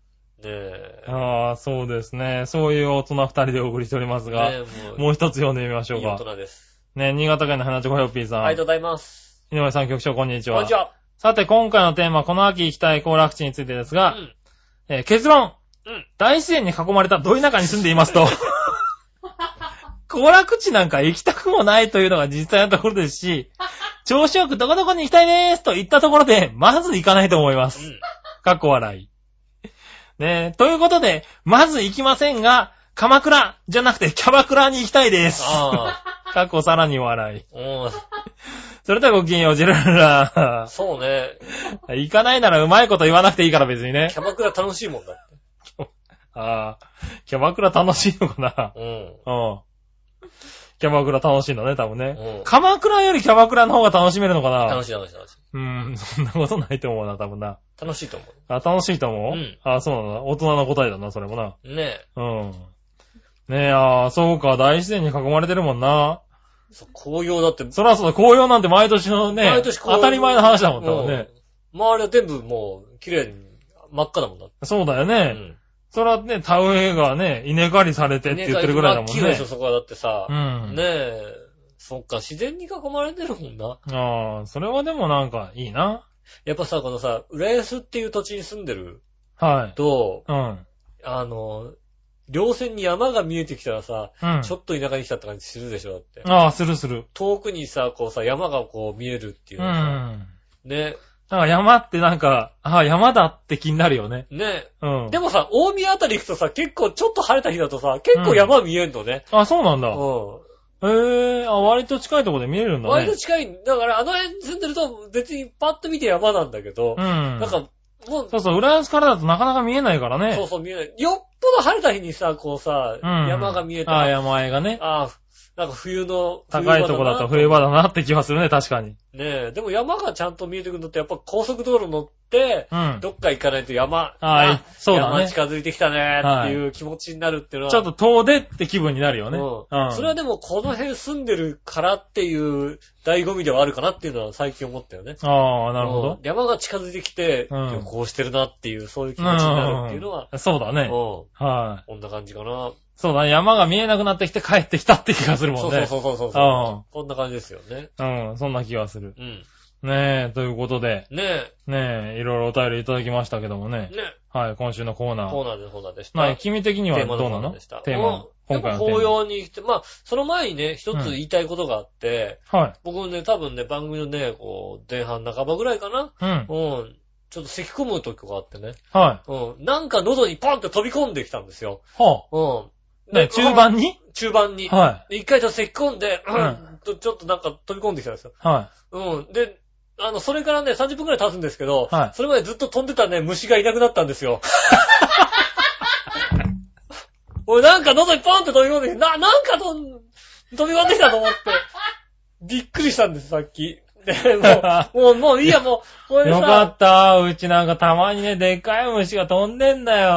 [SPEAKER 2] え
[SPEAKER 3] い。。ああ、そうですね。そういう大人二人でお送りしておりますが、
[SPEAKER 2] ねえも
[SPEAKER 3] もう一つ読んでみまし
[SPEAKER 2] う、い
[SPEAKER 3] ょう
[SPEAKER 2] い大
[SPEAKER 3] か。
[SPEAKER 2] 人です。
[SPEAKER 3] ね、新潟県の花チョコヨッピーさん。
[SPEAKER 2] ありがとうございます。
[SPEAKER 3] 井上さん局長、こんにちは。
[SPEAKER 2] こんにちは。
[SPEAKER 3] さて、今回のテーマ、この秋行きたい行楽地についてです
[SPEAKER 2] う
[SPEAKER 3] が、
[SPEAKER 2] ん。
[SPEAKER 3] えー結論、
[SPEAKER 2] うん
[SPEAKER 3] 大自然に囲まれたど田舎に住んでいま
[SPEAKER 2] (laughs)
[SPEAKER 3] すと、行楽地なんか行きたくもないというのが実際のところですし、調子よくどこどこに行きたいでーすと言ったところで、まず行かないと思います。
[SPEAKER 2] うん。
[SPEAKER 3] かっこ笑い。ねえ、ということで、まず行きませんが、鎌倉じゃなくてキャバクラに行きたいです。
[SPEAKER 2] ああ。
[SPEAKER 3] かっこさらに笑い。
[SPEAKER 2] うん。
[SPEAKER 3] それではごきげんよう、ジェララ (laughs)
[SPEAKER 2] そうね。
[SPEAKER 3] ラ。行かないならうまいこと言わなくていいから別にね
[SPEAKER 2] キ。ャバクラ楽しいもんだって。
[SPEAKER 3] ああ、キャバクラ楽しいのかな
[SPEAKER 2] うん。
[SPEAKER 3] うん。キャバクラ楽しいんだね、多分ね。
[SPEAKER 2] うん。
[SPEAKER 3] 鎌倉よりキャバクラの方が楽しめるのかな
[SPEAKER 2] 楽しい楽しい楽しい。
[SPEAKER 3] うん、そんなことないと思うな、多分な。
[SPEAKER 2] 楽しいと思
[SPEAKER 3] あ、楽しいと思う
[SPEAKER 2] うん
[SPEAKER 3] あ、そうなんだ。大人の答えだな、それもな。
[SPEAKER 2] う。ねえ。
[SPEAKER 3] うん。ねえ、ああ、そうか、大自然に囲まれてるもんな。
[SPEAKER 2] そう紅葉だって、
[SPEAKER 3] そらそうだ、紅葉なんて毎年のね、
[SPEAKER 2] 毎年紅葉
[SPEAKER 3] 当たり前の話だもん、多分ね。
[SPEAKER 2] うん。周りは全部もう、綺麗に、真っ赤だもんだって。
[SPEAKER 3] そうだよ
[SPEAKER 2] う
[SPEAKER 3] ね。
[SPEAKER 2] ん。
[SPEAKER 3] そらね、田植えがね、稲刈りされてって言ってるぐらいだもん
[SPEAKER 2] 綺麗でしょ、
[SPEAKER 3] ね。
[SPEAKER 2] そこはだってさ。
[SPEAKER 3] うん。
[SPEAKER 2] ねえ。そっか、自然に囲まれてるもんな。
[SPEAKER 3] ああ、それはでもなんかいいな。
[SPEAKER 2] やっぱさ、このさ、浦安っていう土地に住んでる
[SPEAKER 3] はい。
[SPEAKER 2] と、
[SPEAKER 3] うん。
[SPEAKER 2] あの、稜線に山が見えてきたらさ、
[SPEAKER 3] うん。
[SPEAKER 2] ちょっと田舎に来たって感じするでしょ、だって。
[SPEAKER 3] ああ、するする。
[SPEAKER 2] 遠くにさ、こうさ、山がこう見えるっていう
[SPEAKER 3] うん。
[SPEAKER 2] のさ。ね、
[SPEAKER 3] なんか山ってなんか、ああ、山だって気になるよね。
[SPEAKER 2] ね。
[SPEAKER 3] うん。
[SPEAKER 2] でもさ、大宮あたり行くとさ、結構ちょっと晴れた日だとさ、結構山見えんのね。
[SPEAKER 3] あ、そうなんだ。
[SPEAKER 2] う
[SPEAKER 3] へえ、あ、割と近いところで見えるん
[SPEAKER 2] ん。
[SPEAKER 3] だね。
[SPEAKER 2] 割と近い。だから、あの辺住んでると別にパッと見て山なんだけど
[SPEAKER 3] う、ん。
[SPEAKER 2] なんか、もう
[SPEAKER 3] そ、うそう、浦安からだとなかなか見えないからね。
[SPEAKER 2] そうそう見えない。よっぽど晴れた日にさ、こうさ、
[SPEAKER 3] うん。
[SPEAKER 2] 山が見えて、
[SPEAKER 3] ああ、
[SPEAKER 2] あ
[SPEAKER 3] 山あいがね。
[SPEAKER 2] あ、なんか冬の、
[SPEAKER 3] 高いとこだと冬場だなって気はするね、確かに。
[SPEAKER 2] ねえ、でも山がちゃんと見えてくるのって、やっぱ高速道路乗って、
[SPEAKER 3] うん。ち
[SPEAKER 2] どっか行かないと山、
[SPEAKER 3] あいそうだね
[SPEAKER 2] 山近づいてきたねっていう気持ちになるっていうのは、
[SPEAKER 3] ょっと遠出って気分になるよね。
[SPEAKER 2] うん、それはでもこの辺住んでるからっていう醍醐味ではあるかなっていうのは最近思ったよね。
[SPEAKER 3] ああ、なるほ
[SPEAKER 2] うん
[SPEAKER 3] ど。
[SPEAKER 2] 山が近づいてきて、
[SPEAKER 3] うん
[SPEAKER 2] 旅行してるなっていう、そういう気持ちになるっていうのは、
[SPEAKER 3] うんそうだ
[SPEAKER 2] うん
[SPEAKER 3] ね。はい。
[SPEAKER 2] こんな感じかな。
[SPEAKER 3] そうだね、山が見えなくなってきて帰ってきたって気がするも
[SPEAKER 2] そ
[SPEAKER 3] ん
[SPEAKER 2] うそ
[SPEAKER 3] ね。
[SPEAKER 2] うそうそうそう
[SPEAKER 3] うん
[SPEAKER 2] こんな感じですよね。
[SPEAKER 3] うん、そんな気がする。
[SPEAKER 2] うん。
[SPEAKER 3] ねえ、ということで、
[SPEAKER 2] ね
[SPEAKER 3] ねえ、いろいろお便りいただきましたけども
[SPEAKER 2] え、
[SPEAKER 3] ね。
[SPEAKER 2] ね
[SPEAKER 3] はい、今週のコーナ
[SPEAKER 2] コー
[SPEAKER 3] ー。
[SPEAKER 2] ナーでコーナーでした。
[SPEAKER 3] まあ、君的には
[SPEAKER 2] テー
[SPEAKER 3] ど
[SPEAKER 2] マ
[SPEAKER 3] う
[SPEAKER 2] の
[SPEAKER 3] なの
[SPEAKER 2] でした。
[SPEAKER 3] テーマ。
[SPEAKER 2] うん
[SPEAKER 3] 今回
[SPEAKER 2] やっぱ
[SPEAKER 3] のテ
[SPEAKER 2] 紅
[SPEAKER 3] ー
[SPEAKER 2] 葉に来て、まあ、その前にね、一つ言いたいことがあって、
[SPEAKER 3] マ。はい。
[SPEAKER 2] 僕ね、多分ね、番組のね、こう、前半半ばぐらいかな。
[SPEAKER 3] うん
[SPEAKER 2] う。ん。ちょっと咳込む時があってね。
[SPEAKER 3] は
[SPEAKER 2] うん。なんか喉にパンって飛び込んできたんですよ。
[SPEAKER 3] い。は
[SPEAKER 2] うん。
[SPEAKER 3] あ。ね、
[SPEAKER 2] で
[SPEAKER 3] 中盤に
[SPEAKER 2] 中盤に。
[SPEAKER 3] は
[SPEAKER 2] 一回ちょっと咳込んで、
[SPEAKER 3] ん
[SPEAKER 2] うんとちょっとなんか飛び込んできたんですよ。
[SPEAKER 3] い。は
[SPEAKER 2] うん。で、あの、それからね、30分くらい経つんですけど、
[SPEAKER 3] はい
[SPEAKER 2] それまでずっと飛んでたね、虫がいなくなったんですよ。 (laughs) 俺なんか喉にポンって飛び込んできて、な、なんかとん飛び込んできたと思って、びっくりしたんです、さっき。って、
[SPEAKER 3] (laughs)
[SPEAKER 2] もう、もう、もういいや、もう、これで
[SPEAKER 3] よか
[SPEAKER 2] さ、
[SPEAKER 3] った。うちなんかたまにね、でっかい虫が飛んでんだよ。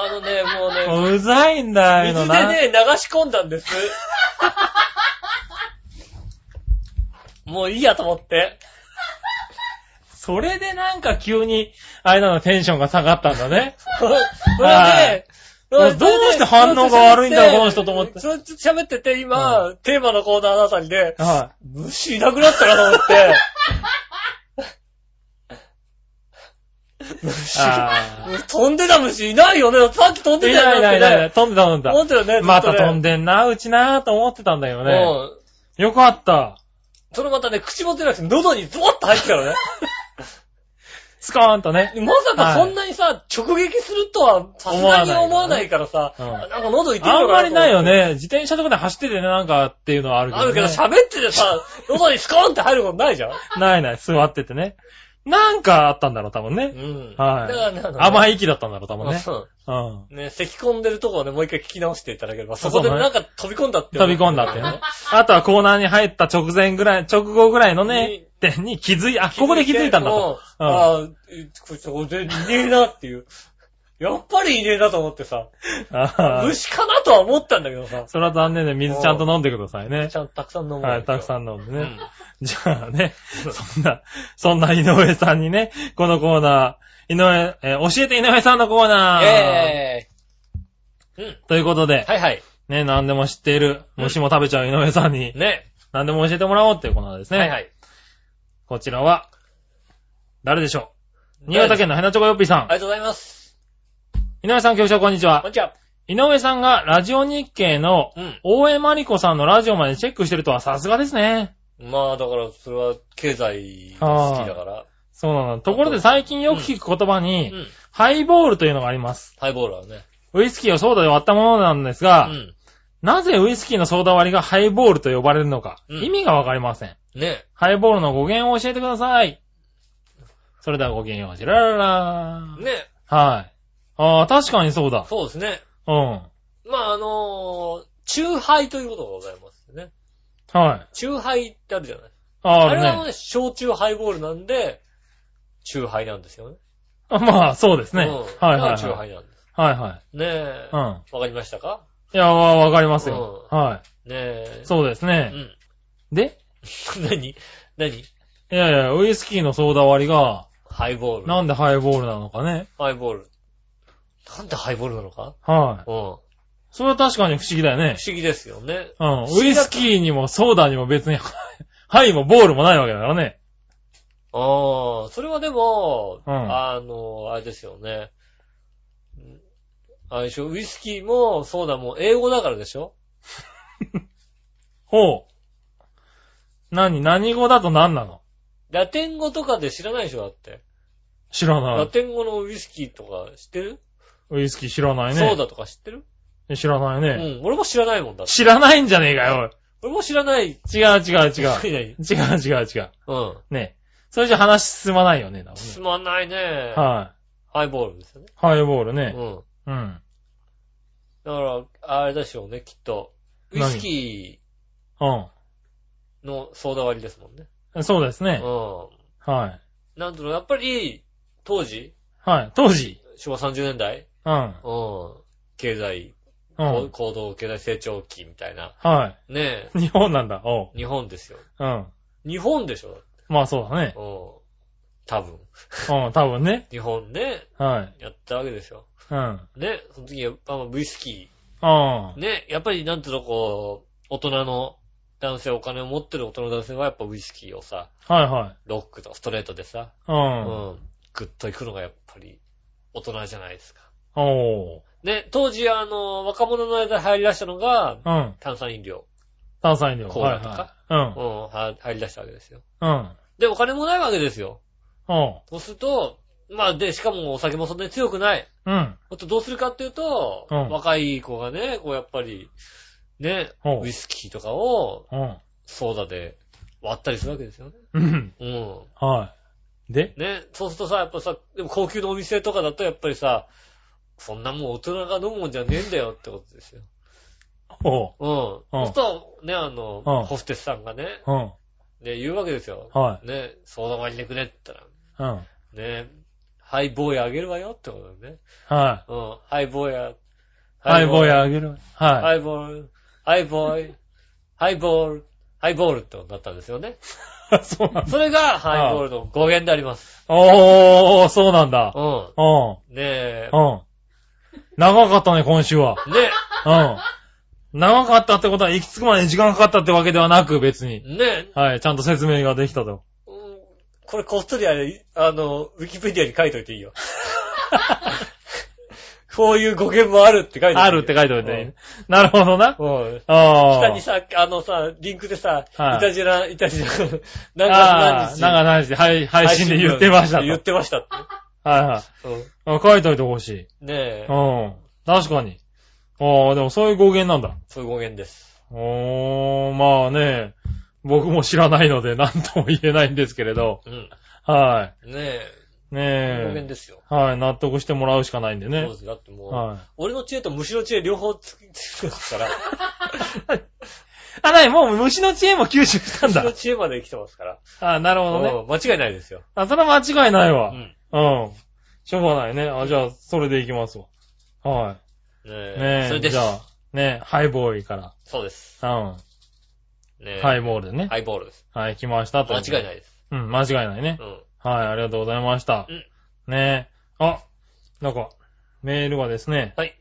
[SPEAKER 2] あのね、もうね、
[SPEAKER 3] もううざいんだよ、ああいうの
[SPEAKER 2] 水
[SPEAKER 3] な。
[SPEAKER 2] でね、流し込んだんです。 (laughs) もういいやと思
[SPEAKER 3] (laughs)
[SPEAKER 2] って。
[SPEAKER 3] それでなんか急に、あれなの、テンションが下がったん
[SPEAKER 2] (laughs)
[SPEAKER 3] だね。
[SPEAKER 2] それで
[SPEAKER 3] はい
[SPEAKER 2] それで
[SPEAKER 3] どうして反応が悪いんだろうこの人と思って
[SPEAKER 2] それちょっと喋ってて、今、テーマのコーナーのあたりで、
[SPEAKER 3] は
[SPEAKER 2] 虫いなくなったなと思って。
[SPEAKER 3] い。あ
[SPEAKER 2] 飛んでた虫いないよね。さっき飛ん
[SPEAKER 3] あ。い
[SPEAKER 2] でた
[SPEAKER 3] や
[SPEAKER 2] よ
[SPEAKER 3] い
[SPEAKER 2] ね。
[SPEAKER 3] やいやい
[SPEAKER 2] だっ
[SPEAKER 3] や、飛んでた飛ん
[SPEAKER 2] てね思っ
[SPEAKER 3] で
[SPEAKER 2] てたよね。ずっと
[SPEAKER 3] た。
[SPEAKER 2] ね
[SPEAKER 3] また飛んでんな、うちな、と思ってたんだよね。
[SPEAKER 2] うん。
[SPEAKER 3] よかった。
[SPEAKER 2] それまたね、口元じゃなくて喉にズボッと入ってたからね。
[SPEAKER 3] スコーンとね。
[SPEAKER 2] まさかそんなにさ、直撃するとは、さすがに思わないからさ、
[SPEAKER 3] 思わないよね
[SPEAKER 2] なんか喉痛いのかな
[SPEAKER 3] あんまりないよ
[SPEAKER 2] ね。
[SPEAKER 3] ね。自転車とかで走っててね、なんかっていうのはあるけど、
[SPEAKER 2] あ
[SPEAKER 3] ね。
[SPEAKER 2] るけど喋っててさ、喉にスコーンって入ることないじゃん
[SPEAKER 3] ないない、座っててね。なんかあったんだろう、多分
[SPEAKER 2] う
[SPEAKER 3] ね。
[SPEAKER 2] ん。
[SPEAKER 3] はい
[SPEAKER 2] だからね、あの
[SPEAKER 3] 甘
[SPEAKER 2] い
[SPEAKER 3] い息だったんだろう、多分ね。
[SPEAKER 2] そう
[SPEAKER 3] うん。
[SPEAKER 2] ね、咳込んでるとこをね、もう一回聞き直していただければ、
[SPEAKER 3] そ
[SPEAKER 2] そう
[SPEAKER 3] そ
[SPEAKER 2] こ
[SPEAKER 3] う
[SPEAKER 2] でなんか飛び込んだって。
[SPEAKER 3] 飛び込んだ
[SPEAKER 2] (laughs)
[SPEAKER 3] ってね。あとはコーナーに入った直前ぐらい、直後ぐらいのね
[SPEAKER 2] に、
[SPEAKER 3] 点に気づい、あ、
[SPEAKER 2] て。
[SPEAKER 3] ここで気づいたんだ
[SPEAKER 2] もう。
[SPEAKER 3] とうん
[SPEAKER 2] ああ、えこいつ、俺、いねえなっていう。やっぱりいねえなと思ってさ、
[SPEAKER 3] あー
[SPEAKER 2] 虫かなとは思ったんだけどさ、
[SPEAKER 3] それは残念で水ちゃんと飲んでくださいね
[SPEAKER 2] ち。ゃんとたくさん飲む。
[SPEAKER 3] はい、たくさん飲んで
[SPEAKER 2] う
[SPEAKER 3] ね
[SPEAKER 2] ん。。
[SPEAKER 3] じゃあね、そんな、そんな井上さんにね、このコーナー、井上、えー教えて井上さんのコーナー。
[SPEAKER 2] ええうん。
[SPEAKER 3] ということで、
[SPEAKER 2] はいはい。
[SPEAKER 3] ね、何でも知っている、
[SPEAKER 2] うん
[SPEAKER 3] 虫も食べちゃう井上さんに、
[SPEAKER 2] ね。
[SPEAKER 3] 何でも教えてもらおうっていうコーナーですね。
[SPEAKER 2] はいはい。
[SPEAKER 3] こちらは、誰でしょう新潟県のヘナチョコヨッピーさん。
[SPEAKER 2] ありがとうございます。
[SPEAKER 3] 井上さん、局長、こんにち
[SPEAKER 2] こん
[SPEAKER 3] は。
[SPEAKER 2] にちは。
[SPEAKER 3] 井上さんがラジオ日経の
[SPEAKER 2] うん。
[SPEAKER 3] 大江まりこさんのラジオまでチェックしてるとはさすがですね。
[SPEAKER 2] まあ、だから、それは、経済が好きだから。
[SPEAKER 3] そうなの。ところで最近よく聞く言葉
[SPEAKER 2] う
[SPEAKER 3] に、
[SPEAKER 2] ん。
[SPEAKER 3] ハイボールというのがあります。
[SPEAKER 2] ハイボールはね。
[SPEAKER 3] ウイスキーをソーダで割ったものなんです
[SPEAKER 2] う
[SPEAKER 3] が、
[SPEAKER 2] ん。
[SPEAKER 3] なぜウイスキーのソーダ割りがハイボールと呼ばれるのか、
[SPEAKER 2] うん
[SPEAKER 3] 意味がわかりません。
[SPEAKER 2] ね。
[SPEAKER 3] ハイボールの語源を教えてください。それではごきげんよう。ジラララ
[SPEAKER 2] ね。
[SPEAKER 3] はい。ああ、確かにそうだ。
[SPEAKER 2] そうですね。
[SPEAKER 3] うん。は
[SPEAKER 2] まあ、あのー、中杯ということがございますね。
[SPEAKER 3] い。あ
[SPEAKER 2] 中杯ってあるじゃない。
[SPEAKER 3] あ、
[SPEAKER 2] あれは
[SPEAKER 3] るね。
[SPEAKER 2] ね、焼酎ハイボールなんで、中杯なんですよね。
[SPEAKER 3] まあ、そうですね。
[SPEAKER 2] うん
[SPEAKER 3] はいはい、
[SPEAKER 2] だから中
[SPEAKER 3] はい。
[SPEAKER 2] 杯なんです。
[SPEAKER 3] はいはい。
[SPEAKER 2] ねえ。
[SPEAKER 3] うん
[SPEAKER 2] わかりましたか
[SPEAKER 3] いや、わわかりますよ。
[SPEAKER 2] う
[SPEAKER 3] は
[SPEAKER 2] ねえ
[SPEAKER 3] い。。そうです
[SPEAKER 2] う
[SPEAKER 3] ね。
[SPEAKER 2] ん。
[SPEAKER 3] で、
[SPEAKER 2] (laughs) 何何
[SPEAKER 3] いやいや、ウイスキーのソーダ割りが、
[SPEAKER 2] ハイボール。
[SPEAKER 3] なんでハイボールなのかね。
[SPEAKER 2] ハイボール。なんでハイボールなのか
[SPEAKER 3] はい。
[SPEAKER 2] うん。不
[SPEAKER 3] それは確かに不思議だよね。
[SPEAKER 2] 思議ですよね。
[SPEAKER 3] うん。
[SPEAKER 2] 不思
[SPEAKER 3] ウイ
[SPEAKER 2] 議だ
[SPEAKER 3] スキーにもソーダにも別に、 (laughs) はいもボールもないわけだからね。
[SPEAKER 2] ああ、それはでも、
[SPEAKER 3] うん
[SPEAKER 2] あの、あれですよね。んあれでしょ、ウイスキーも、そうだ、もう英語だからでしょ
[SPEAKER 3] ほう。何、何語だと何なの
[SPEAKER 2] ラテン語とかで知らないでしょ、だって。
[SPEAKER 3] 知ら
[SPEAKER 2] ラ
[SPEAKER 3] ない。
[SPEAKER 2] テン語のウイスキーとか知ってる
[SPEAKER 3] ウイスキー知らないね。
[SPEAKER 2] ソーダとか知ってる
[SPEAKER 3] 知らないね。
[SPEAKER 2] うん、俺も知らないもんだって。
[SPEAKER 3] 知らないんじゃねえかよ、
[SPEAKER 2] 俺も知らない。
[SPEAKER 3] おい。違う違う違う。
[SPEAKER 2] 違う。
[SPEAKER 3] 違う違う違う。
[SPEAKER 2] うん。
[SPEAKER 3] ねそれじゃ話進まないよね、多分
[SPEAKER 2] す
[SPEAKER 3] ね。
[SPEAKER 2] まんないね。
[SPEAKER 3] は
[SPEAKER 2] ハイボールですよね
[SPEAKER 3] い。。ハイボール
[SPEAKER 2] う
[SPEAKER 3] ね。
[SPEAKER 2] ん。
[SPEAKER 3] うん。
[SPEAKER 2] だから、あれでしょうね、きっと。ウイスキ
[SPEAKER 3] う
[SPEAKER 2] ーのソーダ割りですもんね。
[SPEAKER 3] ん。そうですね。
[SPEAKER 2] う
[SPEAKER 3] はい。
[SPEAKER 2] ん。なんだろう、やっぱり、当時、
[SPEAKER 3] はい。当時。
[SPEAKER 2] 昭和30年代、
[SPEAKER 3] うん。
[SPEAKER 2] うん。経済、
[SPEAKER 3] う。
[SPEAKER 2] こうん行動経済成長期みたいな。
[SPEAKER 3] は
[SPEAKER 2] ね
[SPEAKER 3] い。日本なんだ。おう。
[SPEAKER 2] え、日本ですよ。
[SPEAKER 3] うん。
[SPEAKER 2] 日本でしょ
[SPEAKER 3] まあそうだね
[SPEAKER 2] う。ん。多分。
[SPEAKER 3] うん、多分ね。
[SPEAKER 2] 日本ね、
[SPEAKER 3] はい。
[SPEAKER 2] やったわけですよ。
[SPEAKER 3] うん。
[SPEAKER 2] ね、その時やっぱ、ウイスキ
[SPEAKER 3] うん
[SPEAKER 2] ー。。ね、やっぱりなんていうのこう、大人の男性、お金を持ってる大人の男性はやっぱウイスキーをさ、
[SPEAKER 3] はいはい。
[SPEAKER 2] ロックとストレートでさ、
[SPEAKER 3] う。
[SPEAKER 2] うんん。グッと行くのがやっぱり大人じゃないですか。
[SPEAKER 3] おう。
[SPEAKER 2] ね、当時あの、若者の間で流行り出したのが、
[SPEAKER 3] うん。
[SPEAKER 2] 炭酸飲料。
[SPEAKER 3] 炭酸飲料。
[SPEAKER 2] コー
[SPEAKER 3] はい
[SPEAKER 2] ラとか
[SPEAKER 3] はい。うん。
[SPEAKER 2] うん、は入り出したわけですよ。
[SPEAKER 3] うん。
[SPEAKER 2] で、お金もないわけですよ。
[SPEAKER 3] お
[SPEAKER 2] そうすると、まあ、で、しかもお酒もそんなに強くない。
[SPEAKER 3] う。うん。
[SPEAKER 2] ほんとどうするかっていうと、
[SPEAKER 3] うん
[SPEAKER 2] 若い子がね、こうやっぱり、ね、
[SPEAKER 3] おう
[SPEAKER 2] ウイ。スキーとかを
[SPEAKER 3] うん。
[SPEAKER 2] ソーダで割ったりするわけですよね。
[SPEAKER 3] うん。
[SPEAKER 2] うん。
[SPEAKER 3] はい。で
[SPEAKER 2] ね、そうするとさ、やっぱさ、でも高級のお店とかだとやっぱりさ、そんなもう大人が飲むもんじゃねえんだよってことですよ。
[SPEAKER 3] おう。
[SPEAKER 2] うん。そうすると、ね、あの、
[SPEAKER 3] うん
[SPEAKER 2] ホステスさんがね、
[SPEAKER 3] うん。
[SPEAKER 2] ね、言うわけですよ。
[SPEAKER 3] は
[SPEAKER 2] ね、相談割りでくれって言ったら、
[SPEAKER 3] い。うん。
[SPEAKER 2] ね、ハイボーイあげるわよってことだよね。
[SPEAKER 3] はい。
[SPEAKER 2] うん、ハイボーイや。
[SPEAKER 3] ハイボーイ
[SPEAKER 2] や。
[SPEAKER 3] あげる。は
[SPEAKER 2] ハイボール、ハイボーイ、ハイボール、ハイボールってことだったんですよね。
[SPEAKER 3] い。 (laughs) そうなんだ。
[SPEAKER 2] それがハイボールの語源であります。
[SPEAKER 3] おー、そうなんだ。
[SPEAKER 2] うん。
[SPEAKER 3] うん。
[SPEAKER 2] ねえ。
[SPEAKER 3] うん。長かったね、今週は。
[SPEAKER 2] ね、
[SPEAKER 3] うん。長かったってことは、行き着くまでに時間かかったってわけではなく、別に。
[SPEAKER 2] ね、
[SPEAKER 3] はい、ちゃんと説明ができたと。
[SPEAKER 2] うんこれこっそりあれ、あの、ウィキペディアに書いといて
[SPEAKER 3] (laughs)
[SPEAKER 2] いいよ。こういう語源もあるって書いて
[SPEAKER 3] あるって書いておいて。なるほどな。
[SPEAKER 2] うん。
[SPEAKER 3] あ
[SPEAKER 2] 下に
[SPEAKER 3] ー
[SPEAKER 2] さ、あのさ、リンクでさ、
[SPEAKER 3] はい
[SPEAKER 2] いたじら、いたじら、何
[SPEAKER 3] あ
[SPEAKER 2] 月何
[SPEAKER 3] ー。
[SPEAKER 2] 日。
[SPEAKER 3] 長何日、はい、配信で言ってましたと。
[SPEAKER 2] 言ってましたって。
[SPEAKER 3] はいはい
[SPEAKER 2] うん
[SPEAKER 3] あ。書いといてほしい。
[SPEAKER 2] ねえ
[SPEAKER 3] う、ん。確かに。ああ、でもそういう語源なんだ。
[SPEAKER 2] そういう語源です。
[SPEAKER 3] おー、まあね、僕も知らないので、なんとも言えないんですけれど。
[SPEAKER 2] うん。
[SPEAKER 3] は
[SPEAKER 2] ね
[SPEAKER 3] い。
[SPEAKER 2] え、語
[SPEAKER 3] ねえ
[SPEAKER 2] 源。ですよ。
[SPEAKER 3] はい、納得してもらうしかないんで
[SPEAKER 2] そう
[SPEAKER 3] ね
[SPEAKER 2] で。す。だってもう、
[SPEAKER 3] はい。
[SPEAKER 2] 俺の知恵と虫の知恵両方つき、つきますから、
[SPEAKER 3] (laughs) あ、なに、もう虫の知恵も吸収したん
[SPEAKER 2] 虫の
[SPEAKER 3] だ。
[SPEAKER 2] 知恵まで来てますから。
[SPEAKER 3] あ、なるほどね。
[SPEAKER 2] うん間違いないですよ。
[SPEAKER 3] あ、それは間違いないうわ。
[SPEAKER 2] ん。
[SPEAKER 3] うん。しょうがないね。あ、じゃあ、それでいきますわ。は
[SPEAKER 2] ね
[SPEAKER 3] い。ね
[SPEAKER 2] それ
[SPEAKER 3] え、
[SPEAKER 2] です
[SPEAKER 3] じゃあ、ねえ、ハイボーイか
[SPEAKER 2] そうです。
[SPEAKER 3] ら。う
[SPEAKER 2] ね
[SPEAKER 3] ん。ハ
[SPEAKER 2] イ
[SPEAKER 3] イボールでね。
[SPEAKER 2] ハイボールです。
[SPEAKER 3] はい、来ましたと。
[SPEAKER 2] 間違い
[SPEAKER 3] い。
[SPEAKER 2] ないです。
[SPEAKER 3] うん、間違いないね
[SPEAKER 2] う。ん。
[SPEAKER 3] はい、ありがとうございました
[SPEAKER 2] う。
[SPEAKER 3] ねえ。あ、なんか、メールがですね。
[SPEAKER 2] はい。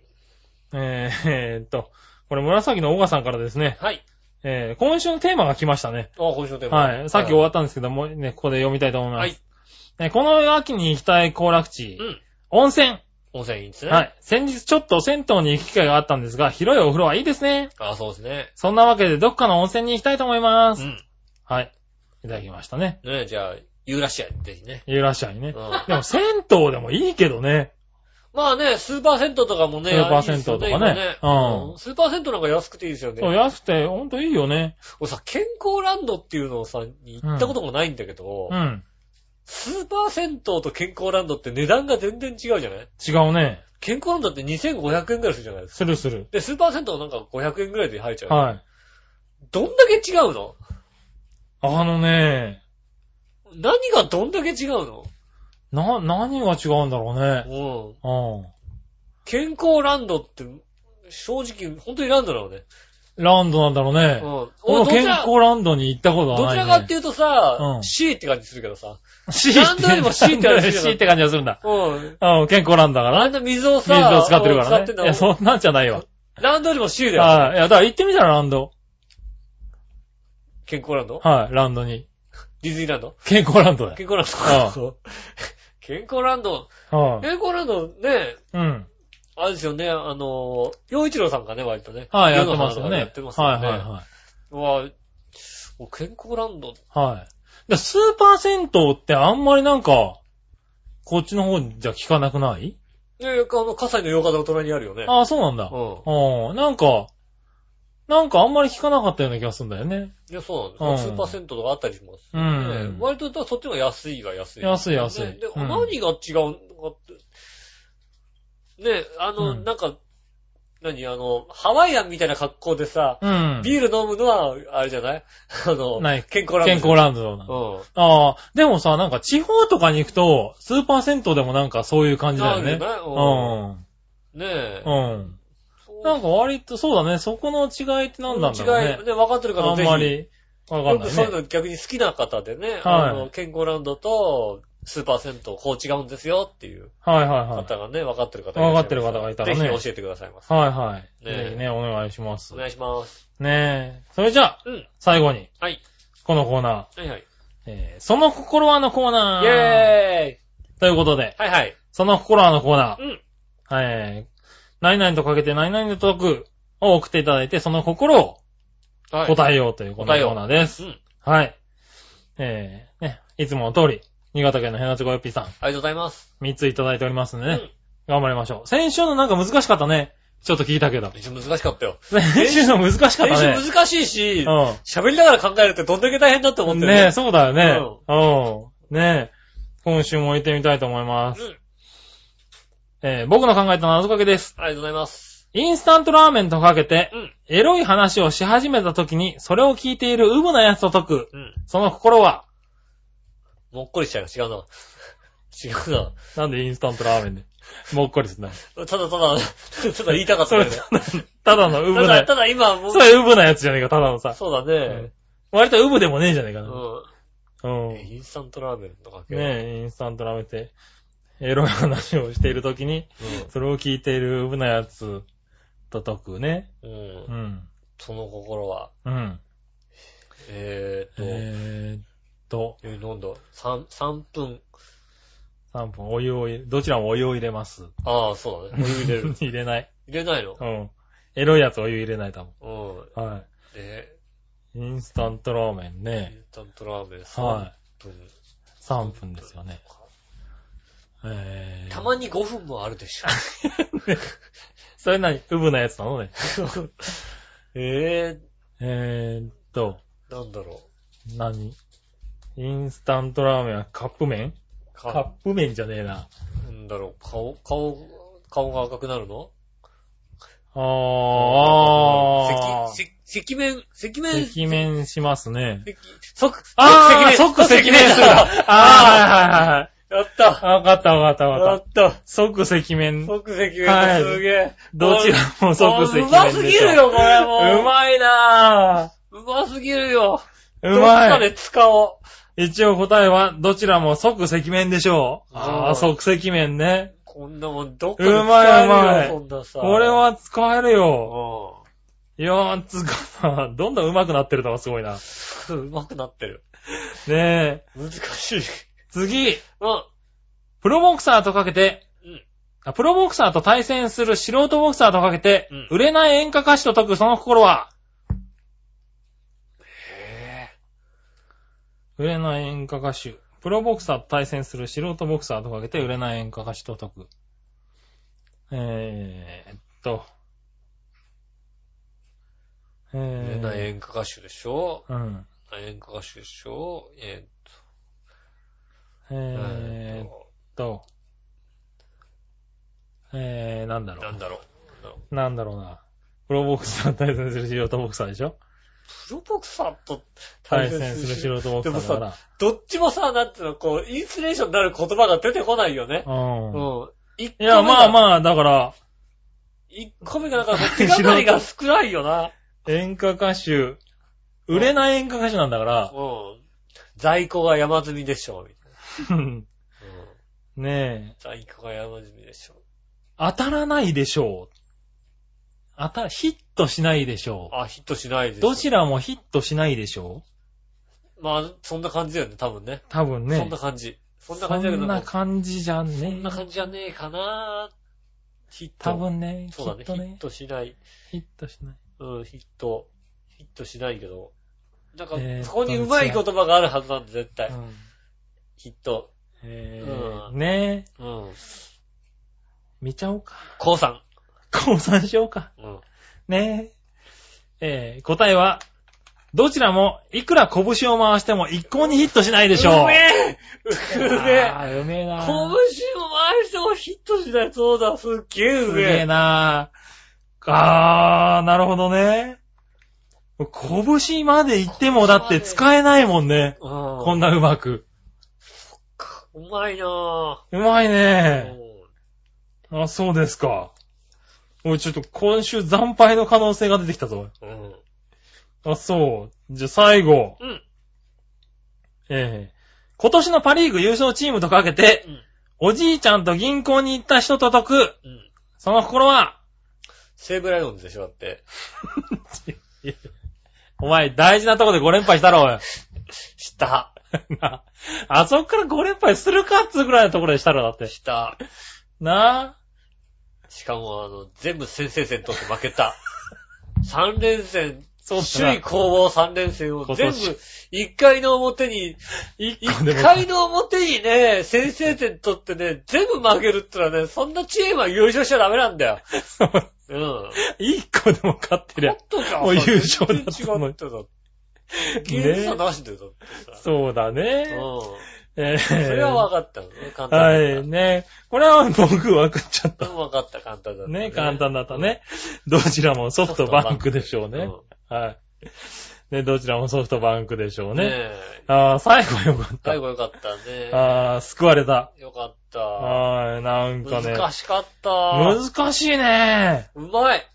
[SPEAKER 3] えーえーっと、これ紫のオガさんからですね。
[SPEAKER 2] はい。
[SPEAKER 3] えー、今週のテーマが来ましたね。
[SPEAKER 2] あ、今週のテーマ。
[SPEAKER 3] はい。さっき終わったんですけども、ね、ここで読みたいと思います。
[SPEAKER 2] はい。
[SPEAKER 3] ねこの秋に行きたい行楽地
[SPEAKER 2] う、ん。
[SPEAKER 3] 温泉。
[SPEAKER 2] 温泉いいですね。
[SPEAKER 3] は。い。先日ちょっと銭湯に行く機会があったんですが、広いお風呂はいいですね。
[SPEAKER 2] あ、そうですね。
[SPEAKER 3] そんなわけでどっかの温泉に行きたいと思います。
[SPEAKER 2] うん。
[SPEAKER 3] はい。いただきましたね。
[SPEAKER 2] ねえ、じゃあ、ユーラシアにぜひ (laughs) ね。
[SPEAKER 3] ユーラシアに
[SPEAKER 2] う
[SPEAKER 3] ね
[SPEAKER 2] ん。。
[SPEAKER 3] でも銭湯でもいいけどね。
[SPEAKER 2] まあね、スーパー銭湯とかもね、
[SPEAKER 3] スーパー
[SPEAKER 2] いいですよ
[SPEAKER 3] 銭湯とかね
[SPEAKER 2] 今
[SPEAKER 3] うん
[SPEAKER 2] スーパー銭湯なんか安くていいですよね。
[SPEAKER 3] そう、安くてほんといいよね。
[SPEAKER 2] 俺さ、健康ランドっていうのをさ、に行ったこともないんだけど、
[SPEAKER 3] うん。
[SPEAKER 2] スーパー銭湯と健康ランドって値段が全然違うじゃない
[SPEAKER 3] 違うね。
[SPEAKER 2] 健康ランドって2500円ぐらいするじゃないですか。
[SPEAKER 3] するする。
[SPEAKER 2] で、スーパー銭湯なんか500円ぐらいで入っちゃう。
[SPEAKER 3] はい。
[SPEAKER 2] どんだけ違うの
[SPEAKER 3] あのね、
[SPEAKER 2] 何がどんだけ違うの
[SPEAKER 3] な、何が違うんだろうね。
[SPEAKER 2] うん。
[SPEAKER 3] う
[SPEAKER 2] 健康ランドって、正直、本当にランドなのね。
[SPEAKER 3] ん。ランドなんだろう
[SPEAKER 2] う
[SPEAKER 3] ね。
[SPEAKER 2] ん。
[SPEAKER 3] 俺も
[SPEAKER 2] 俺ど
[SPEAKER 3] 健
[SPEAKER 2] ちら
[SPEAKER 3] 康ランドに行ったこと
[SPEAKER 2] ど
[SPEAKER 3] は
[SPEAKER 2] ち
[SPEAKER 3] な
[SPEAKER 2] ら
[SPEAKER 3] い、
[SPEAKER 2] かって
[SPEAKER 3] ね。
[SPEAKER 2] いうとさ、
[SPEAKER 3] うん
[SPEAKER 2] C って感じするけどさ。
[SPEAKER 3] C
[SPEAKER 2] ランドよりも C って感じがする
[SPEAKER 3] C って感じがするんだ。
[SPEAKER 2] うん。
[SPEAKER 3] うん、健康ランドだから
[SPEAKER 2] あん
[SPEAKER 3] ね
[SPEAKER 2] な水をさ、
[SPEAKER 3] 水を使ってるか
[SPEAKER 2] 使
[SPEAKER 3] ら
[SPEAKER 2] ってん
[SPEAKER 3] ね。
[SPEAKER 2] だ
[SPEAKER 3] いや、そんなんじゃないわ。
[SPEAKER 2] ランドよりも C だよ。
[SPEAKER 3] はい。いや、だから行ってみたらランド。
[SPEAKER 2] 健康ランド
[SPEAKER 3] はい、ランドに。
[SPEAKER 2] ディズニーランド
[SPEAKER 3] 健康ランドだ
[SPEAKER 2] 健康ラ
[SPEAKER 3] ああ
[SPEAKER 2] ンド健康ランド、
[SPEAKER 3] よ。はい。
[SPEAKER 2] 健康ランドね、
[SPEAKER 3] うん。
[SPEAKER 2] あれですよね、あの、洋一郎さんがね、割とね。
[SPEAKER 3] はい、や
[SPEAKER 2] 洋
[SPEAKER 3] っ
[SPEAKER 2] 一
[SPEAKER 3] て
[SPEAKER 2] 郎
[SPEAKER 3] ま
[SPEAKER 2] さ
[SPEAKER 3] す
[SPEAKER 2] ん
[SPEAKER 3] よ
[SPEAKER 2] が
[SPEAKER 3] ね。
[SPEAKER 2] やってます
[SPEAKER 3] は
[SPEAKER 2] よ
[SPEAKER 3] い、
[SPEAKER 2] ね。
[SPEAKER 3] はい、はい。
[SPEAKER 2] はい。お健康ランド、
[SPEAKER 3] はい。でスーパー銭湯ってあんまりなんか、こっちの方じゃ聞かなくない
[SPEAKER 2] ね、あの、火災の洋館の隣にあるよね。
[SPEAKER 3] ああ、そうなんだ。
[SPEAKER 2] うん。
[SPEAKER 3] うん。なんか、なんかあんまり聞かなかったような気がするんだよね。
[SPEAKER 2] いや、そうなんです
[SPEAKER 3] う
[SPEAKER 2] よ。ス
[SPEAKER 3] ん
[SPEAKER 2] ーパー銭湯とかあったりします。
[SPEAKER 3] う
[SPEAKER 2] ね
[SPEAKER 3] ん。
[SPEAKER 2] 割と、そっちの方が安いは安い。
[SPEAKER 3] 安い安い
[SPEAKER 2] ねで、
[SPEAKER 3] うん
[SPEAKER 2] 何が違うのかって。ね、あの、
[SPEAKER 3] うん
[SPEAKER 2] なんか、何、あの、ハワイアンみたいな格好でさ、
[SPEAKER 3] うん。
[SPEAKER 2] ビール飲むのは、あれじゃないあの、
[SPEAKER 3] ない
[SPEAKER 2] 健康ランド。
[SPEAKER 3] 健康ランドなんだ。
[SPEAKER 2] ド。
[SPEAKER 3] ああ、でもさ、なんか地方とかに行くと、スーパー銭湯でもなんかそういう感
[SPEAKER 2] うん。
[SPEAKER 3] じだよね。
[SPEAKER 2] なるよね
[SPEAKER 3] う
[SPEAKER 2] うん。ねえ。
[SPEAKER 3] ん。うん。
[SPEAKER 2] そう
[SPEAKER 3] なんか割と、そうだね、そこの違いって何なんだろう
[SPEAKER 2] 違い、ね、
[SPEAKER 3] ね。
[SPEAKER 2] 分かってるから、
[SPEAKER 3] あん
[SPEAKER 2] ぜひ
[SPEAKER 3] まり、わかん
[SPEAKER 2] よ
[SPEAKER 3] な
[SPEAKER 2] く
[SPEAKER 3] い
[SPEAKER 2] そういう
[SPEAKER 3] ね。
[SPEAKER 2] の逆に好きな方でね、
[SPEAKER 3] はい
[SPEAKER 2] あの、健康ランドとスーパー銭湯、こう違うんですよっていう
[SPEAKER 3] はいはいはい。
[SPEAKER 2] 方がね、分かってる方いらっしゃいま
[SPEAKER 3] 分かってる方がいたらね
[SPEAKER 2] ぜひ教えてくださいます。
[SPEAKER 3] はいはい。
[SPEAKER 2] ねえ
[SPEAKER 3] ぜひね、お願いします
[SPEAKER 2] お。願いします。
[SPEAKER 3] ねえ。それじゃあ、
[SPEAKER 2] うん。
[SPEAKER 3] 最後に、
[SPEAKER 2] はい。
[SPEAKER 3] このコーナ
[SPEAKER 2] はいはい。
[SPEAKER 3] ー、えーその心はのコーナ
[SPEAKER 2] イェーイ
[SPEAKER 3] ー。ということで、
[SPEAKER 2] はいはい。
[SPEAKER 3] その心はのコーナー
[SPEAKER 2] う、ん。
[SPEAKER 3] えー、何々とかけて何々と解くを送っていただいて、その心を
[SPEAKER 2] はい。
[SPEAKER 3] 答えようというこのコ
[SPEAKER 2] 答えよう
[SPEAKER 3] ーナーです。
[SPEAKER 2] うん。
[SPEAKER 3] はい。えー、ね、いつもの通り、新潟県のヘナチョコヨッピーさん、
[SPEAKER 2] ありがとうございます。
[SPEAKER 3] 3ついただいておりますんでね、
[SPEAKER 2] うん
[SPEAKER 3] 頑張りましょう。先週のなんか難しかったね。ちょっと聞いたけど。
[SPEAKER 2] 練習難しかったよ。
[SPEAKER 3] (laughs) 先週の難しかったね。
[SPEAKER 2] 練習難しいし、
[SPEAKER 3] うん。
[SPEAKER 2] 喋りながら考えるってどんだけ大変だって思ってる
[SPEAKER 3] ねえ、そうだよね。うん。ねえ。今週も行ってみたいと思います。
[SPEAKER 2] うん。
[SPEAKER 3] えー僕の考えた謎かけです。
[SPEAKER 2] ありがとうございます。
[SPEAKER 3] インスタントラーメンとかけて
[SPEAKER 2] う、ん。
[SPEAKER 3] エロい話をし始めた時に、それを聞いているウブなやつと解く。
[SPEAKER 2] うん。
[SPEAKER 3] その心は、
[SPEAKER 2] もっこりしちゃう。違うな。違うな。
[SPEAKER 3] なんでインスタントラーメンで、もっこりすんだ。
[SPEAKER 2] ただただ、 (laughs) ただ言いたかった
[SPEAKER 3] (laughs) そ
[SPEAKER 2] よ
[SPEAKER 3] れ
[SPEAKER 2] ね。、
[SPEAKER 3] ただのウ
[SPEAKER 2] た
[SPEAKER 3] ブな
[SPEAKER 2] だ、
[SPEAKER 3] やつ。
[SPEAKER 2] ただ今もう
[SPEAKER 3] そ、れウブなやつじゃねえか、ただのさ。
[SPEAKER 2] そうだね。
[SPEAKER 3] 割とウブでもねえじゃねえか
[SPEAKER 2] う
[SPEAKER 3] な。
[SPEAKER 2] ん。
[SPEAKER 3] うん。
[SPEAKER 2] え
[SPEAKER 3] ね
[SPEAKER 2] インスタントラーメンとかけ。
[SPEAKER 3] え、インスタントラーメンって、エロい話をしている時に、それを聞いているウブなやつと解くね。
[SPEAKER 2] うん。う。
[SPEAKER 3] うんん。
[SPEAKER 2] その心は、
[SPEAKER 3] うん。
[SPEAKER 2] えーっと、え
[SPEAKER 3] えーっと、
[SPEAKER 2] ー、なんだ、3、3分。
[SPEAKER 3] 3分、お湯を入れ、どちらもお湯を入れます。 (laughs)。
[SPEAKER 2] ああ、そうだね。お湯入れる
[SPEAKER 3] 入れない。
[SPEAKER 2] 入れないの
[SPEAKER 3] うん。エロいやつお湯入れない、多分。
[SPEAKER 2] うん。
[SPEAKER 3] は
[SPEAKER 2] え
[SPEAKER 3] い。インスタントラーメン
[SPEAKER 2] ー、イ
[SPEAKER 3] ね。
[SPEAKER 2] ンスタントラーメン3
[SPEAKER 3] は
[SPEAKER 2] 分。
[SPEAKER 3] い。3分ですよね。えー。
[SPEAKER 2] たまに5分もあるでしょ。
[SPEAKER 3] (laughs) それ何ウブなやつなのね。
[SPEAKER 2] え
[SPEAKER 3] えーっと、
[SPEAKER 2] ー、なんだろ
[SPEAKER 3] 何インスタントラーメンはカップ麺
[SPEAKER 2] う。
[SPEAKER 3] カ
[SPEAKER 2] か、
[SPEAKER 3] ップ麺じゃねえな。
[SPEAKER 2] なんだろう。顔、顔、顔が赤くなるの
[SPEAKER 3] あーあ
[SPEAKER 2] 赤、赤赤面、赤面、
[SPEAKER 3] ー。赤面しますね。
[SPEAKER 2] 赤即、
[SPEAKER 3] ああ、
[SPEAKER 2] 即
[SPEAKER 3] 即
[SPEAKER 2] 赤
[SPEAKER 3] 赤
[SPEAKER 2] 面
[SPEAKER 3] 面する。ああー、はいはいはいはい。
[SPEAKER 2] やった
[SPEAKER 3] あわかったわかったわ
[SPEAKER 2] や
[SPEAKER 3] かっ
[SPEAKER 2] った
[SPEAKER 3] た。即赤面。
[SPEAKER 2] 即赤面
[SPEAKER 3] は
[SPEAKER 2] だ
[SPEAKER 3] い
[SPEAKER 2] すげえ。
[SPEAKER 3] どちらも即
[SPEAKER 2] もう
[SPEAKER 3] 赤面でしょ。
[SPEAKER 2] うますぎるよ、これもう。
[SPEAKER 3] うまいな
[SPEAKER 2] うますぎるよ。
[SPEAKER 3] ぁ。う
[SPEAKER 2] ど
[SPEAKER 3] ま
[SPEAKER 2] っかで
[SPEAKER 3] い。
[SPEAKER 2] 使おう。
[SPEAKER 3] 一応答えは、どちらも即赤面でしょう。
[SPEAKER 2] うん
[SPEAKER 3] ああ、即赤面ね。
[SPEAKER 2] こんなもん、どっかで使えるよ、
[SPEAKER 3] うまいうまい
[SPEAKER 2] そんなさ。
[SPEAKER 3] これは使えるよ。
[SPEAKER 2] う
[SPEAKER 3] いやー、つうか、どんどん上手くなってるのがすごいな。
[SPEAKER 2] ん。うまくなってる。
[SPEAKER 3] ねえ。
[SPEAKER 2] 難しい。
[SPEAKER 3] 次、
[SPEAKER 2] うん。
[SPEAKER 3] プロボクサーとかけて
[SPEAKER 2] うん、
[SPEAKER 3] あプロボクサーと対戦する素人ボクサーとかけて
[SPEAKER 2] うん、
[SPEAKER 3] 売れない演歌歌手と解くその心は、
[SPEAKER 2] へ
[SPEAKER 3] 売れない演歌歌手。プロボクサーと対戦する素人ボクサーとかけて売れない演歌歌手と解く。えーっと。え
[SPEAKER 2] ぇ
[SPEAKER 3] ー
[SPEAKER 2] ー。な演歌歌手でしょ
[SPEAKER 3] うん。
[SPEAKER 2] 演歌歌手でしょえー
[SPEAKER 3] えーっ
[SPEAKER 2] と
[SPEAKER 3] と。えー、なんだろ
[SPEAKER 2] なんだろう。なんだろう
[SPEAKER 3] う。なんだろうな。プロボクサーと対戦する素人ボクサーでしょ
[SPEAKER 2] プロボクサーと
[SPEAKER 3] 対戦する素人ボクサーだか
[SPEAKER 2] どっちもさ、なんていうの、こう、インスピレーションになる言葉が出てこないよね。
[SPEAKER 3] ら。
[SPEAKER 2] う
[SPEAKER 3] うん。
[SPEAKER 2] ん。一個
[SPEAKER 3] い
[SPEAKER 2] 目が
[SPEAKER 3] や、まあまあ、だから、
[SPEAKER 2] 一個目がなんかこう手がかりが少ないよな。
[SPEAKER 3] 演歌歌手、売れない演歌歌手なんだから、
[SPEAKER 2] うん。在庫が山積みでしょ、みたいな。うん。
[SPEAKER 3] ねえ、
[SPEAKER 2] 在庫が山積みでしょ。
[SPEAKER 3] 当たらないでしょう。当た、ヒットしないでしょ
[SPEAKER 2] あ、ヒットしないで
[SPEAKER 3] う。
[SPEAKER 2] しょ。
[SPEAKER 3] どちらもヒットしないでしょ
[SPEAKER 2] まあ、そんな感じだよね、多分ね。
[SPEAKER 3] う。多分ね。
[SPEAKER 2] そんな感じ。そんな感じだけ
[SPEAKER 3] そ
[SPEAKER 2] ど、
[SPEAKER 3] んな感じじゃね
[SPEAKER 2] そんな
[SPEAKER 3] え。
[SPEAKER 2] 感じじゃねえかなヒット。
[SPEAKER 3] 多分ね、き
[SPEAKER 2] そうだね
[SPEAKER 3] っと
[SPEAKER 2] ヒッ
[SPEAKER 3] ね、
[SPEAKER 2] トしない。
[SPEAKER 3] ヒットしない。
[SPEAKER 2] うん、ヒット。ヒットしないけど。なんか、
[SPEAKER 3] えーっと
[SPEAKER 2] そこにうまい言葉があるはずなんだ、絶対。
[SPEAKER 3] うん
[SPEAKER 2] ヒット。
[SPEAKER 3] え
[SPEAKER 2] う
[SPEAKER 3] ー、
[SPEAKER 2] ん
[SPEAKER 3] ねえ、
[SPEAKER 2] うん。
[SPEAKER 3] 見ちゃおうか。 (laughs)
[SPEAKER 2] コウさ
[SPEAKER 3] 降参しようか。
[SPEAKER 2] ん。うん。
[SPEAKER 3] ねえ。えー、答えは、どちらも、いくら拳を回しても一向にヒットしないでしょう。
[SPEAKER 2] うめえうめえ
[SPEAKER 3] あーうめえな
[SPEAKER 2] 拳を回してもヒットしない。そうだ、すっげえう
[SPEAKER 3] す
[SPEAKER 2] め
[SPEAKER 3] げえ
[SPEAKER 2] え。
[SPEAKER 3] なぁ。あー、なるほどね。拳まで行ってもだって使えないもんね。
[SPEAKER 2] うん。
[SPEAKER 3] こんなうまく。
[SPEAKER 2] うまいな
[SPEAKER 3] うまい
[SPEAKER 2] ぁ。
[SPEAKER 3] ねあ、そうですか。おい、ちょっと今週惨敗の可能性が出てきたぞ。
[SPEAKER 2] うん。うん。
[SPEAKER 3] あ、そう。じゃあ最後。
[SPEAKER 2] うん
[SPEAKER 3] ええ今年のパリーグ優勝チームとかけて、おじいちゃんと銀行に行った人と解く、
[SPEAKER 2] うん。
[SPEAKER 3] その心は、
[SPEAKER 2] セーブライオンズでしょ、だって。
[SPEAKER 3] お前大事なとこで5連敗したろ、おい。
[SPEAKER 2] 下。
[SPEAKER 3] (laughs) なあそこから5連敗するかっつうぐらいのところでしたら、だって。
[SPEAKER 2] 下。
[SPEAKER 3] なあ (laughs)
[SPEAKER 2] しかも、あの、全部先制戦取って負けた。3連戦、
[SPEAKER 3] そうだ
[SPEAKER 2] 首位
[SPEAKER 3] な。
[SPEAKER 2] 攻防3連戦を
[SPEAKER 3] 今
[SPEAKER 2] 全
[SPEAKER 3] 年
[SPEAKER 2] 部、1回の表に、
[SPEAKER 3] 一個で
[SPEAKER 2] 1
[SPEAKER 3] も
[SPEAKER 2] 回の表にね、先制点取ってね、全部負けるってのはね、そんなチームは優勝しちゃダメなんだよ。
[SPEAKER 3] そう
[SPEAKER 2] うん。も
[SPEAKER 3] 一個でも勝ってりゃ
[SPEAKER 2] っ。とか
[SPEAKER 3] もう優勝だ
[SPEAKER 2] 全然違っただって。ゲーム差なしでだってさ。
[SPEAKER 3] そうだね。
[SPEAKER 2] う
[SPEAKER 3] えー、そ
[SPEAKER 2] それは分かったのね、簡単
[SPEAKER 3] は
[SPEAKER 2] だった。
[SPEAKER 3] い、ね。これは僕分かっちゃっ
[SPEAKER 2] で
[SPEAKER 3] た。
[SPEAKER 2] も分かった、簡単だった。
[SPEAKER 3] ね、簡単だったね。どちらもソフトバンクでしょうね。はい。ね、どちらもソフトバンクでしょう
[SPEAKER 2] うん。ね
[SPEAKER 3] ね。
[SPEAKER 2] え。
[SPEAKER 3] ああ、最後よかっ
[SPEAKER 2] 最
[SPEAKER 3] た。
[SPEAKER 2] 後よかったね。
[SPEAKER 3] ああ、救われた。
[SPEAKER 2] よかった。
[SPEAKER 3] はい、なんかね。
[SPEAKER 2] 難しかった。
[SPEAKER 3] 難しいね。
[SPEAKER 2] うまい。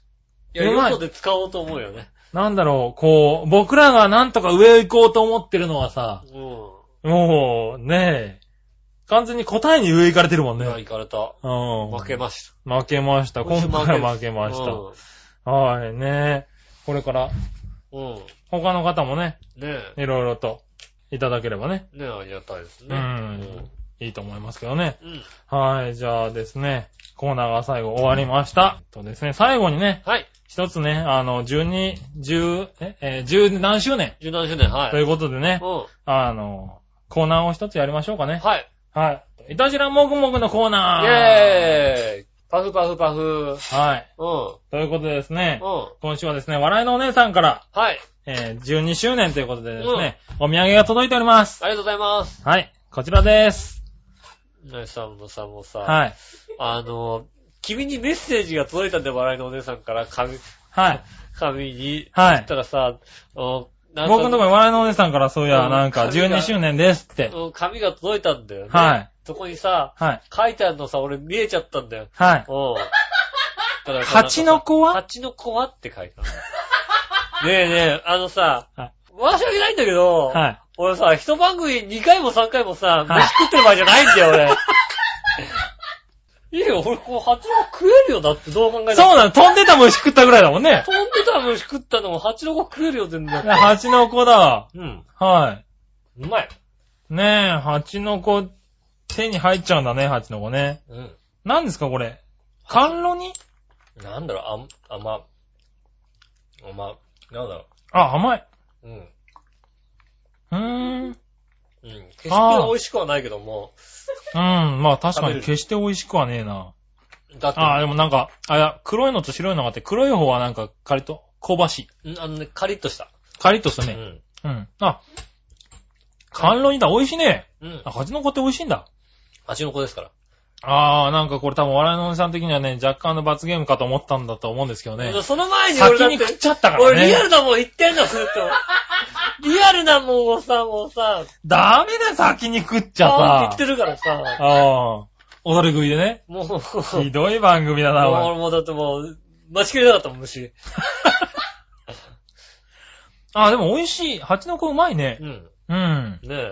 [SPEAKER 2] いや、
[SPEAKER 3] うまい
[SPEAKER 2] よそで使おうと思うよね。
[SPEAKER 3] なんだろう、こう、僕らがなんとか上行こうと思ってるのはさ、
[SPEAKER 2] う
[SPEAKER 3] もう、ねえ、完全に答えに上行かれてるもん
[SPEAKER 2] ん。い
[SPEAKER 3] ね。
[SPEAKER 2] や、行かれた。
[SPEAKER 3] うん。
[SPEAKER 2] 負けました。
[SPEAKER 3] 負けました。今回は負けまし
[SPEAKER 2] うん
[SPEAKER 3] た。はい、ねえ。これから、
[SPEAKER 2] うん。
[SPEAKER 3] 他の方もね、
[SPEAKER 2] ね
[SPEAKER 3] いろいろといただければね、
[SPEAKER 2] え。ねえ、ありがたいですね。
[SPEAKER 3] う。ん、いいと思いますけどね。
[SPEAKER 2] うん。
[SPEAKER 3] はい、じゃあですね、コーナーが最後終わりました。えっとですね、最後にね、
[SPEAKER 2] はい。
[SPEAKER 3] 一つね、あの、12、10、え、えー、10何周年
[SPEAKER 2] 17周年、はい。
[SPEAKER 3] ということでね
[SPEAKER 2] う、ん。
[SPEAKER 3] あの、コーナーを一つやりましょうかね。
[SPEAKER 2] はい。
[SPEAKER 3] はい。いたじらもぐもぐのコー
[SPEAKER 2] イ
[SPEAKER 3] ナー
[SPEAKER 2] ェーイパフパフパフ。
[SPEAKER 3] はい。
[SPEAKER 2] うん。
[SPEAKER 3] ということでですね
[SPEAKER 2] う、ん。
[SPEAKER 3] 今週はですね、笑いのお姉さんから、
[SPEAKER 2] はい。
[SPEAKER 3] えー12周年ということでですね、お土産が届いております。
[SPEAKER 2] ありがとうございます。
[SPEAKER 3] はい。こちらです。
[SPEAKER 2] ねえさんもさんもさ、
[SPEAKER 3] はい。
[SPEAKER 2] あの、君にメッセージが届いたんだよ、笑いのお姉さんから、紙、
[SPEAKER 3] はい。
[SPEAKER 2] 紙に。
[SPEAKER 3] は
[SPEAKER 2] だっ
[SPEAKER 3] い。
[SPEAKER 2] たらさ、うんなんか
[SPEAKER 3] 僕のところに笑いのお姉さんからそういや、
[SPEAKER 2] うん
[SPEAKER 3] なんか12周年ですって。
[SPEAKER 2] うん紙が届いたんだよね。
[SPEAKER 3] はい。
[SPEAKER 2] そこにさ、
[SPEAKER 3] はい。
[SPEAKER 2] 書いてあるのさ、俺見えちゃったんだよ。
[SPEAKER 3] はい。
[SPEAKER 2] うん。だからさ
[SPEAKER 3] 蜂の子は
[SPEAKER 2] 蜂の子はって書いてある。ねえねえ、あのさ、
[SPEAKER 3] はい
[SPEAKER 2] 申し訳ないんだけど、
[SPEAKER 3] はい。
[SPEAKER 2] 俺さ、一番組2回も3回もさ、
[SPEAKER 3] はい
[SPEAKER 2] 飯食ってる場合じゃないんだよ、
[SPEAKER 3] (laughs)
[SPEAKER 2] 俺。いいよ、俺、こう、蜂の子食えるよ、だって、どう考えた
[SPEAKER 3] そ
[SPEAKER 2] ら。
[SPEAKER 3] うなの、飛んでた虫食ったぐらいだもんね。
[SPEAKER 2] 飛んでた虫食ったのも蜂の子食えるよ、全然。
[SPEAKER 3] 蜂の子だわ。
[SPEAKER 2] うん。
[SPEAKER 3] は
[SPEAKER 2] うまい。
[SPEAKER 3] い。ねえ、蜂の子、手に入っちゃうんだね、蜂の子ね。
[SPEAKER 2] うん。
[SPEAKER 3] 何ですか、これ。甘露煮
[SPEAKER 2] なんだろう、あん、甘、甘、なんだろ
[SPEAKER 3] あ、甘い。
[SPEAKER 2] う。うん。
[SPEAKER 3] うーん。う
[SPEAKER 2] う
[SPEAKER 3] ん。
[SPEAKER 2] ん。決して美味しくはないけども、
[SPEAKER 3] まあ確
[SPEAKER 2] 食
[SPEAKER 3] か
[SPEAKER 2] べ
[SPEAKER 3] に
[SPEAKER 2] る
[SPEAKER 3] 決して美味しくはねえな。
[SPEAKER 2] だって、
[SPEAKER 3] あでもなんか、あ、いや、黒いのと白いのがあって、黒い方はなんか、カリッと、香ばしい。
[SPEAKER 2] うんあのね、カリッとした。
[SPEAKER 3] カリッとした
[SPEAKER 2] う
[SPEAKER 3] ね。
[SPEAKER 2] ん。
[SPEAKER 3] うん。あ、甘露煮だ、美味しいね。
[SPEAKER 2] うん
[SPEAKER 3] あ、。蜂の子って美味しいんだ。
[SPEAKER 2] 蜂の子ですから。
[SPEAKER 3] あー、なんかこれ多分笑いのおじさん的にはね、若干の罰ゲームかと思ったんだと思うんですけどね。
[SPEAKER 2] その前に俺だ
[SPEAKER 3] 先
[SPEAKER 2] っ
[SPEAKER 3] に
[SPEAKER 2] て
[SPEAKER 3] 食っ、ちゃったから
[SPEAKER 2] 俺リアル
[SPEAKER 3] ね。
[SPEAKER 2] なもん言ってんの、ずっ
[SPEAKER 3] (laughs)
[SPEAKER 2] と。リアルなもんをさ、もうさ、
[SPEAKER 3] ダメだよ、先に食っちゃっ
[SPEAKER 2] 顔に言
[SPEAKER 3] た
[SPEAKER 2] って。るからさ、
[SPEAKER 3] あー、踊り食いでね。
[SPEAKER 2] もう、もう
[SPEAKER 3] ひどい番組だな、お前
[SPEAKER 2] 俺もだってもう、待ちきれなかったもん、虫。
[SPEAKER 3] あ、でも美味しい。蜂の子うまいね
[SPEAKER 2] う。ん。
[SPEAKER 3] うん。
[SPEAKER 2] ね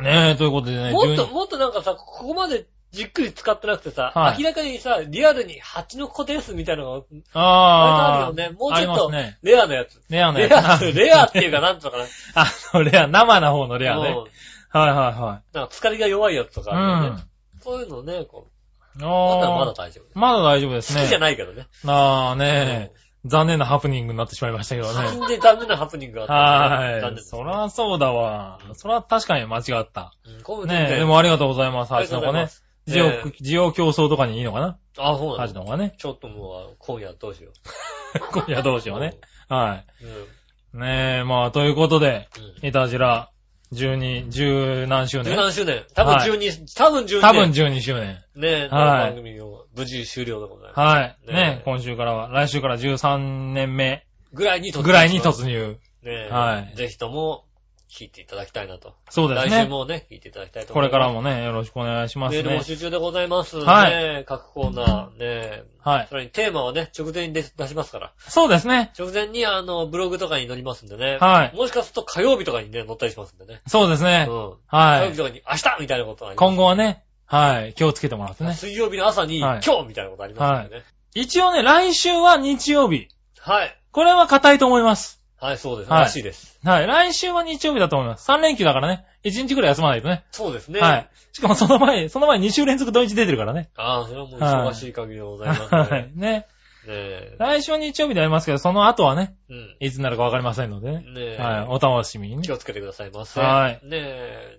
[SPEAKER 2] え。
[SPEAKER 3] ねえ、ということでね。
[SPEAKER 2] もっと、
[SPEAKER 3] 12
[SPEAKER 2] もっとなんかさ、ここまでじっくり使ってなくてさ、
[SPEAKER 3] はい
[SPEAKER 2] 明らかにさ、リアルに蜂の子ですみたいなのが、
[SPEAKER 3] あ
[SPEAKER 2] あれがあるよね。もう
[SPEAKER 3] あ
[SPEAKER 2] ち
[SPEAKER 3] り
[SPEAKER 2] ょ
[SPEAKER 3] ま
[SPEAKER 2] っ
[SPEAKER 3] す
[SPEAKER 2] と、
[SPEAKER 3] ね
[SPEAKER 2] レアなやつ。
[SPEAKER 3] レアの
[SPEAKER 2] レ
[SPEAKER 3] やつ
[SPEAKER 2] ア、
[SPEAKER 3] な。
[SPEAKER 2] (laughs) レアっていうか、なんとかな。
[SPEAKER 3] (laughs) あの、レア、生な方のレアね。
[SPEAKER 2] うん
[SPEAKER 3] はいは
[SPEAKER 2] なんか疲れが弱いやつとか
[SPEAKER 3] い
[SPEAKER 2] ある
[SPEAKER 3] は
[SPEAKER 2] よ
[SPEAKER 3] い
[SPEAKER 2] ね。。そういうのね、こ
[SPEAKER 3] うん。
[SPEAKER 2] う、まだまだ
[SPEAKER 3] ああ。
[SPEAKER 2] 大丈夫。
[SPEAKER 3] まだ大丈夫です
[SPEAKER 2] 好きじゃ
[SPEAKER 3] ね。
[SPEAKER 2] ないけどね。
[SPEAKER 3] ああね、残念なハプニングになってしまいましたけど
[SPEAKER 2] 死
[SPEAKER 3] ね。
[SPEAKER 2] んで残念なハプニングがあったんで。
[SPEAKER 3] は
[SPEAKER 2] 残
[SPEAKER 3] い。
[SPEAKER 2] 念
[SPEAKER 3] そらそうだわ。そら確かに間違った。
[SPEAKER 2] こ
[SPEAKER 3] ねえ、でもありがとうございます、
[SPEAKER 2] あり
[SPEAKER 3] 蜂
[SPEAKER 2] がとうござい
[SPEAKER 3] の子
[SPEAKER 2] ま
[SPEAKER 3] ね。
[SPEAKER 2] す。
[SPEAKER 3] 需要
[SPEAKER 2] ええ、
[SPEAKER 3] 需要競争とかにいいのかな
[SPEAKER 2] あ、そうな
[SPEAKER 3] 蜂
[SPEAKER 2] の
[SPEAKER 3] の子が
[SPEAKER 2] (laughs)
[SPEAKER 3] ね。
[SPEAKER 2] ちょっともう、今夜どうしよ
[SPEAKER 3] 今夜どうし
[SPEAKER 2] う。
[SPEAKER 3] ようね。はい。
[SPEAKER 2] うん。うん。
[SPEAKER 3] ねえ、まあ、ということで、いたじら、12、10何周年
[SPEAKER 2] 13周年。多分12、多分12年。
[SPEAKER 3] 多分12周年。
[SPEAKER 2] ねえ、この
[SPEAKER 3] はい
[SPEAKER 2] 番組を無事終了でございま
[SPEAKER 3] はい。
[SPEAKER 2] ねえ
[SPEAKER 3] ねえ、今週からは、来週から13年目
[SPEAKER 2] す。ぐらいに突入
[SPEAKER 3] ぐらいに
[SPEAKER 2] 入。
[SPEAKER 3] 突入。
[SPEAKER 2] ねえ、
[SPEAKER 3] はい
[SPEAKER 2] ぜひとも、聞いていただきたいなと。
[SPEAKER 3] そうです
[SPEAKER 2] 来週
[SPEAKER 3] ね。
[SPEAKER 2] もね、聞いていただきたいと
[SPEAKER 3] こ
[SPEAKER 2] 思い
[SPEAKER 3] れ
[SPEAKER 2] ます。
[SPEAKER 3] からもね、よろしくお願いします
[SPEAKER 2] メール
[SPEAKER 3] ね
[SPEAKER 2] 募。集中でございます。
[SPEAKER 3] はい
[SPEAKER 2] ねえ各コーナー、ねえ
[SPEAKER 3] はい。
[SPEAKER 2] それにテーマはね、直前に出出しますから。
[SPEAKER 3] そうですね。
[SPEAKER 2] 直前に、あの、ブログとかに載りますんでね。
[SPEAKER 3] はい
[SPEAKER 2] もしかすると火曜日とかにね、載ったりしますんでね。
[SPEAKER 3] そうです
[SPEAKER 2] う
[SPEAKER 3] ね。
[SPEAKER 2] ん。火
[SPEAKER 3] は
[SPEAKER 2] 曜日
[SPEAKER 3] い。
[SPEAKER 2] とかに、明日みたいなことがあります
[SPEAKER 3] 今後はね、はい、気をつけてもらってね。
[SPEAKER 2] 水曜日の朝に、
[SPEAKER 3] はい
[SPEAKER 2] 今日みたいなことありますんでね。
[SPEAKER 3] 一応ね、来週は日曜日。
[SPEAKER 2] はい。
[SPEAKER 3] これは硬いと思います。
[SPEAKER 2] はい、そうです。
[SPEAKER 3] はい
[SPEAKER 2] らしいです。
[SPEAKER 3] はい。来週は日曜日だと思います。3連休だからね。1日くらい休まないとね。
[SPEAKER 2] そうですね。
[SPEAKER 3] はい。しかもその前、その前2週連続土日出てるからね。
[SPEAKER 2] ああ、それはもう忙しい限りでございますね。
[SPEAKER 3] (laughs) はい。ね。
[SPEAKER 2] ねえ。
[SPEAKER 3] 来週は日曜日でありますけど、その後はね、
[SPEAKER 2] うん。
[SPEAKER 3] いつになるかわかりませんのでね。
[SPEAKER 2] ねえ。
[SPEAKER 3] はい。お楽しみにね
[SPEAKER 2] 気。をつけてくださいませ。
[SPEAKER 3] はい
[SPEAKER 2] ねえ、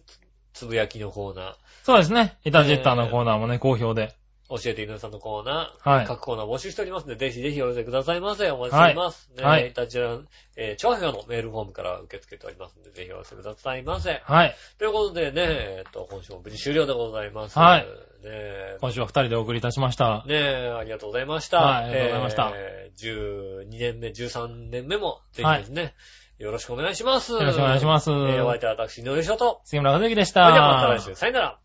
[SPEAKER 2] つつぶやきのコーナ
[SPEAKER 3] そうですね。イタジェッターのコーナーもね、好評で。
[SPEAKER 2] 教えて井上さんのコーナー、
[SPEAKER 3] はい
[SPEAKER 2] 各コーナー募集しておりますので、ぜひぜひお寄せくださいませ。お待ちしております。
[SPEAKER 3] はい
[SPEAKER 2] ね、いちら、えー、調和表のメールフォームから受け付けておりますので、ぜひお寄せくださいませ。
[SPEAKER 3] はい。
[SPEAKER 2] ということでね、えっと、今週も無事終了でございます。
[SPEAKER 3] はい
[SPEAKER 2] ねえ、
[SPEAKER 3] 今週は二人でお送りいたしました。
[SPEAKER 2] ねえ、ありがとうございました。
[SPEAKER 3] はいありがとうございました
[SPEAKER 2] えー、12年目、13年目も、ぜひですね、よろしくお願いします。
[SPEAKER 3] よろしくお願いします
[SPEAKER 2] えー、お相手は私、井上翔と。
[SPEAKER 3] 杉村和之でし
[SPEAKER 2] そ
[SPEAKER 3] た。
[SPEAKER 2] れではまた来週、さよなら。